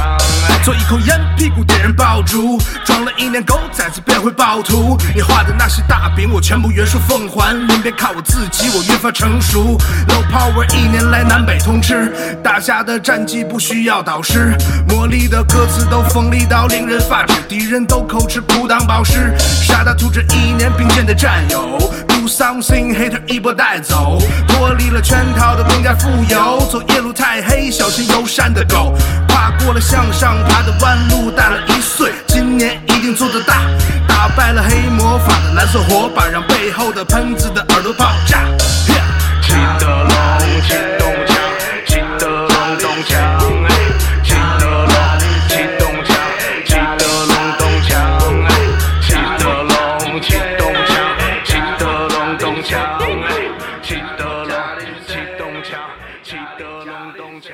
[SPEAKER 17] 哎。
[SPEAKER 18] 做一口烟，屁股给人抱住，装了一年狗崽子便会暴徒。你画的那些大饼，我全部圆数奉还。临别靠我自己，我越发成熟。Low power 一年来南北通吃，打下的战绩不需要导师。魔力的歌词都锋利到令人发指，敌人都口吃苦当饱食。傻大吐着一年并肩的战友，Do something hater 一波带走，脱离了圈套的更加富有。走夜路太黑，小心游山的狗。跨过了向上爬的弯路，大了一岁，今年一定做得大。打败了黑魔法的蓝色火把，让背后的喷子的耳朵爆炸。
[SPEAKER 17] 七德龙，七咚锵，七德龙咚锵，哎，七德龙，七咚锵，七德龙咚锵，哎，七德龙，七咚锵，七德龙咚锵，哎，七德龙，七咚锵，七德龙咚锵，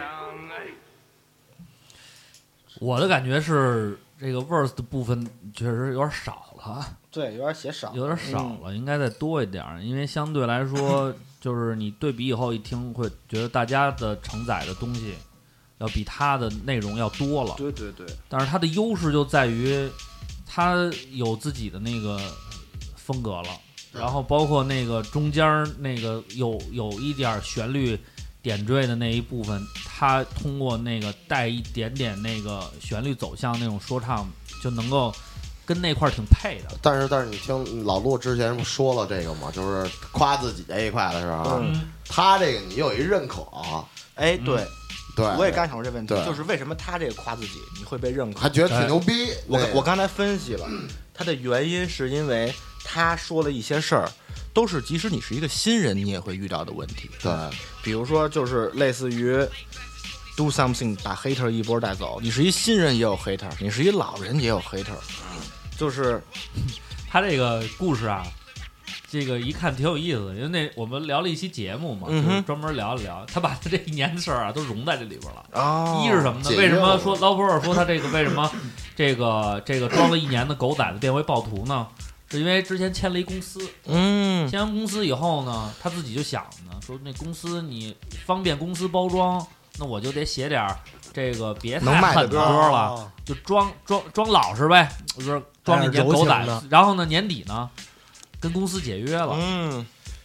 [SPEAKER 17] 哎。
[SPEAKER 3] 我的感觉是，这个 verse 的部分确实有点少了，啊
[SPEAKER 6] 对，有点写少，嗯
[SPEAKER 3] 有点
[SPEAKER 4] 嗯
[SPEAKER 3] 少了，应该再多一点儿，因为相对来说，就是你对比以后一听，会觉得大家的承载的东西要比它的内容要多了。
[SPEAKER 6] 对对对。
[SPEAKER 3] 但是它的优势就在于，它有自己的那个风格了，然后包括那个中间儿那个有有一点儿旋律点缀的那一部分，它通过那个带一点点那个旋律走向那种说唱，就能够跟那块儿挺配的。
[SPEAKER 5] 但是但是你听老陆之前不说了这个嘛，就是夸自己这一块的时候，啊
[SPEAKER 6] 嗯
[SPEAKER 5] 他这个你有一认可，啊
[SPEAKER 6] 哎，
[SPEAKER 5] 嗯
[SPEAKER 6] 对，
[SPEAKER 5] 对，
[SPEAKER 6] 我也刚想过这问题
[SPEAKER 5] 对，
[SPEAKER 6] 就是为什么他这个夸自己你会被认可，
[SPEAKER 5] 还觉得挺牛逼
[SPEAKER 6] 哎我
[SPEAKER 5] 对
[SPEAKER 6] 我刚才分析了，他的原因是因为他说了一些事儿，都是即使你是一个新人，你也会遇到的问题。
[SPEAKER 5] 嗯对，
[SPEAKER 6] 比如说就是类似于 do something 把 hater 一波带走，你是一新人也有 hater，你是一老人也有 hater，就是
[SPEAKER 3] 他这个故事啊，这个一看挺有意思的，因为那我们聊了一期节目嘛，
[SPEAKER 6] 嗯哼
[SPEAKER 3] 就是专门聊了聊，他把他这一年的事儿啊都融在这里边了。
[SPEAKER 6] 哦
[SPEAKER 3] 一是什么呢？
[SPEAKER 6] 解
[SPEAKER 3] 为什
[SPEAKER 6] 忧
[SPEAKER 3] 么说老波尔说他这个为什么这个这个装了一年的狗崽子变为暴徒呢？是因为之前签了一公司，
[SPEAKER 6] 嗯
[SPEAKER 3] 签完公司以后呢，他自己就想呢，说那公司你方便公司包装，那我就得写点儿这个别
[SPEAKER 6] 能
[SPEAKER 3] 太
[SPEAKER 6] 卖的
[SPEAKER 3] 狠
[SPEAKER 6] 歌
[SPEAKER 3] 歌
[SPEAKER 6] 儿
[SPEAKER 3] 了，就装装装老实呗，就是装了一年
[SPEAKER 6] 哎还是柔
[SPEAKER 3] 狗
[SPEAKER 6] 情
[SPEAKER 3] 崽
[SPEAKER 6] 的
[SPEAKER 3] 子。然后呢，年底呢，跟公司解约了，
[SPEAKER 6] 嗯，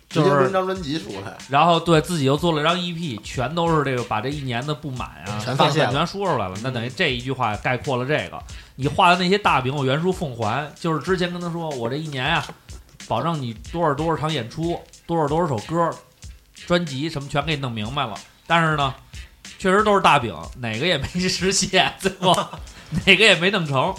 [SPEAKER 3] 就
[SPEAKER 5] 直接
[SPEAKER 3] 是
[SPEAKER 5] 抡张专辑出来，
[SPEAKER 3] 然后对自己又做了张 EP，全都是这个把这一年的不满啊、
[SPEAKER 6] 全
[SPEAKER 3] 发
[SPEAKER 6] 发
[SPEAKER 3] 泄
[SPEAKER 6] 泄了
[SPEAKER 3] 全说出来了。那等于这一句话概括了这个。你画的那些大饼，我原书奉还，就是之前跟他说，我这一年啊，保证你多少多少场演出，多少多少首歌，专辑什么全给你弄明白了。但是呢，确实都是大饼，哪个也没 实现，最后哪个也没弄成。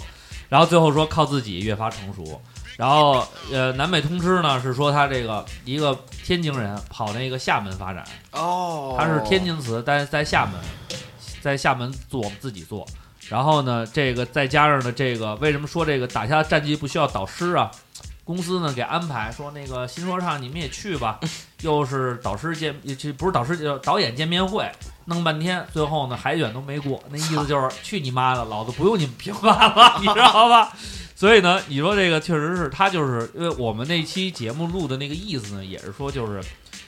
[SPEAKER 3] 然后最后说靠自己越发成熟。然后呃，南北通吃呢是说他这个一个天津人跑那个厦门发展，
[SPEAKER 6] 哦
[SPEAKER 3] 他是天津词，但是在厦门，在厦门做自己做。然后呢，这个再加上呢，这个为什么说这个打下战绩不需要导师啊？公司呢给安排说那个新说唱你们也去吧，又是导师见，这不是导师就是导演见面会，弄半天，最后呢海选都没过，那意思就是去你妈的，老子不用你们评判了，你知道吧？所以呢，你说这个确实是他就是因为我们那期节目录的那个意思呢，也是说就是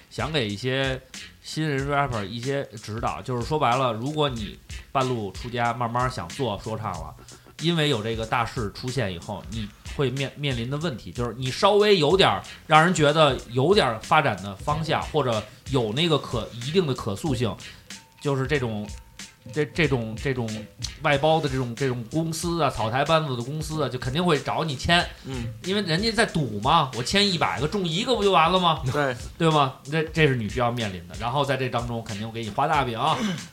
[SPEAKER 3] 想给一些新人 rapper 一些指导，就是说白了，如果你半路出家，慢慢想做说唱了，因为有这个大势出现以后，你会面面临的问题就是你稍微有点儿让人觉得有点儿发展的方向，或者有那个可一定的可塑性，就是这种。这这种这种外包的这种这种公司啊，草台班子的公司啊，就肯定会找你签，
[SPEAKER 6] 嗯，
[SPEAKER 3] 因为人家在赌嘛，我签一百个中一个不就完了吗？
[SPEAKER 6] 对，
[SPEAKER 3] 对吗？这这是你需要面临的。然后在这当中，肯定给你画大饼，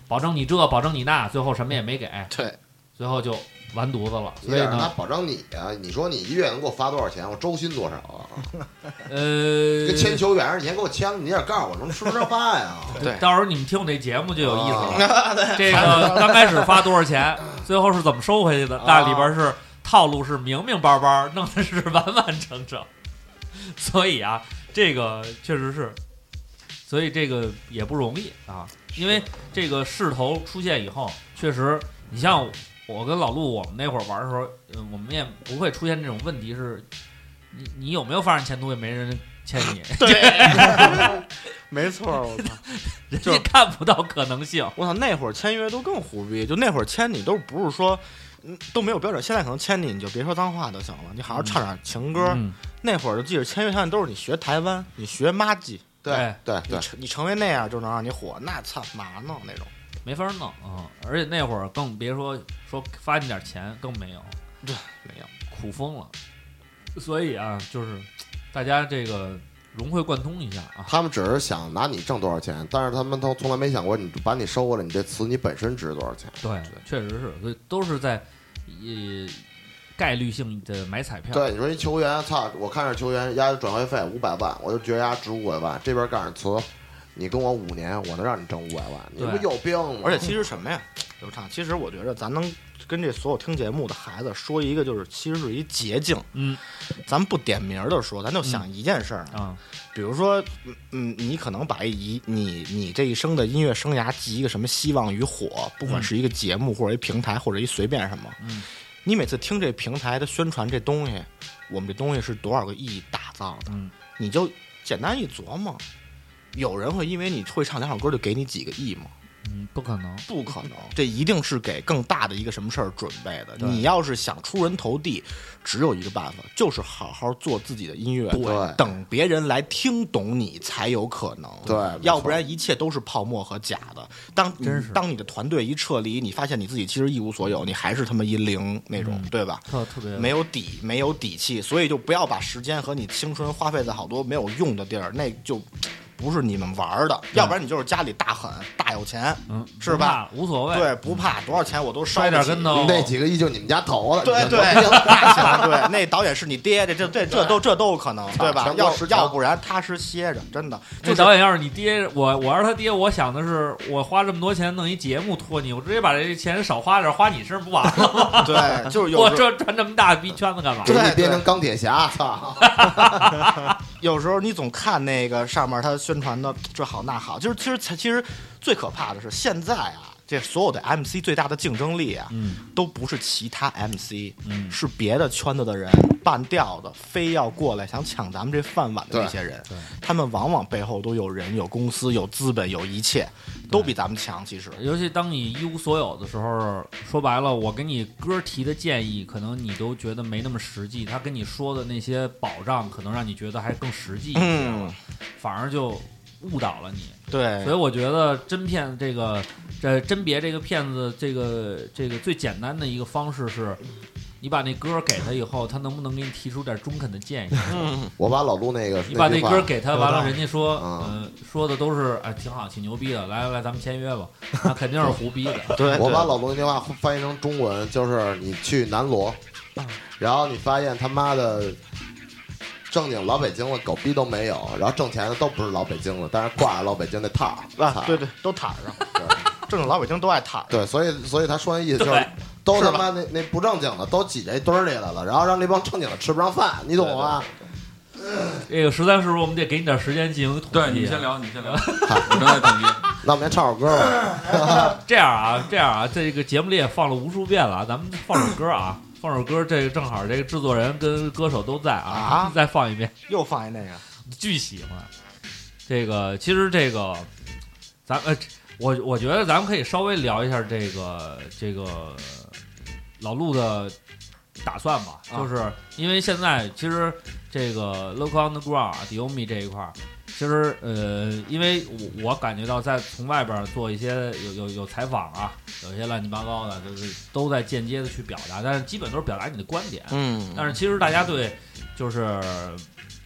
[SPEAKER 3] 保证你这，保证你那，最后什么也没给，
[SPEAKER 6] 对，
[SPEAKER 3] 最后就完犊子了。
[SPEAKER 5] 你
[SPEAKER 3] 所以
[SPEAKER 5] 得让他
[SPEAKER 3] 呢，
[SPEAKER 5] 保证你啊，你说你一月能给我发多少钱，我周薪多少啊？
[SPEAKER 3] 呃，
[SPEAKER 5] 跟签球员似的，你先给我签，你也告诉我能吃不上饭啊 呀？
[SPEAKER 3] 到时候你们听我这节目就有意思
[SPEAKER 5] 啊
[SPEAKER 3] 了。这个刚开始发多少钱，最后是怎么收回去的？那里边是套路是明明白白，弄的是完完整整。所以啊，这个确实是，所以这个也不容易啊，因为这个势头出现以后，确实，你像我跟老陆，我们那会儿玩的时候，嗯，我们也不会出现这种问题是，你你有没有发展前途也没人欠你，
[SPEAKER 6] 对 没错儿，我操，
[SPEAKER 3] 人家看不到可能性。
[SPEAKER 6] 我操，那会儿签约都更虎逼，就那会儿签你都不是说嗯都没有标准，现在可能签你你就别说脏话就行了，你好好唱点情歌。
[SPEAKER 3] 嗯
[SPEAKER 6] 那会儿就记着签约上都是你学台湾，你学妈鸡，
[SPEAKER 5] 对对
[SPEAKER 6] 你成你成为那样就能让你火，那操嘛呢那种。
[SPEAKER 3] 没法弄啊！而且那会儿更别说说发你点钱，更没有，
[SPEAKER 6] 对，没有，
[SPEAKER 3] 苦疯了。所以啊，就是大家这个融会贯通一下啊。
[SPEAKER 5] 他们只是想拿你挣多少钱，但是他们都从来没想过你把你收过来，你这词你本身值多少钱。
[SPEAKER 3] 对，确实是，所以都是在呃概率性的买彩票。
[SPEAKER 5] 对，你说一球员，操，我看着球员压转会费五百万，我就觉得压值五百万，这边告诉你词，你跟我五年，我能让你挣五百万，你不有病吗？
[SPEAKER 6] 而且其实什么呀，刘畅，其实我觉得咱能跟这所有听节目的孩子说一个，就是其实是一捷径。
[SPEAKER 3] 嗯，
[SPEAKER 6] 咱不点名儿的说，咱就想一件事儿
[SPEAKER 3] 啊，
[SPEAKER 6] 比如说，嗯嗯，你可能把一你你这一生的音乐生涯寄一个什么希望与火，不管
[SPEAKER 3] 嗯
[SPEAKER 6] 是一个节目或者一平台或者一随便什么，
[SPEAKER 3] 嗯，
[SPEAKER 6] 你每次听这平台的宣传这东西，我们这东西是多少个意义打造的，
[SPEAKER 3] 嗯
[SPEAKER 6] 你就简单一琢磨，有人会因为你会唱两首歌就给你几个亿吗？
[SPEAKER 3] 嗯，不可能，
[SPEAKER 6] 不可能，这一定是给更大的一个什么事儿准备的。
[SPEAKER 3] 对
[SPEAKER 6] 你要是想出人头地，只有一个办法，就是好好做自己的音乐，
[SPEAKER 5] 对
[SPEAKER 6] 等别人来听懂你才有可能。
[SPEAKER 5] 对没错
[SPEAKER 6] 要不然一切都是泡沫和假的。当你
[SPEAKER 3] 真是
[SPEAKER 6] 当你的团队一撤离，你发现你自己其实一无所有，你还是他妈一零那
[SPEAKER 3] 嗯
[SPEAKER 6] 种，对吧？
[SPEAKER 3] 特特别
[SPEAKER 6] 没有底，没有底气，所以就不要把时间和你青春花费在好多没有用的地儿，那就不是你们玩儿的。要不然你就是家里大狠大有钱，
[SPEAKER 3] 嗯，
[SPEAKER 6] 是吧？
[SPEAKER 3] 无所谓，
[SPEAKER 6] 对，不怕多少钱我都烧
[SPEAKER 3] 摔
[SPEAKER 6] 得
[SPEAKER 3] 点
[SPEAKER 6] 起
[SPEAKER 3] 跟头那几
[SPEAKER 5] 个亿就你们家投了
[SPEAKER 6] 对
[SPEAKER 5] 你就
[SPEAKER 6] 对，那行对，那导演是你爹，这这这这都这都有可能，对吧
[SPEAKER 5] 全？国
[SPEAKER 6] 要
[SPEAKER 5] 十强
[SPEAKER 6] 要不然踏实歇着，真的。
[SPEAKER 3] 这
[SPEAKER 6] 就
[SPEAKER 3] 导演要是你爹，我我要是他爹，我想的是，我花这么多钱弄一节目托你，我直接把这钱少花点，花你身上不完了吗？
[SPEAKER 6] 对就是有
[SPEAKER 3] 我
[SPEAKER 6] 时候
[SPEAKER 3] 这转这么大逼圈子干嘛？
[SPEAKER 6] 给你编成
[SPEAKER 5] 钢铁侠，操！
[SPEAKER 6] 有时候你总看那个上面他宣传的这好那好，就是其实其实最可怕的是现在啊，这所有的 MC 最大的竞争力啊，
[SPEAKER 18] 嗯
[SPEAKER 6] 都不是其他 MC，、
[SPEAKER 3] 嗯
[SPEAKER 6] 是别的圈子的人半吊子，非要过来想抢咱们这饭碗的那些人，他们往往背后都有人、有公司、有资本、有一切，都比咱们强。其实，
[SPEAKER 3] 尤其当你一无所有的时候，说白了，我给你哥提的建议，可能你都觉得没那么实际，他跟你说的那些保障，可能让你觉得还更实际一些了，反而就误导了你。
[SPEAKER 6] 对
[SPEAKER 3] 所以我觉得甄骗这个，这甄别这个骗子，这个这个最简单的一个方式是，你把那歌给他以后，他能不能给你提出点中肯的建议？
[SPEAKER 5] 我把老陆那个
[SPEAKER 3] 你把
[SPEAKER 5] 那
[SPEAKER 3] 那
[SPEAKER 5] 句话
[SPEAKER 3] 歌给他，完了，人
[SPEAKER 5] 有
[SPEAKER 3] 家说，呃，说的都是哎，挺好，挺牛逼的，来来来，咱们签 约吧，那肯定是胡逼的。
[SPEAKER 5] 我把老罗那句话翻译成中文，就是你去南锣，然后你发现他妈的正经老北京的狗逼都没有，然后挣钱的都不是老北京的，但是挂着老北京那套儿
[SPEAKER 6] 啊，对对，都躺上，正经老北京都爱躺。
[SPEAKER 5] 对，所以所以他说那意思就是
[SPEAKER 6] 对。
[SPEAKER 5] 都他
[SPEAKER 6] 是吧
[SPEAKER 5] 妈那那不正经的都挤这堆儿里来了，然后让那帮正经的吃不上饭，你懂吗？
[SPEAKER 3] 这个十三师傅，我们得给你点时间进行统计。
[SPEAKER 5] 对你先
[SPEAKER 3] 聊，你先聊。
[SPEAKER 5] 我
[SPEAKER 4] 正在统计。
[SPEAKER 5] 那我们先唱首歌吧。
[SPEAKER 3] 这样啊，这样啊，这个节目里也放了无数遍了啊，咱们放首歌啊，放首歌，这个正好这个制作人跟歌手都在啊，
[SPEAKER 6] 啊
[SPEAKER 3] 再放一遍，
[SPEAKER 6] 又放一那个，
[SPEAKER 3] 巨喜欢。这个其实这个，咱呃，我我觉得咱们可以稍微聊一下这个这个老陆的打算吧，
[SPEAKER 6] 啊
[SPEAKER 3] 就是因为现在其实这个 local on the ground 啊，Diomi 这一块儿，其实呃，因为我我感觉到在从外边儿做一些有有有采访啊，有一些乱七八糟的，就是都在间接的去表达，但是基本都是表达你的观点。
[SPEAKER 6] 嗯
[SPEAKER 3] 但是其实大家对就是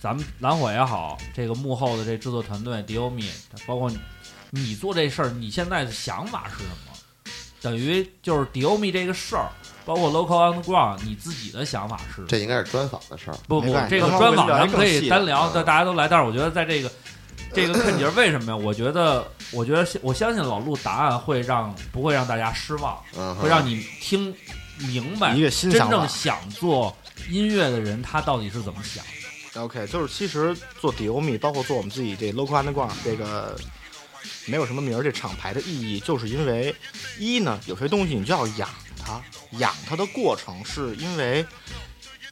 [SPEAKER 3] 咱们蓝火也好，这个幕后的这制作团队 Diomi，包括你你做这事儿，你现在的想法是什么？等于就是 Diomi 这个事儿，包括 Local on the ground，你自己的想法是什么？
[SPEAKER 5] 这应该是专访的事儿。
[SPEAKER 3] 不不，这个专访咱们可以单
[SPEAKER 6] 啊
[SPEAKER 3] 聊，但大家都来。但是我觉得在这个这 个看节儿为什么呀？我觉得，我觉得我相信老陆答案会让不会让大家失望，
[SPEAKER 5] 嗯哼
[SPEAKER 3] 会让你听明白
[SPEAKER 6] 一个新
[SPEAKER 3] 真
[SPEAKER 6] 想法
[SPEAKER 3] 正想做音乐的人他到底是怎么想。
[SPEAKER 6] OK，就是其实做 Diomi，包括做我们自己这 Local Underground 这个没有什么名儿这厂牌的意义，就是因为一呢，有些东西你就要养它，养它的过程是因为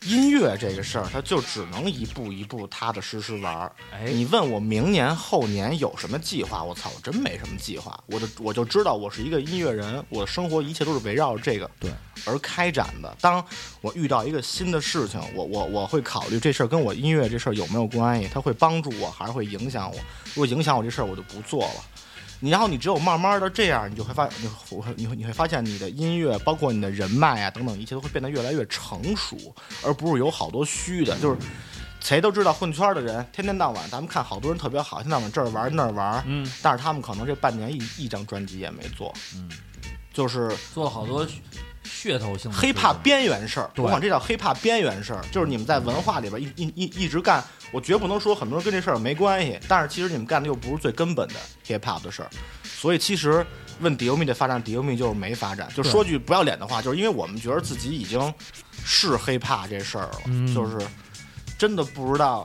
[SPEAKER 6] 音乐这个事儿，它就只能一步一步踏踏实实玩儿。
[SPEAKER 3] 哎
[SPEAKER 6] 你问我明年后年有什么计划？我操，我真没什么计划，我就我就知道我是一个音乐人，我的生活一切都是围绕着这个对而开展的。当我遇到一个新的事情，我我我会考虑这事儿跟我音乐这事儿有没有关系，它会帮助我还是会影响我？如果影响我这事儿，我就不做了。你然后你只有慢慢的这样，你就会发，你会你会你会发现你的音乐，包括你的人脉啊等等，一切都会变得越来越成熟，而不是有好多虚的，就是。谁都知道混圈的人，天天到晚，咱们看好多人特别好，天天到晚这儿玩那儿玩，
[SPEAKER 3] 嗯，
[SPEAKER 6] 但是他们可能这半年一一张专辑也没做，
[SPEAKER 3] 嗯，
[SPEAKER 6] 就是
[SPEAKER 3] 做了好多噱头性的
[SPEAKER 6] 黑怕边缘事儿，
[SPEAKER 3] 对
[SPEAKER 6] 我管这叫黑怕边缘事儿，就是你们在文化里边一一一一直干，我绝不能说很多人跟这事儿没关系，但是其实你们干的又不是最根本的 hip hop 的事儿，所以其实问 Diomi 的发展，Diomi 就是没发展，就
[SPEAKER 3] 对
[SPEAKER 6] 说句不要脸的话，就是因为我们觉得自己已经是 hip hop 这事儿了，
[SPEAKER 3] 嗯
[SPEAKER 6] 就是真的不知道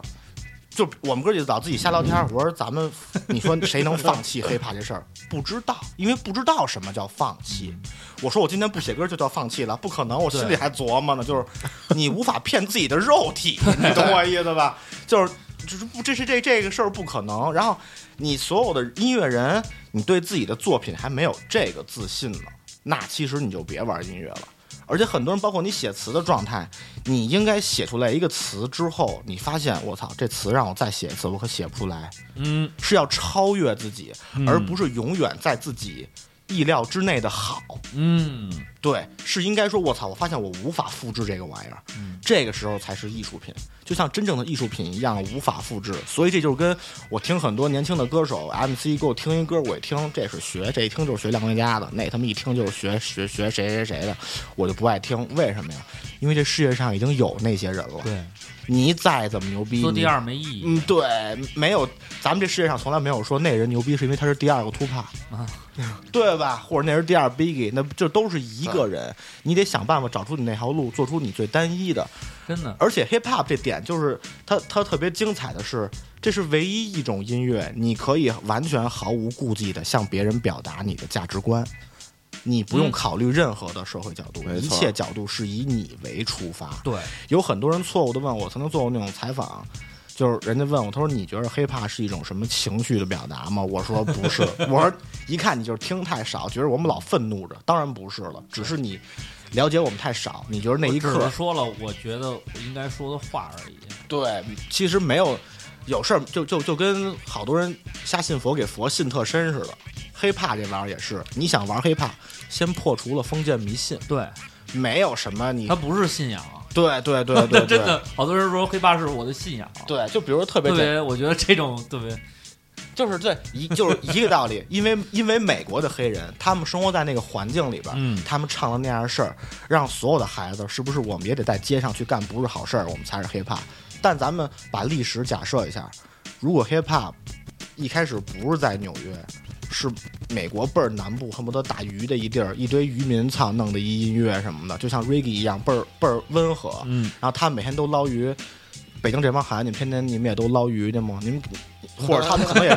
[SPEAKER 6] 就我们哥几个早自己瞎聊天儿，我说咱们，你说谁能放弃 hiphop 这事儿？不知道，因为不知道什么叫放弃。我说我今天不写歌就叫放弃了，不可能，我心里还琢磨呢。就是你无法骗自己的肉体，你懂我意思吧？ 就是就是不，这是这这个事儿不可能。然后你所有的音乐人，你对自己的作品还没有这个自信呢，那其实你就别玩音乐了。而且很多人，包括你写词的状态，你应该写出来一个词之后，你发现我操，这词让我再写一次，我可写不出来。
[SPEAKER 3] 嗯，
[SPEAKER 6] 是要超越自己，
[SPEAKER 3] 嗯
[SPEAKER 6] 而不是永远在自己意料之内的好。
[SPEAKER 3] 嗯，
[SPEAKER 6] 对，是应该说，我操，我发现我无法复制这个玩意儿， 这个时候才是艺术品，就像真正的艺术品一样无法复制。所以这就是跟我听很多年轻的歌手 MC 给我听一歌，我一听这是学，这一听就是学亮君家的，那他妈一听就是学学学谁谁谁的，我就不爱听，为什么呀？因为这世界上已经有那些人了。
[SPEAKER 3] 对。
[SPEAKER 6] 你再怎么牛逼，
[SPEAKER 3] 做
[SPEAKER 6] 你
[SPEAKER 3] 第二没意义
[SPEAKER 6] 嗯，对，没有，咱们这世界上从来没有说那人牛逼是因为他是第二个突帕，
[SPEAKER 3] 啊，
[SPEAKER 6] 对吧？或者那是第二 Biggie，那就都是一个人，你得想办法找出你那条路，做出你最单一的。
[SPEAKER 3] 真的，
[SPEAKER 6] 而且 hip hop 这点就是它它特别精彩的是，这是唯一一种音乐，你可以完全毫无顾忌的向别人表达你的价值观。你不用
[SPEAKER 3] 嗯
[SPEAKER 6] 考虑任何的社会角度，
[SPEAKER 3] 没错
[SPEAKER 6] 一切角度是以你为出发。
[SPEAKER 3] 对，
[SPEAKER 6] 有很多人错误的问我，曾经做过那种采访，就是人家问我，他说你觉得 hiphop 是一种什么情绪的表达吗？我说不 是，我说一看你就是听太少，觉得我们老愤怒着，当然不是了，只是你了解我们太少，你觉得那一
[SPEAKER 3] 我只
[SPEAKER 6] 刻
[SPEAKER 3] 是说了我觉得我应该说的话而已。
[SPEAKER 6] 对，其实没有有事儿，就就就跟好多人瞎信佛给佛信特深似的。黑怕这玩意儿也是，你想玩黑怕，先破除了封建迷信。
[SPEAKER 3] 对，
[SPEAKER 6] 没有什么你
[SPEAKER 3] 它不是信仰啊。
[SPEAKER 6] 对对对 对对
[SPEAKER 3] 真的，好多人说黑怕是我的信仰。啊
[SPEAKER 6] 对，就比如特别
[SPEAKER 3] 特别，我觉得这种特别
[SPEAKER 6] 就是对一就是一个道理，因为因为美国的黑人，他们生活在那个环境里边，
[SPEAKER 3] 嗯
[SPEAKER 6] 他们唱的那样的事儿，让所有的孩子是不是我们也得在街上去干不是好事儿，我们才是 hiphop。但咱们把历史假设一下，如果 hiphop 一开始不是在纽约，是美国倍儿南部，恨不得打鱼的一地儿，一堆渔民操弄的一音乐什么的，就像 reggae 一样倍儿倍儿温和。
[SPEAKER 3] 嗯，
[SPEAKER 6] 然后他们每天都捞鱼，北京这帮孩子，你们天天你们也都捞鱼去吗？你们或者他们可能也，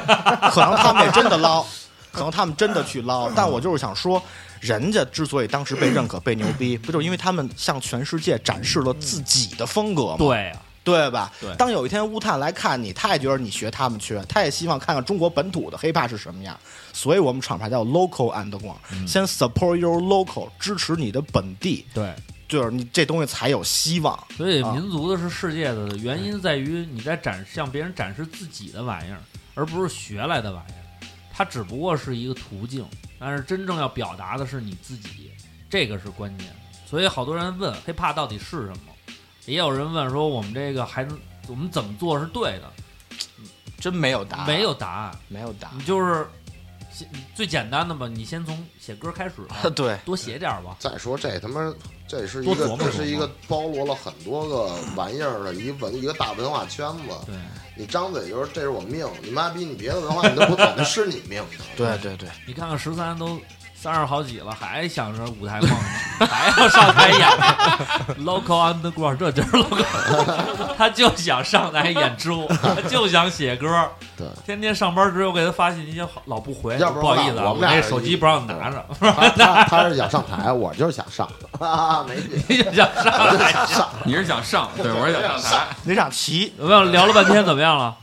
[SPEAKER 6] 可能他们也真的捞，可能他们真的去捞。但我就是想说，人家之所以当时被认可、被牛逼，不就是因为他们向全世界展示了自己的风格吗？
[SPEAKER 3] 对啊
[SPEAKER 6] 对吧？
[SPEAKER 3] 对
[SPEAKER 6] 当有一天乌探来看你，他也觉得你学他们去，他也希望看看中国本土的 hiphop 是什么样。所以我们厂牌叫 local and g r o u
[SPEAKER 3] 嗯
[SPEAKER 6] n 先 support your local，支持你的本地，
[SPEAKER 3] 对，
[SPEAKER 6] 就是你这东西才有希望。
[SPEAKER 3] 所以
[SPEAKER 6] 啊
[SPEAKER 3] 民族的是世界的，原因在于你在展向别人展示自己的玩意儿，而不是学来的玩意儿。它只不过是一个途径，但是真正要表达的是你自己，这个是关键。所以好多人问 hiphop 到底是什么，也有人问说我们这个还能我们怎么做是对的，
[SPEAKER 6] 真没有答案
[SPEAKER 3] 没有答案，
[SPEAKER 6] 没有答案，
[SPEAKER 3] 你就是先最简单的嘛，你先从写歌开始吧
[SPEAKER 6] 对，
[SPEAKER 3] 多写点儿吧。
[SPEAKER 5] 再说这他妈，这是一
[SPEAKER 3] 多
[SPEAKER 5] 个
[SPEAKER 3] 琢磨琢
[SPEAKER 5] 这
[SPEAKER 3] 磨
[SPEAKER 5] 是一个包罗了很多个玩意儿的一文一个大文化圈子。
[SPEAKER 3] 对，
[SPEAKER 5] 你张嘴就说这是我命，你妈逼你别的文化你都不懂，那是你命的。
[SPEAKER 6] 对对对，
[SPEAKER 3] 你看看十三都三十好几了，还想着舞台梦，还要上台演 local underground，这就是 local，他就想上台演出，他就想写歌。
[SPEAKER 5] 对，
[SPEAKER 3] 天天上班之后给他发信息，老不回，
[SPEAKER 5] 要不
[SPEAKER 3] 不好意思啊，
[SPEAKER 5] 我
[SPEAKER 3] 我
[SPEAKER 5] 们俩
[SPEAKER 3] 这手机不让你拿着，
[SPEAKER 5] 他他他是想上台，我就是想上的。啊，没
[SPEAKER 3] 你想上台，
[SPEAKER 4] 你是想上，对我是想上台。
[SPEAKER 6] 你想骑？
[SPEAKER 3] 怎么样？聊了半天，怎么样了？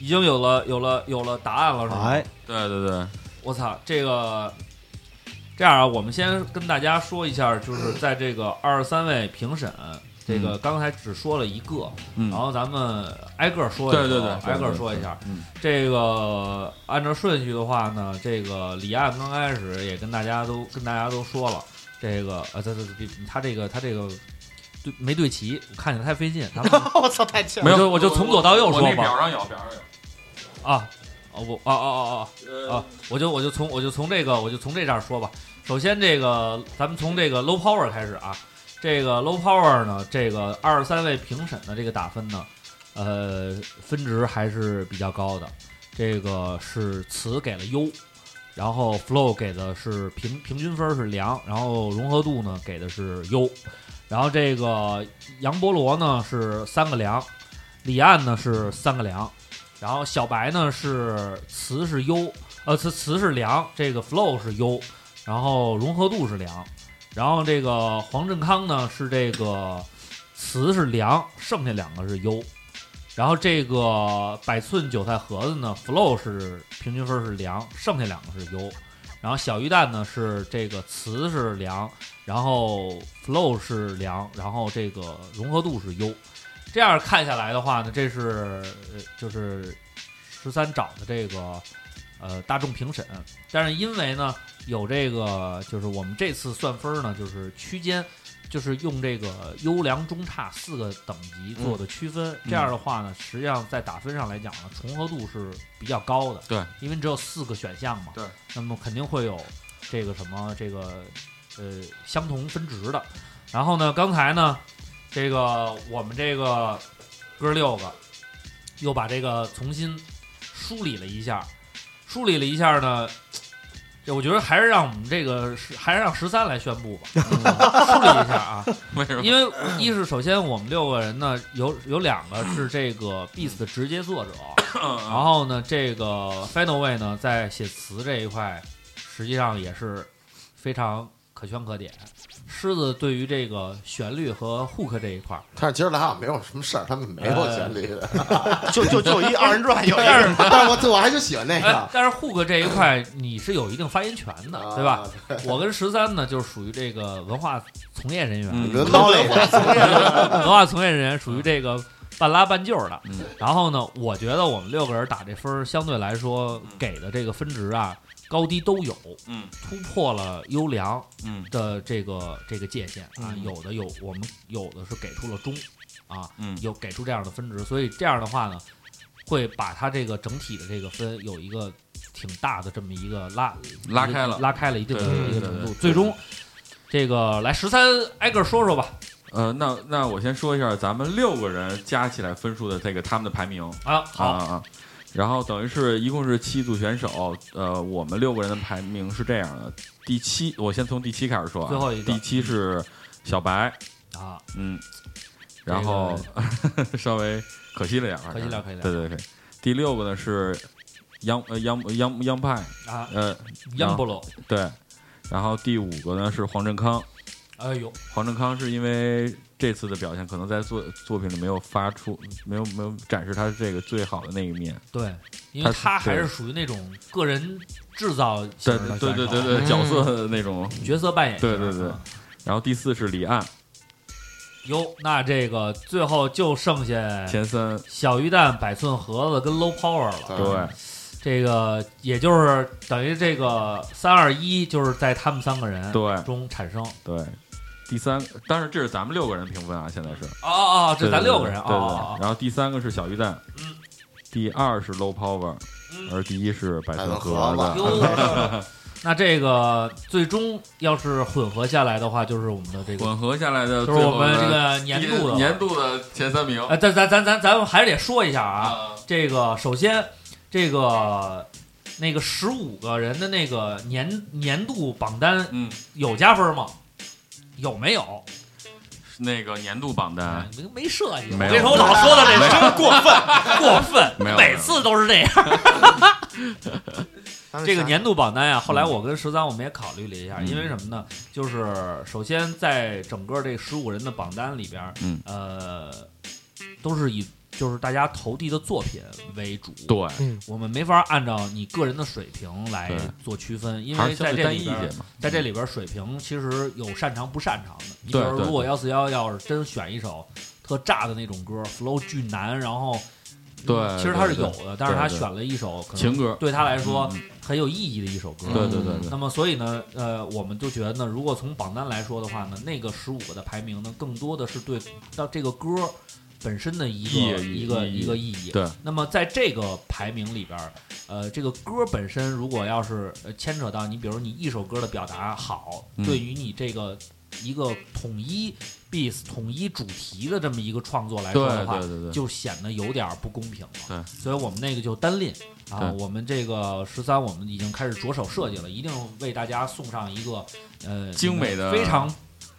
[SPEAKER 3] 已经有了，有了，有了答案了，是吧？
[SPEAKER 4] 哎，对对对，
[SPEAKER 3] 我操，这个这样啊，我们先跟大家说一下，就是在这个二十三位评审，这个刚才只说了一个，
[SPEAKER 4] 嗯
[SPEAKER 3] 然后咱们挨个说一下，
[SPEAKER 4] 对对对对对
[SPEAKER 3] 挨个说一下。
[SPEAKER 4] 嗯
[SPEAKER 3] 这个按照顺序的话呢，这个李岸刚开始也跟大家都跟大家都说了，这个呃，这这这他这个他这个。对，没对齐，我看起来太费劲。咱们
[SPEAKER 6] 我操，太欠
[SPEAKER 3] 我就我就从左到右说
[SPEAKER 4] 我
[SPEAKER 3] 吧。
[SPEAKER 4] 那表上有，表上有。
[SPEAKER 3] 啊，哦我啊啊啊啊啊！我就我就从我就从这个我就从这这儿说吧。首先，这个咱们从这个 low power 开始啊。这个 low power 呢，这个二十三位评审的这个打分呢，呃，分值还是比较高的。这个是词给了优，然后 flow 给的是平平均分是良，然后融合度呢给的是优，然后这个杨菠萝呢是三个良，李岸呢是三个梁，然后小白呢是词是优，呃词词是梁，这个 flow 是优，然后融合度是梁，然后这个黄振康呢是这个词是梁，剩下两个是优。然后这个百寸韭菜盒子呢，flow 是平均分是梁，剩下两个是优。然后小鱼蛋呢是这个词是梁，然后 flow 是梁，然后这个融合度是优。这样看下来的话呢，这是呃就是十三找的这个呃大众评审，但是因为呢有这个就是我们这次算分呢，就是区间。就是用这个优良中差四个等级做的区分，
[SPEAKER 4] 嗯
[SPEAKER 3] 这样的话呢，实际上在打分上来讲呢，重合度是比较高的。
[SPEAKER 4] 对，
[SPEAKER 3] 因为只有四个选项嘛。
[SPEAKER 4] 对，
[SPEAKER 3] 那么肯定会有这个什么这个呃相同分值的。然后呢，刚才呢，这个我们这个哥六个又把这个重新梳理了一下，梳理了一下呢。这我觉得还是让我们这个是还是让十三来宣布吧， 嗯梳理一下啊。
[SPEAKER 4] 为什么
[SPEAKER 3] 因为一是首先我们六个人呢，有有两个是这个 Beats 的直接作者，
[SPEAKER 4] 嗯
[SPEAKER 3] 然后呢，这个 Final Way 呢在写词这一块，实际上也是非常可圈可点。狮子对于这个旋律和 hook 这一块儿，
[SPEAKER 5] 但是其实俩没有什么事儿，他们没
[SPEAKER 3] 呃
[SPEAKER 5] 有旋律的，
[SPEAKER 3] 就就就一二人 转有一个
[SPEAKER 5] 呃但是但是我就 我还就喜欢那
[SPEAKER 3] 哎
[SPEAKER 5] 个，
[SPEAKER 3] 但是 hook 这一块你是有一定发言权的，
[SPEAKER 5] 啊
[SPEAKER 3] 啊对吧？我跟十三呢，就是属于这个文化从业人员，
[SPEAKER 4] 嗯
[SPEAKER 3] 文
[SPEAKER 4] 文化从业人员
[SPEAKER 3] 文化从业人员属于这个半拉半就的。
[SPEAKER 4] 嗯
[SPEAKER 3] 然后呢，我觉得我们六个人打这分儿，相对来说给的这个分值啊，高低都有，
[SPEAKER 4] 嗯，
[SPEAKER 3] 突破了优良，
[SPEAKER 4] 嗯
[SPEAKER 3] 的这个这个界限啊，
[SPEAKER 4] 嗯
[SPEAKER 3] 有的有我们有的是给出了中，啊，
[SPEAKER 4] 嗯
[SPEAKER 3] 有给出这样的分值，所以这样的话呢，会把它这个整体的这个分有一个挺大的这么一个拉
[SPEAKER 4] 拉开了
[SPEAKER 3] 拉开了一定的
[SPEAKER 4] 对对对
[SPEAKER 3] 一个程
[SPEAKER 4] 对
[SPEAKER 3] 度，
[SPEAKER 4] 对
[SPEAKER 3] 最终这个来十三挨个说说吧。
[SPEAKER 4] 呃，那那我先说一下咱们六个人加起来分数的这个他们的排名
[SPEAKER 3] 啊好
[SPEAKER 4] 啊啊然后等于是一共是七组选手，呃，我们六个人的排名是这样的：第七，我先从第七开始说啊，
[SPEAKER 3] 最后一个
[SPEAKER 4] 第七是小白
[SPEAKER 3] 啊，
[SPEAKER 4] 嗯，然后、 稍微可惜了点儿，
[SPEAKER 3] 可惜了可惜了
[SPEAKER 4] 对对对。第六个呢是央呃央央央派
[SPEAKER 3] 啊
[SPEAKER 4] 呃
[SPEAKER 3] 央布
[SPEAKER 4] 然后
[SPEAKER 3] 鲁
[SPEAKER 4] 对，然后第五个呢是黄振康，
[SPEAKER 3] 哎呦，
[SPEAKER 4] 黄正康是因为这次的表现，可能在作作品里没有发出，没有没有展示他这个最好的那一面。
[SPEAKER 3] 对，因为他还是
[SPEAKER 4] 对
[SPEAKER 3] 属于那种个人制造型
[SPEAKER 4] 对
[SPEAKER 3] 的
[SPEAKER 4] 对对
[SPEAKER 3] 选手
[SPEAKER 4] 对对角色的那种
[SPEAKER 3] 嗯角色扮演嗯型
[SPEAKER 4] 对对对。然后第四是李岸，
[SPEAKER 3] 哟，那这个最后就剩下
[SPEAKER 4] 前三
[SPEAKER 3] 小鱼蛋、百寸盒子跟 Low Power 了。
[SPEAKER 4] 对，
[SPEAKER 3] 这个也就是等于这个三二一，就是在他们三个人
[SPEAKER 4] 对
[SPEAKER 3] 中产生。
[SPEAKER 4] 对，第三，但是这是咱们六个人评分啊，现在是。
[SPEAKER 3] 哦哦这
[SPEAKER 4] 对
[SPEAKER 3] 咱
[SPEAKER 4] 对对
[SPEAKER 3] 六个人
[SPEAKER 4] 对对对
[SPEAKER 3] 哦哦哦嗯
[SPEAKER 4] 然后第三个是小鱼蛋，第二是 Low Power，而第一是百合盒
[SPEAKER 3] 哟
[SPEAKER 4] 子。
[SPEAKER 3] 那这个最终要是混合下来的话，就是我们的这个
[SPEAKER 4] 混合下来的
[SPEAKER 3] 就是我们
[SPEAKER 4] 最
[SPEAKER 3] 这
[SPEAKER 4] 后
[SPEAKER 3] 个
[SPEAKER 4] 的
[SPEAKER 3] 年度的
[SPEAKER 4] 年度的前三名。
[SPEAKER 3] 哎，咱咱咱咱咱们还是得说一下啊，这个首先这个那个十五个人的那个年年度榜单，
[SPEAKER 4] 嗯，
[SPEAKER 3] 有加分吗？有没有？哎
[SPEAKER 4] 那个年度榜单，
[SPEAKER 3] 没没设计，我
[SPEAKER 4] 没有
[SPEAKER 3] 跟你说，我老说的这
[SPEAKER 4] 没有
[SPEAKER 3] 真过 分，过
[SPEAKER 4] 没
[SPEAKER 3] 分，
[SPEAKER 4] 有
[SPEAKER 3] 每次都是这样。 这个年度榜单呀、后来我跟十三我们也考虑了一下，
[SPEAKER 4] 嗯
[SPEAKER 3] 因为什么呢？就是首先在整个这十五人的榜单里边，
[SPEAKER 4] 嗯
[SPEAKER 3] 呃，都是以就是大家投递的作品为主，
[SPEAKER 4] 对
[SPEAKER 1] 嗯
[SPEAKER 3] 我们没法按照你个人的水平来
[SPEAKER 4] 对
[SPEAKER 3] 做区分，因
[SPEAKER 4] 还
[SPEAKER 3] 为
[SPEAKER 4] 是
[SPEAKER 3] 在
[SPEAKER 4] 相对
[SPEAKER 3] 这里
[SPEAKER 4] 单一一
[SPEAKER 3] 边
[SPEAKER 4] 些嘛，嗯
[SPEAKER 3] 在这里边水平其实有擅长不擅长的。你比
[SPEAKER 4] 对
[SPEAKER 3] 如
[SPEAKER 4] 对
[SPEAKER 3] 如果
[SPEAKER 4] 对
[SPEAKER 3] 幺四幺要是真选一首特炸的那种歌，flow 巨难，然后嗯
[SPEAKER 4] 对
[SPEAKER 3] 其实他是
[SPEAKER 4] 对
[SPEAKER 3] 有
[SPEAKER 4] 对
[SPEAKER 3] 的，但是他
[SPEAKER 4] 对对
[SPEAKER 3] 选了一首可能
[SPEAKER 4] 情歌
[SPEAKER 3] 对他来说
[SPEAKER 4] 嗯嗯
[SPEAKER 3] 很有意义的一首歌。
[SPEAKER 4] 对对对对
[SPEAKER 3] 那么所以呢，呃，我们就觉得呢，如果从榜单来说的话呢，那个十五个的排名呢，更多的是对到这个歌本身的一个
[SPEAKER 4] 意义
[SPEAKER 3] 一个
[SPEAKER 4] 意义
[SPEAKER 3] 一个意义。
[SPEAKER 4] 对
[SPEAKER 3] 那么在这个排名里边儿，呃，这个歌本身如果要是呃牵扯到你，比如你一首歌的表达好，
[SPEAKER 4] 嗯
[SPEAKER 3] 对于你这个一个统一 beats 统一主题的这么一个创作来说的话，
[SPEAKER 4] 对对对对
[SPEAKER 3] 就显得有点儿不公平了。
[SPEAKER 4] 对，
[SPEAKER 3] 所以我们那个就单拎啊，
[SPEAKER 4] 对
[SPEAKER 3] 我们这个十三我们已经开始着手设计了，一定为大家送上一个呃
[SPEAKER 4] 精美的
[SPEAKER 3] 你们
[SPEAKER 4] 嗯
[SPEAKER 3] 非常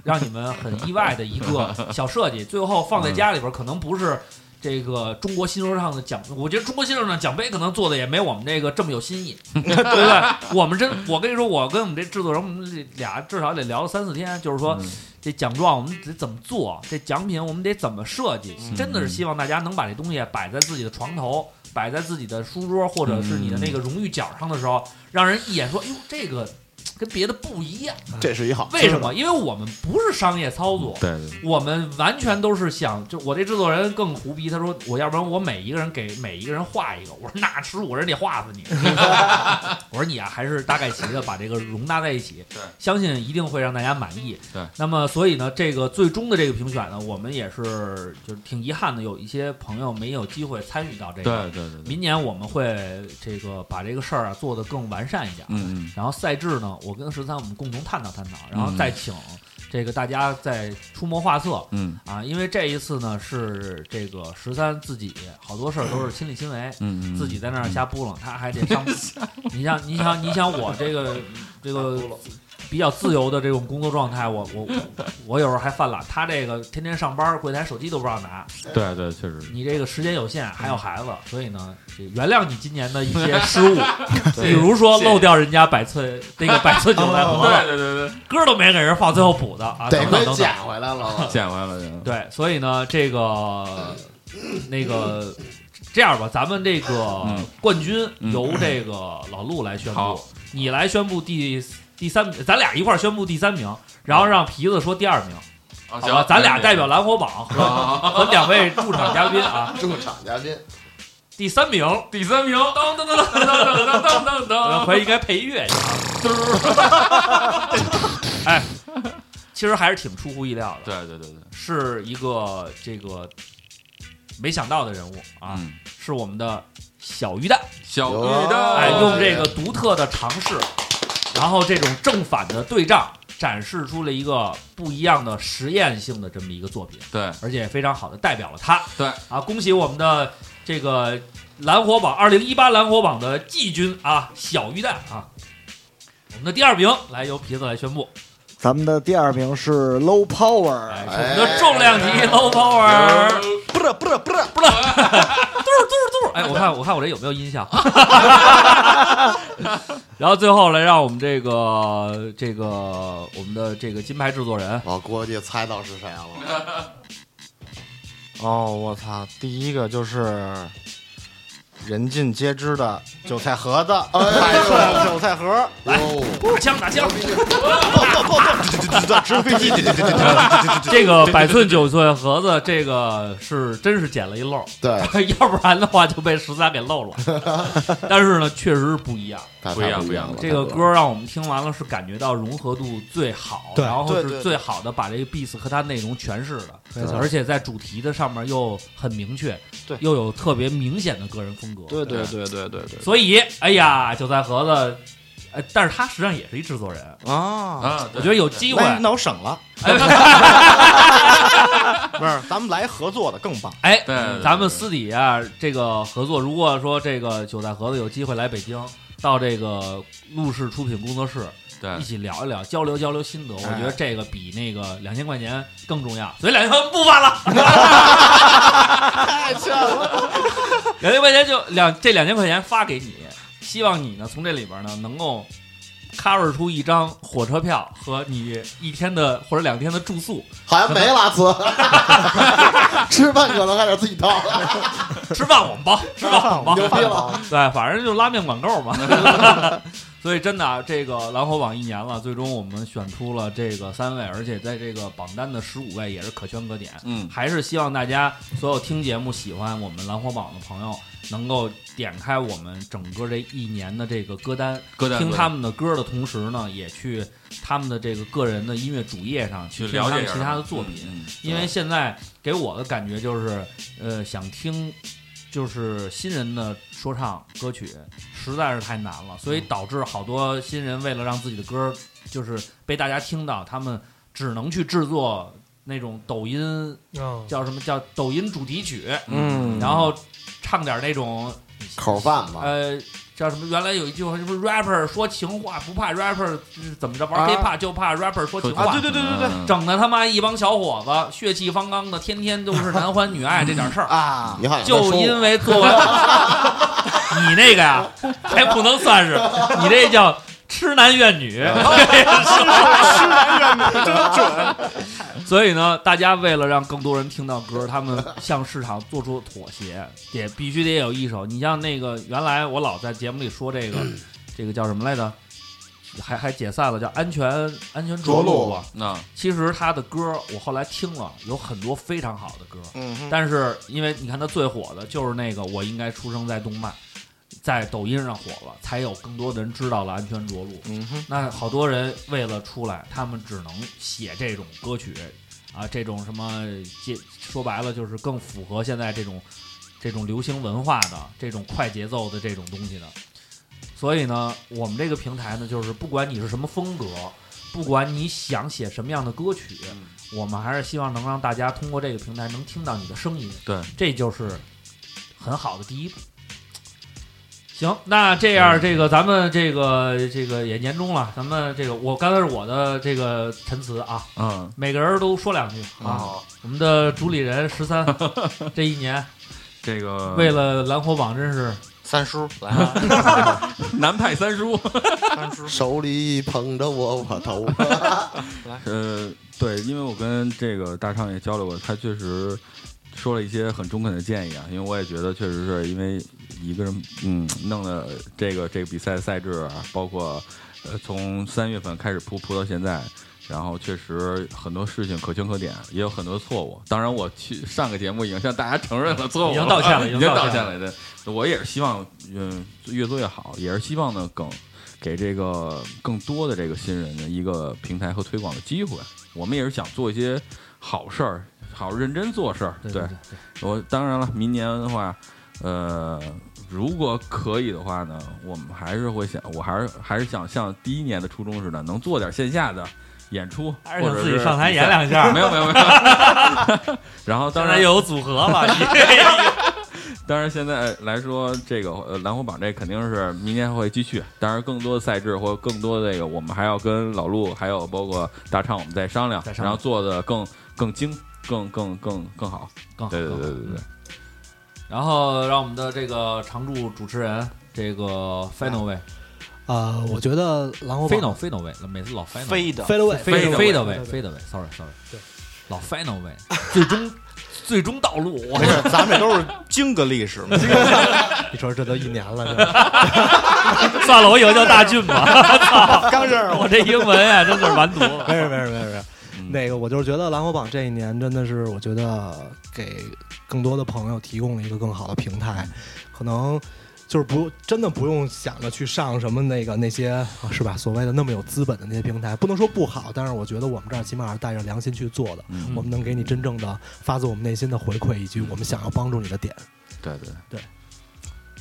[SPEAKER 3] 让你们很意外的一个小设计，最后放在家里边儿可能不是。这个中国新说唱的奖，我觉得中国新说唱奖杯可能做的也没我们这个这么有新意， 对不对？我们真，我跟你说，我跟我们这制作人，我们俩至少得聊了三四天，就是说、
[SPEAKER 4] 嗯
[SPEAKER 3] 这奖状我们得怎么做，这奖品我们得怎么设计，真的是希望大家能把这东西摆在自己的床头。摆在自己的书桌或者是你的那个荣誉角上的时候，让人一眼说：“哟，这个跟别的不一样。”
[SPEAKER 5] 这是一好，
[SPEAKER 3] 为什么？因为我们不是商业操作，
[SPEAKER 4] 对对
[SPEAKER 3] 我们完全都是想，就我这制作人更胡逼，他说我要不然我每一个人给每一个人画一个，我说那十五个人得画死你， 我说你啊还是大概齐的把这个容纳在一起，
[SPEAKER 4] 对，
[SPEAKER 3] 相信一定会让大家满意。
[SPEAKER 4] 对，
[SPEAKER 3] 那么所以呢，这个最终的这个评选呢，我们也是就是挺遗憾的，有一些朋友没有机会参与到这个，
[SPEAKER 4] 对对对对
[SPEAKER 3] 明年我们会这个把这个事儿啊做得更完善一点，
[SPEAKER 4] 嗯嗯
[SPEAKER 3] 然后赛制呢，我跟十三我们共同探讨探讨，然后再
[SPEAKER 4] 嗯
[SPEAKER 3] 请这个大家再出谋划策。
[SPEAKER 4] 嗯
[SPEAKER 3] 啊，因为这一次呢是这个十三自己好多事儿都是亲力亲为，
[SPEAKER 4] 嗯嗯嗯
[SPEAKER 3] 自己在那儿瞎扑棱，他还得上。你像你想你想我这个这个比较自由的这种工作状态，我我我我有时候还犯懒，他这个天天上班，柜台手机都不让拿。
[SPEAKER 4] 对对，确实
[SPEAKER 5] 嗯
[SPEAKER 4] 是。，
[SPEAKER 3] 你这个时间有限，还有孩子，所以呢，这原谅你今年的一些失 误比如说
[SPEAKER 4] 谢谢
[SPEAKER 3] 漏掉人家百寸那个百 寸韭菜葡萄，
[SPEAKER 4] 对对对对，
[SPEAKER 3] 歌都没给人放，最后补的啊，
[SPEAKER 5] 得
[SPEAKER 3] 等等等
[SPEAKER 5] 亏
[SPEAKER 3] 等
[SPEAKER 5] 捡回来 了
[SPEAKER 4] 捡回来了
[SPEAKER 3] 对，所以呢，这 个那个这样吧，咱们这个
[SPEAKER 4] 嗯
[SPEAKER 3] 冠军
[SPEAKER 4] 嗯
[SPEAKER 3] 由这个老陆来宣布
[SPEAKER 4] 好，
[SPEAKER 3] 你来宣布第第三，咱俩一块儿宣布第三名，然后让皮子说第二名。
[SPEAKER 4] 啊
[SPEAKER 3] 好吧，
[SPEAKER 4] 行
[SPEAKER 3] 咱
[SPEAKER 4] 没
[SPEAKER 3] 俩
[SPEAKER 4] 问题
[SPEAKER 3] 代表蓝火榜和
[SPEAKER 4] 好好
[SPEAKER 3] 和两位驻场嘉宾啊，
[SPEAKER 5] 驻场嘉宾，
[SPEAKER 3] 第三名，
[SPEAKER 4] 第三名，
[SPEAKER 3] 噔噔噔噔噔噔噔噔，回应该配乐去啊。哎，其实还是挺出乎意料
[SPEAKER 4] 的。对对对对，
[SPEAKER 3] 是一个这个没想到的人物啊，是我们的小鱼蛋，
[SPEAKER 4] 嗯小
[SPEAKER 5] 鱼蛋
[SPEAKER 3] 哎，用这个独特的尝试，然后这种正反的对仗，展示出了一个不一样的实验性的这么一个作品。
[SPEAKER 4] 对，
[SPEAKER 3] 而且非常好的代表了他。
[SPEAKER 4] 对
[SPEAKER 3] 啊，恭喜我们的这个蓝火榜二零一八蓝火榜的季军啊，小鱼蛋啊，我们的第二名来由皮子来宣布，
[SPEAKER 8] 咱们的第二名是 Low Power，
[SPEAKER 3] 我们的重量级 low power，不是不是不是 不是，嘟嘟嘟，哎，我看我看我这有没有 音效？然后最后来让我们这个这个我们的这个金牌制作人，
[SPEAKER 5] 我估计猜到是谁了。
[SPEAKER 6] 哦，我操！第一个就是人尽皆知的韭菜盒子，百寸哎韭菜盒，
[SPEAKER 5] 来
[SPEAKER 3] 打枪打枪，
[SPEAKER 6] 直飞机，
[SPEAKER 3] 这个百寸九寸盒子，这个是真是捡了一漏，
[SPEAKER 5] 对，
[SPEAKER 3] 要不然的话就被十三给漏 了。 但是呢，确实是不一样，
[SPEAKER 5] 太不一样不一样了
[SPEAKER 3] 这个歌让我们听完了是感觉到融合度最好，
[SPEAKER 1] 对
[SPEAKER 3] 然后
[SPEAKER 1] 对
[SPEAKER 3] 是
[SPEAKER 1] 对对
[SPEAKER 3] 最好的把这个 beats 和它内容诠释了，
[SPEAKER 1] 没错
[SPEAKER 3] 而且在主题的上面又很明确，
[SPEAKER 6] 对，
[SPEAKER 3] 又有特别明显的个人风格，
[SPEAKER 6] 对对对对对对
[SPEAKER 3] 所以，哎呀，韭菜盒子。呃，但是他实际上也是一制作人
[SPEAKER 6] 啊
[SPEAKER 3] 我觉得有机会，
[SPEAKER 6] 那那我省 了。不是，咱们来合作的更棒。
[SPEAKER 3] 哎，
[SPEAKER 6] 对对对
[SPEAKER 3] 咱们私底下这个合作，如果说这个韭菜盒子有机会来北京，到这个陆氏出品工作室，
[SPEAKER 4] 对
[SPEAKER 3] 一起聊一聊，交流交流心得。我
[SPEAKER 4] 哎
[SPEAKER 3] 觉得这个比那个两千块钱更重要，所以两千块钱不发了，
[SPEAKER 6] 太欠了。
[SPEAKER 3] 两千块钱就两这两千块钱发给你，希望你呢从这里边呢能够 cover 出一张火车票和你一天的或者两天的住宿，
[SPEAKER 5] 好像没 了，子，吃饭可能还得自己掏。
[SPEAKER 3] 吃饭我们包， 吃饭 我们包，
[SPEAKER 5] 牛逼了！
[SPEAKER 3] 啊
[SPEAKER 4] 啊
[SPEAKER 3] 对，反正就拉面管够嘛。 所以真的啊，这个蓝火榜一年了，最终我们选出了这个三位，而且在这个榜单的十五位也是可圈可点。
[SPEAKER 4] 嗯
[SPEAKER 3] 还是希望大家所有听节目喜欢我们蓝火榜的朋友，能够点开我们整个这一年的这个歌单，
[SPEAKER 4] 歌单
[SPEAKER 3] 听
[SPEAKER 4] 歌单
[SPEAKER 3] 他们的歌的同时呢，也去他们的这个个人的音乐主页上去
[SPEAKER 4] 去
[SPEAKER 3] 听
[SPEAKER 4] 了
[SPEAKER 3] 他
[SPEAKER 4] 解
[SPEAKER 3] 们
[SPEAKER 4] 一下
[SPEAKER 3] 其他的作品。
[SPEAKER 4] 嗯嗯
[SPEAKER 3] 因为现在给我的感觉就是，呃，想听就是新人的说唱歌曲实在是太难了，所
[SPEAKER 5] 嗯
[SPEAKER 3] 以导致好多新人为了让自己的歌就是被大家听到，他们只能去制作那种抖音
[SPEAKER 1] 哦
[SPEAKER 3] 叫什么叫抖音主题曲，
[SPEAKER 5] 嗯
[SPEAKER 3] 然后唱点那种
[SPEAKER 5] 口饭吧
[SPEAKER 3] 呃，叫什么？原来有一句话，是不是 rapper 说情话不怕 rapper 是怎么着玩
[SPEAKER 6] 啊
[SPEAKER 3] hiphop 就怕 rapper 说情话？
[SPEAKER 6] 啊对对对对
[SPEAKER 5] 嗯
[SPEAKER 6] 对
[SPEAKER 3] 整的他妈一帮小伙子血气方刚的，天天都是男欢女爱这点事儿
[SPEAKER 6] 啊
[SPEAKER 5] 你好像在说
[SPEAKER 3] 就
[SPEAKER 5] 我
[SPEAKER 3] 因为做 你那个呀，还不能算是你这叫痴男怨 女。
[SPEAKER 6] 痴男 怨女真准。
[SPEAKER 3] 所以呢，大家为了让更多人听到歌，他们向市场做出妥协，也必须得有一首。你像那个原来我老在节目里说这个，这个叫什么来着？还还解散了，叫安全安全着陆吧。
[SPEAKER 4] 着陆啊
[SPEAKER 3] 其实他的歌我后来听了，有很多非常好的歌，
[SPEAKER 4] 嗯哼
[SPEAKER 3] 但是因为你看他最火的就是那个我应该出生在动漫。在抖音上火了，才有更多的人知道了安全着陆。
[SPEAKER 6] 嗯哼
[SPEAKER 3] 那好多人为了出来，他们只能写这种歌曲，啊，这种什么，这说白了就是更符合现在这种这种流行文化的这种快节奏的这种东西的。所以呢，我们这个平台呢，就是不管你是什么风格，不管你想写什么样的歌曲，
[SPEAKER 4] 嗯
[SPEAKER 3] 我们还是希望能让大家通过这个平台能听到你的声音。
[SPEAKER 4] 对，
[SPEAKER 3] 这就是很好的第一步。行，那这样这个咱们这个这个也年终了，咱们这个我刚才是我的这个陈词啊，
[SPEAKER 4] 嗯，
[SPEAKER 3] 每个人都说两句
[SPEAKER 4] 嗯
[SPEAKER 3] 啊
[SPEAKER 4] 好。
[SPEAKER 3] 我们的主理人十 三，这一年
[SPEAKER 4] 这个
[SPEAKER 3] 为了蓝火榜真是
[SPEAKER 6] 三叔 来
[SPEAKER 3] 了，
[SPEAKER 4] 啊南派三叔，
[SPEAKER 6] 三叔
[SPEAKER 5] 手里捧着我我头，
[SPEAKER 4] 呃，对，因为我跟这个大畅也交流过，他确实说了一些很中肯的建议啊，因为我也觉得确实是因为一个人，嗯，弄了这个这个比赛赛制啊，包括呃从三月份开始铺铺到现在。然后确实很多事情可圈可点，也有很多错误。当然，我去上个节目已经向大家承认了错误，啊
[SPEAKER 3] 已经道歉了
[SPEAKER 4] 已
[SPEAKER 3] 已
[SPEAKER 4] 经
[SPEAKER 3] 经
[SPEAKER 4] 道
[SPEAKER 3] 道
[SPEAKER 4] 歉
[SPEAKER 3] 歉
[SPEAKER 4] 了。
[SPEAKER 3] 了
[SPEAKER 4] 对，我也是希望，嗯，越做越好，也是希望呢，更给这个更多的这个新人的一个平台和推广的机会。我们也是想做一些好事儿，好认真做事儿。对我当然了，明年的话，呃，如果可以的话呢，我们还是会想，我还是还是想像第一年的初衷似的，能做点线下的。演出，
[SPEAKER 3] 还是
[SPEAKER 4] 或
[SPEAKER 3] 想
[SPEAKER 4] 者
[SPEAKER 3] 自己上台
[SPEAKER 4] 比
[SPEAKER 3] 演
[SPEAKER 4] 赛
[SPEAKER 3] 两 下
[SPEAKER 4] 没有没有没 有。 然后当
[SPEAKER 3] 现
[SPEAKER 4] 然
[SPEAKER 3] 在又有组合 了你
[SPEAKER 4] 当然，现在来说，这个呃蓝火榜这肯定是明年还会继续。当然，更多的赛制或更多的这个，我们还要跟老陆还有包括大畅，我们再商量，
[SPEAKER 3] 再商量
[SPEAKER 4] 然后做的更更精、更更更更好。
[SPEAKER 3] 更好
[SPEAKER 4] 对对对对对。
[SPEAKER 3] 然后让我们的这个常驻主持人这个 final 位
[SPEAKER 1] 啊，我觉得蓝火
[SPEAKER 3] final
[SPEAKER 1] 榜
[SPEAKER 3] final 位，每次老 final
[SPEAKER 1] Fade away
[SPEAKER 3] fade
[SPEAKER 1] Fade
[SPEAKER 3] fade
[SPEAKER 1] away
[SPEAKER 3] away fade away sorry sorry
[SPEAKER 1] 对
[SPEAKER 3] 老 final 位，最终最终道路，我
[SPEAKER 6] 没事，咱们都是经个历史嘛。
[SPEAKER 1] 你说这都一年了，
[SPEAKER 3] 算了，我以后叫大俊吧。
[SPEAKER 6] 刚认识
[SPEAKER 3] 我这英文啊，真的是完犊嗯了。
[SPEAKER 1] 没事没事没事，那个我就是觉得蓝火榜这一年真的是，我觉得给更多的朋友提供了一个更好的平台，可能。就是不真的不用想着去上什么那个那些、啊是吧？所谓的那么有资本的那些平台，不能说不好，但是我觉得我们这儿起码是带着良心去做的，
[SPEAKER 4] 嗯
[SPEAKER 1] 我们能给你真正的发自我们内心的回馈，以及我们想要帮助你的点。
[SPEAKER 4] 对对
[SPEAKER 1] 对，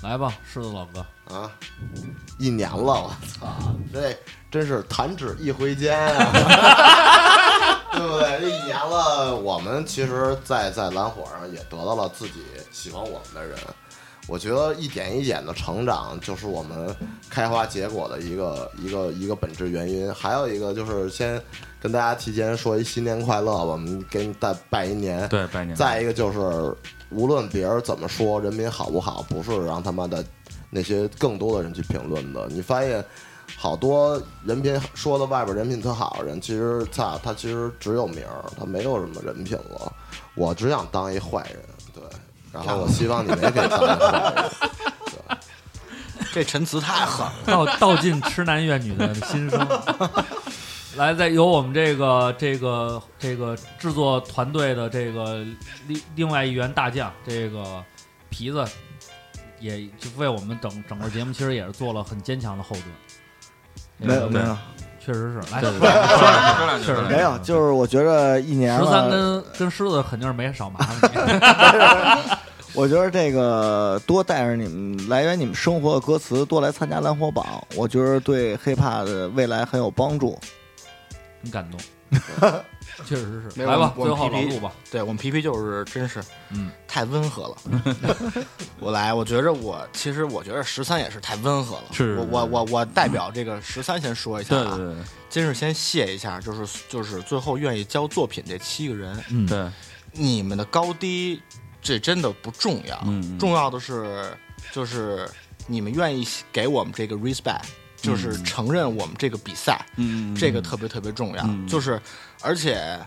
[SPEAKER 3] 来吧，狮子老哥
[SPEAKER 5] 啊，一年了，我操，这真是弹指一挥 间啊，对不对？这一年了，我们其实在，在蓝火上也得到了自己喜欢我们的人。我觉得一点一点的成长，就是我们开花结果的一个一个一个本质原因。还有一个就是先跟大家提前说一新年快乐吧，我们给你再拜一年，
[SPEAKER 4] 对拜年
[SPEAKER 5] 再一个就是，无论别人怎么说，人民好不好，不是让他妈的那些更多的人去评论的。你发现好多人品说的外边人品特好的人，其实操他其实只有名儿，他没有什么人品了。我只想当一坏人，对。然后我希望你们也可以当一坏人。
[SPEAKER 6] 这陈词太狠了，
[SPEAKER 3] 道道尽痴男怨女的心声。来，再由我们这个这个这个制作团队的这个另另外一员大将，这个皮子，也就为我们整整个节目其实也是做了很坚强的后盾。
[SPEAKER 8] 没有没有，
[SPEAKER 3] 确实是。来，
[SPEAKER 8] 对
[SPEAKER 3] 说
[SPEAKER 8] 对对
[SPEAKER 3] 两句，确实是
[SPEAKER 8] 没有，就是我觉得一年
[SPEAKER 3] 十三
[SPEAKER 8] 了，
[SPEAKER 3] 跟跟狮子肯定是没少麻烦你。
[SPEAKER 8] 我觉得这个多带着你们来源你们生活的歌词，多来参加蓝火榜，我觉得对 hiphop 的未来很有帮助。
[SPEAKER 3] 很感动。 确实是
[SPEAKER 6] 没有
[SPEAKER 3] 来吧
[SPEAKER 6] 我们
[SPEAKER 3] 最后
[SPEAKER 6] 皮皮
[SPEAKER 3] 老陆吧
[SPEAKER 6] 对我们皮皮就是真是，
[SPEAKER 3] 嗯，
[SPEAKER 6] 太温和了。 我来，我觉着我其实我觉着十三也是太温和了。
[SPEAKER 4] 是
[SPEAKER 6] 我我我我代表这个十三先说一下啊，
[SPEAKER 4] 对对对
[SPEAKER 6] 真是先谢一下，就是就是最后愿意交作品这七个人，
[SPEAKER 4] 嗯对，
[SPEAKER 6] 你们的高低这真的不重要，
[SPEAKER 4] 嗯嗯
[SPEAKER 6] 重要的是就是你们愿意给我们这个 respect，就是
[SPEAKER 3] 嗯
[SPEAKER 6] 承认我们这个比赛，
[SPEAKER 4] 嗯
[SPEAKER 6] 这个特别特别重要，
[SPEAKER 4] 嗯
[SPEAKER 6] 就是而且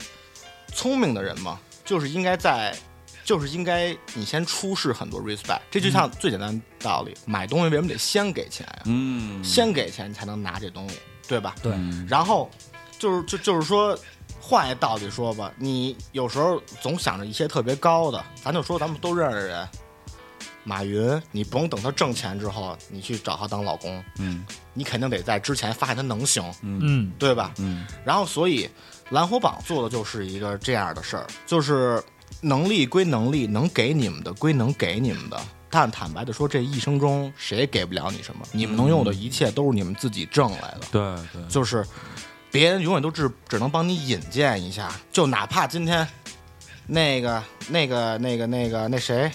[SPEAKER 6] 聪明的人嘛，就是应该在。就是应该你先出示很多 respect，这
[SPEAKER 4] 嗯
[SPEAKER 6] 就像最简单的道理，买东西为什么得先给钱呀、
[SPEAKER 4] 嗯，
[SPEAKER 6] 先给钱你才能拿这东西，对吧？
[SPEAKER 3] 对。
[SPEAKER 6] 然后就是就就是说，换一道理说吧，你有时候总想着一些特别高的，咱就说咱们都认识的人，马云，你不用等他挣钱之后，你去找他当老公，
[SPEAKER 4] 嗯
[SPEAKER 6] 你肯定得在之前发现他能行，
[SPEAKER 4] 嗯
[SPEAKER 6] 对吧？
[SPEAKER 4] 嗯
[SPEAKER 6] 然后所以蓝火榜做的就是一个这样的事儿，就是能力归能力，能给你们的归能给你们的。但坦白的说，这一生中谁也给不了你什么，你们能用的一切都是你们自己挣来的。
[SPEAKER 4] 嗯对对，
[SPEAKER 6] 就是别人永远都只只能帮你引荐一下，就哪怕今天那个那个那个那个那谁，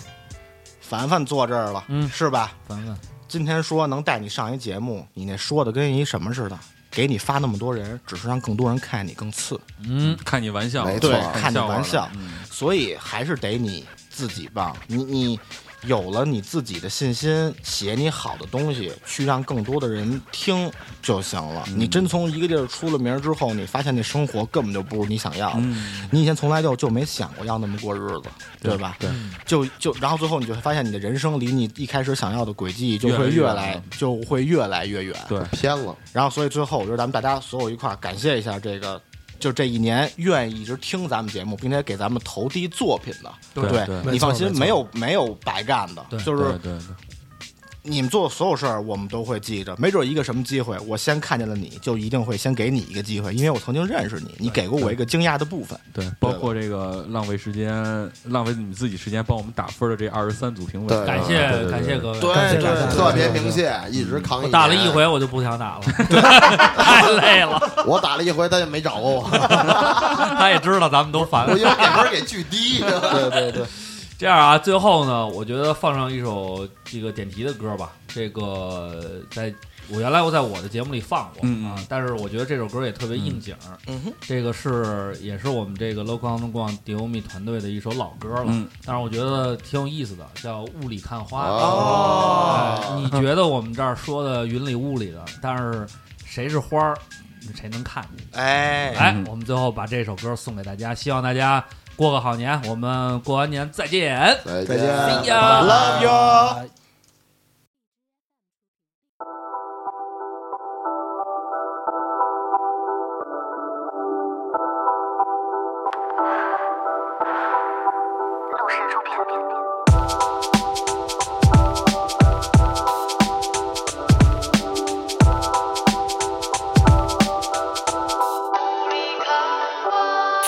[SPEAKER 6] 凡凡坐这儿了，嗯，是吧？
[SPEAKER 3] 凡凡
[SPEAKER 6] 今天说能带你上一节目，你那说的跟一什么似的，给你发那么多人，只是让更多人看你更次，
[SPEAKER 4] 嗯，看你玩笑，
[SPEAKER 6] 对，
[SPEAKER 4] 看
[SPEAKER 6] 看你玩
[SPEAKER 4] 笑
[SPEAKER 6] 笑，，所以还是得你自己棒，你你。有了你自己的信心，写你好的东西，去让更多的人听就行了。
[SPEAKER 3] 嗯
[SPEAKER 6] 你真从一个地儿出了名儿之后，你发现那生活根本就不是你想要
[SPEAKER 3] 嗯
[SPEAKER 6] 的。你以前从来就就没想过要那么过日子，对吧？
[SPEAKER 4] 对
[SPEAKER 6] 就就然后最后你就会发现，你的人生离你一开始想要的轨迹就会
[SPEAKER 4] 越
[SPEAKER 6] 越
[SPEAKER 4] 来越
[SPEAKER 6] 来
[SPEAKER 4] 远
[SPEAKER 6] 就会越来越远，
[SPEAKER 4] 对
[SPEAKER 6] 偏了。然后所以最后，我觉得咱们大家所有一块儿感谢一下这个。就这一年愿意一直听咱们节目，并且给咱们投递作品的，
[SPEAKER 4] 对嗯对
[SPEAKER 6] 你放
[SPEAKER 4] 没
[SPEAKER 6] 心，
[SPEAKER 4] 错
[SPEAKER 6] 没有没有白干的，
[SPEAKER 4] 对
[SPEAKER 6] 就是
[SPEAKER 4] 对对对
[SPEAKER 6] 你们做的所有事儿，我们都会记着。没准一个什么机会，我先看见了你，就一定会先给你一个机会，因为我曾经认识你，你给过我一个惊讶的部分。
[SPEAKER 4] 对，包括这个浪费时间、浪费你们自己时间帮我们打分的这二十三组评委，啊
[SPEAKER 3] 感谢感谢各位，我打了一回我就不想打了， 太累了。
[SPEAKER 5] 我打了一回，他就没找过我，
[SPEAKER 3] 他也知道咱们都烦，
[SPEAKER 5] 我因为给分给巨低。
[SPEAKER 6] 对对对，
[SPEAKER 3] 这样啊，最后呢，我觉得放上一首这个点题的歌吧。这个在我原来我在我的节目里放过、
[SPEAKER 4] 嗯
[SPEAKER 3] 啊，但是我觉得这首歌也特别应景。
[SPEAKER 6] 嗯哼，
[SPEAKER 3] 这个是也是我们这个 Local Underground Diomi 团队的一首老歌了，
[SPEAKER 4] 嗯
[SPEAKER 3] 但是我觉得挺有意思的，叫《雾里看花》。
[SPEAKER 4] 哦
[SPEAKER 3] 哎你觉得我们这儿说的云里雾里的，但是谁是花儿，谁能看见？
[SPEAKER 6] 哎
[SPEAKER 3] 哎
[SPEAKER 6] 嗯，
[SPEAKER 3] 我们最后把这首歌送给大家，希望大家过个好年。我们过完年再见，
[SPEAKER 5] 再
[SPEAKER 6] 再见
[SPEAKER 3] See ya
[SPEAKER 6] ，Love you。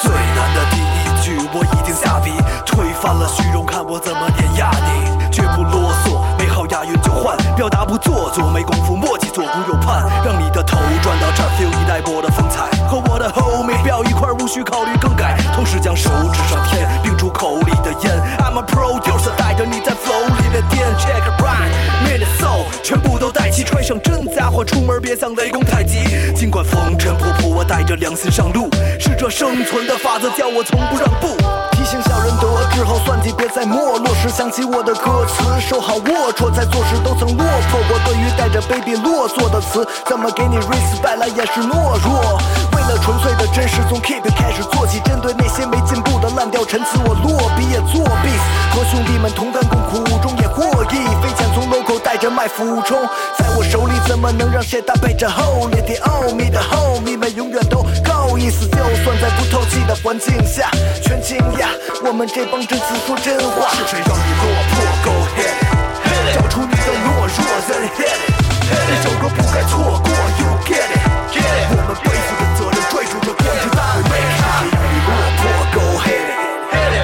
[SPEAKER 19] 最难的第一句我已经下笔，推翻了虚荣，看我怎么碾压你，绝不啰嗦，没好押韵就换，表达不做作，没功夫默契左顾右盼，让你的头转到这儿，feel 你带我的风采，和我的 homie 表一块儿，无需考虑更改，同时将手指上天，并出口里的烟，I'm a producer，带着你在 flow 里面颠，check it right。Minute soul，全部都带齐，穿上真家伙，出门别像雷公太极。尽管风尘仆仆，我带着良心上路，是这生存的法则，叫我从不让步。提醒小人得志后算计，别再没落时想起我的歌词，收好龌龊，在做事都曾落魄过。对于带着卑鄙落座的词，怎么给你 respect 来掩饰懦弱？为了纯粹的真实，从 keep it 开始做起，针对那些没进步的烂掉陈词，我落笔也作弊，和兄弟们同甘共苦中也获益。飞剑从 logo 带着麦俯冲，在我手里怎么能让谁搭配着 holy？the only 的 homie 们永远都够意思，就算在不透气的环境下，全惊讶，我们这帮真子说真话。是谁让你落魄？Go ahead，找出你的懦弱，then hit it。这首歌不该错过，You get it，我们背负着责任，追逐着光之大美。是谁让你落魄？Go ahead，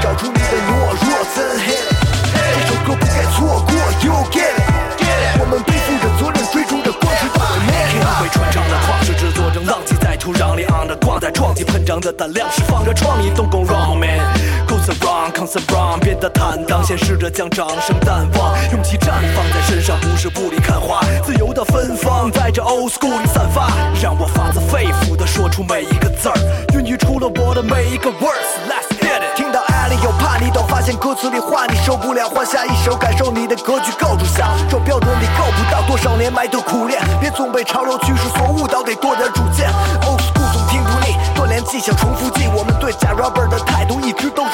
[SPEAKER 19] 找出你的懦弱，then hit it。这首歌不该错过，You get it，我们背负着责任，追逐着光之大美。天会穿上了旷世之作，正浪迹在土壤里 on the 挂在床，你膨胀的胆量释放着创意，Don't go wrong man。Go so wrong, come so wrong，变得坦荡，先试着将掌声淡忘，勇气绽放在身上，不是雾里看花，自由的芬芳在这 old school 里散发，让我发自肺腑的说出每一个字儿，孕育出了我的每一个 words。Let's get it。听到爱里有怕你懂，发现歌词里话你受不了，换下一首，感受你的格局够住下，这标准里够不到，多少年埋头苦练，别总被潮流趋势所误导，得多点主见。old school 总听不腻，锻炼技巧重复技，我们对假 rapper 的态度一直都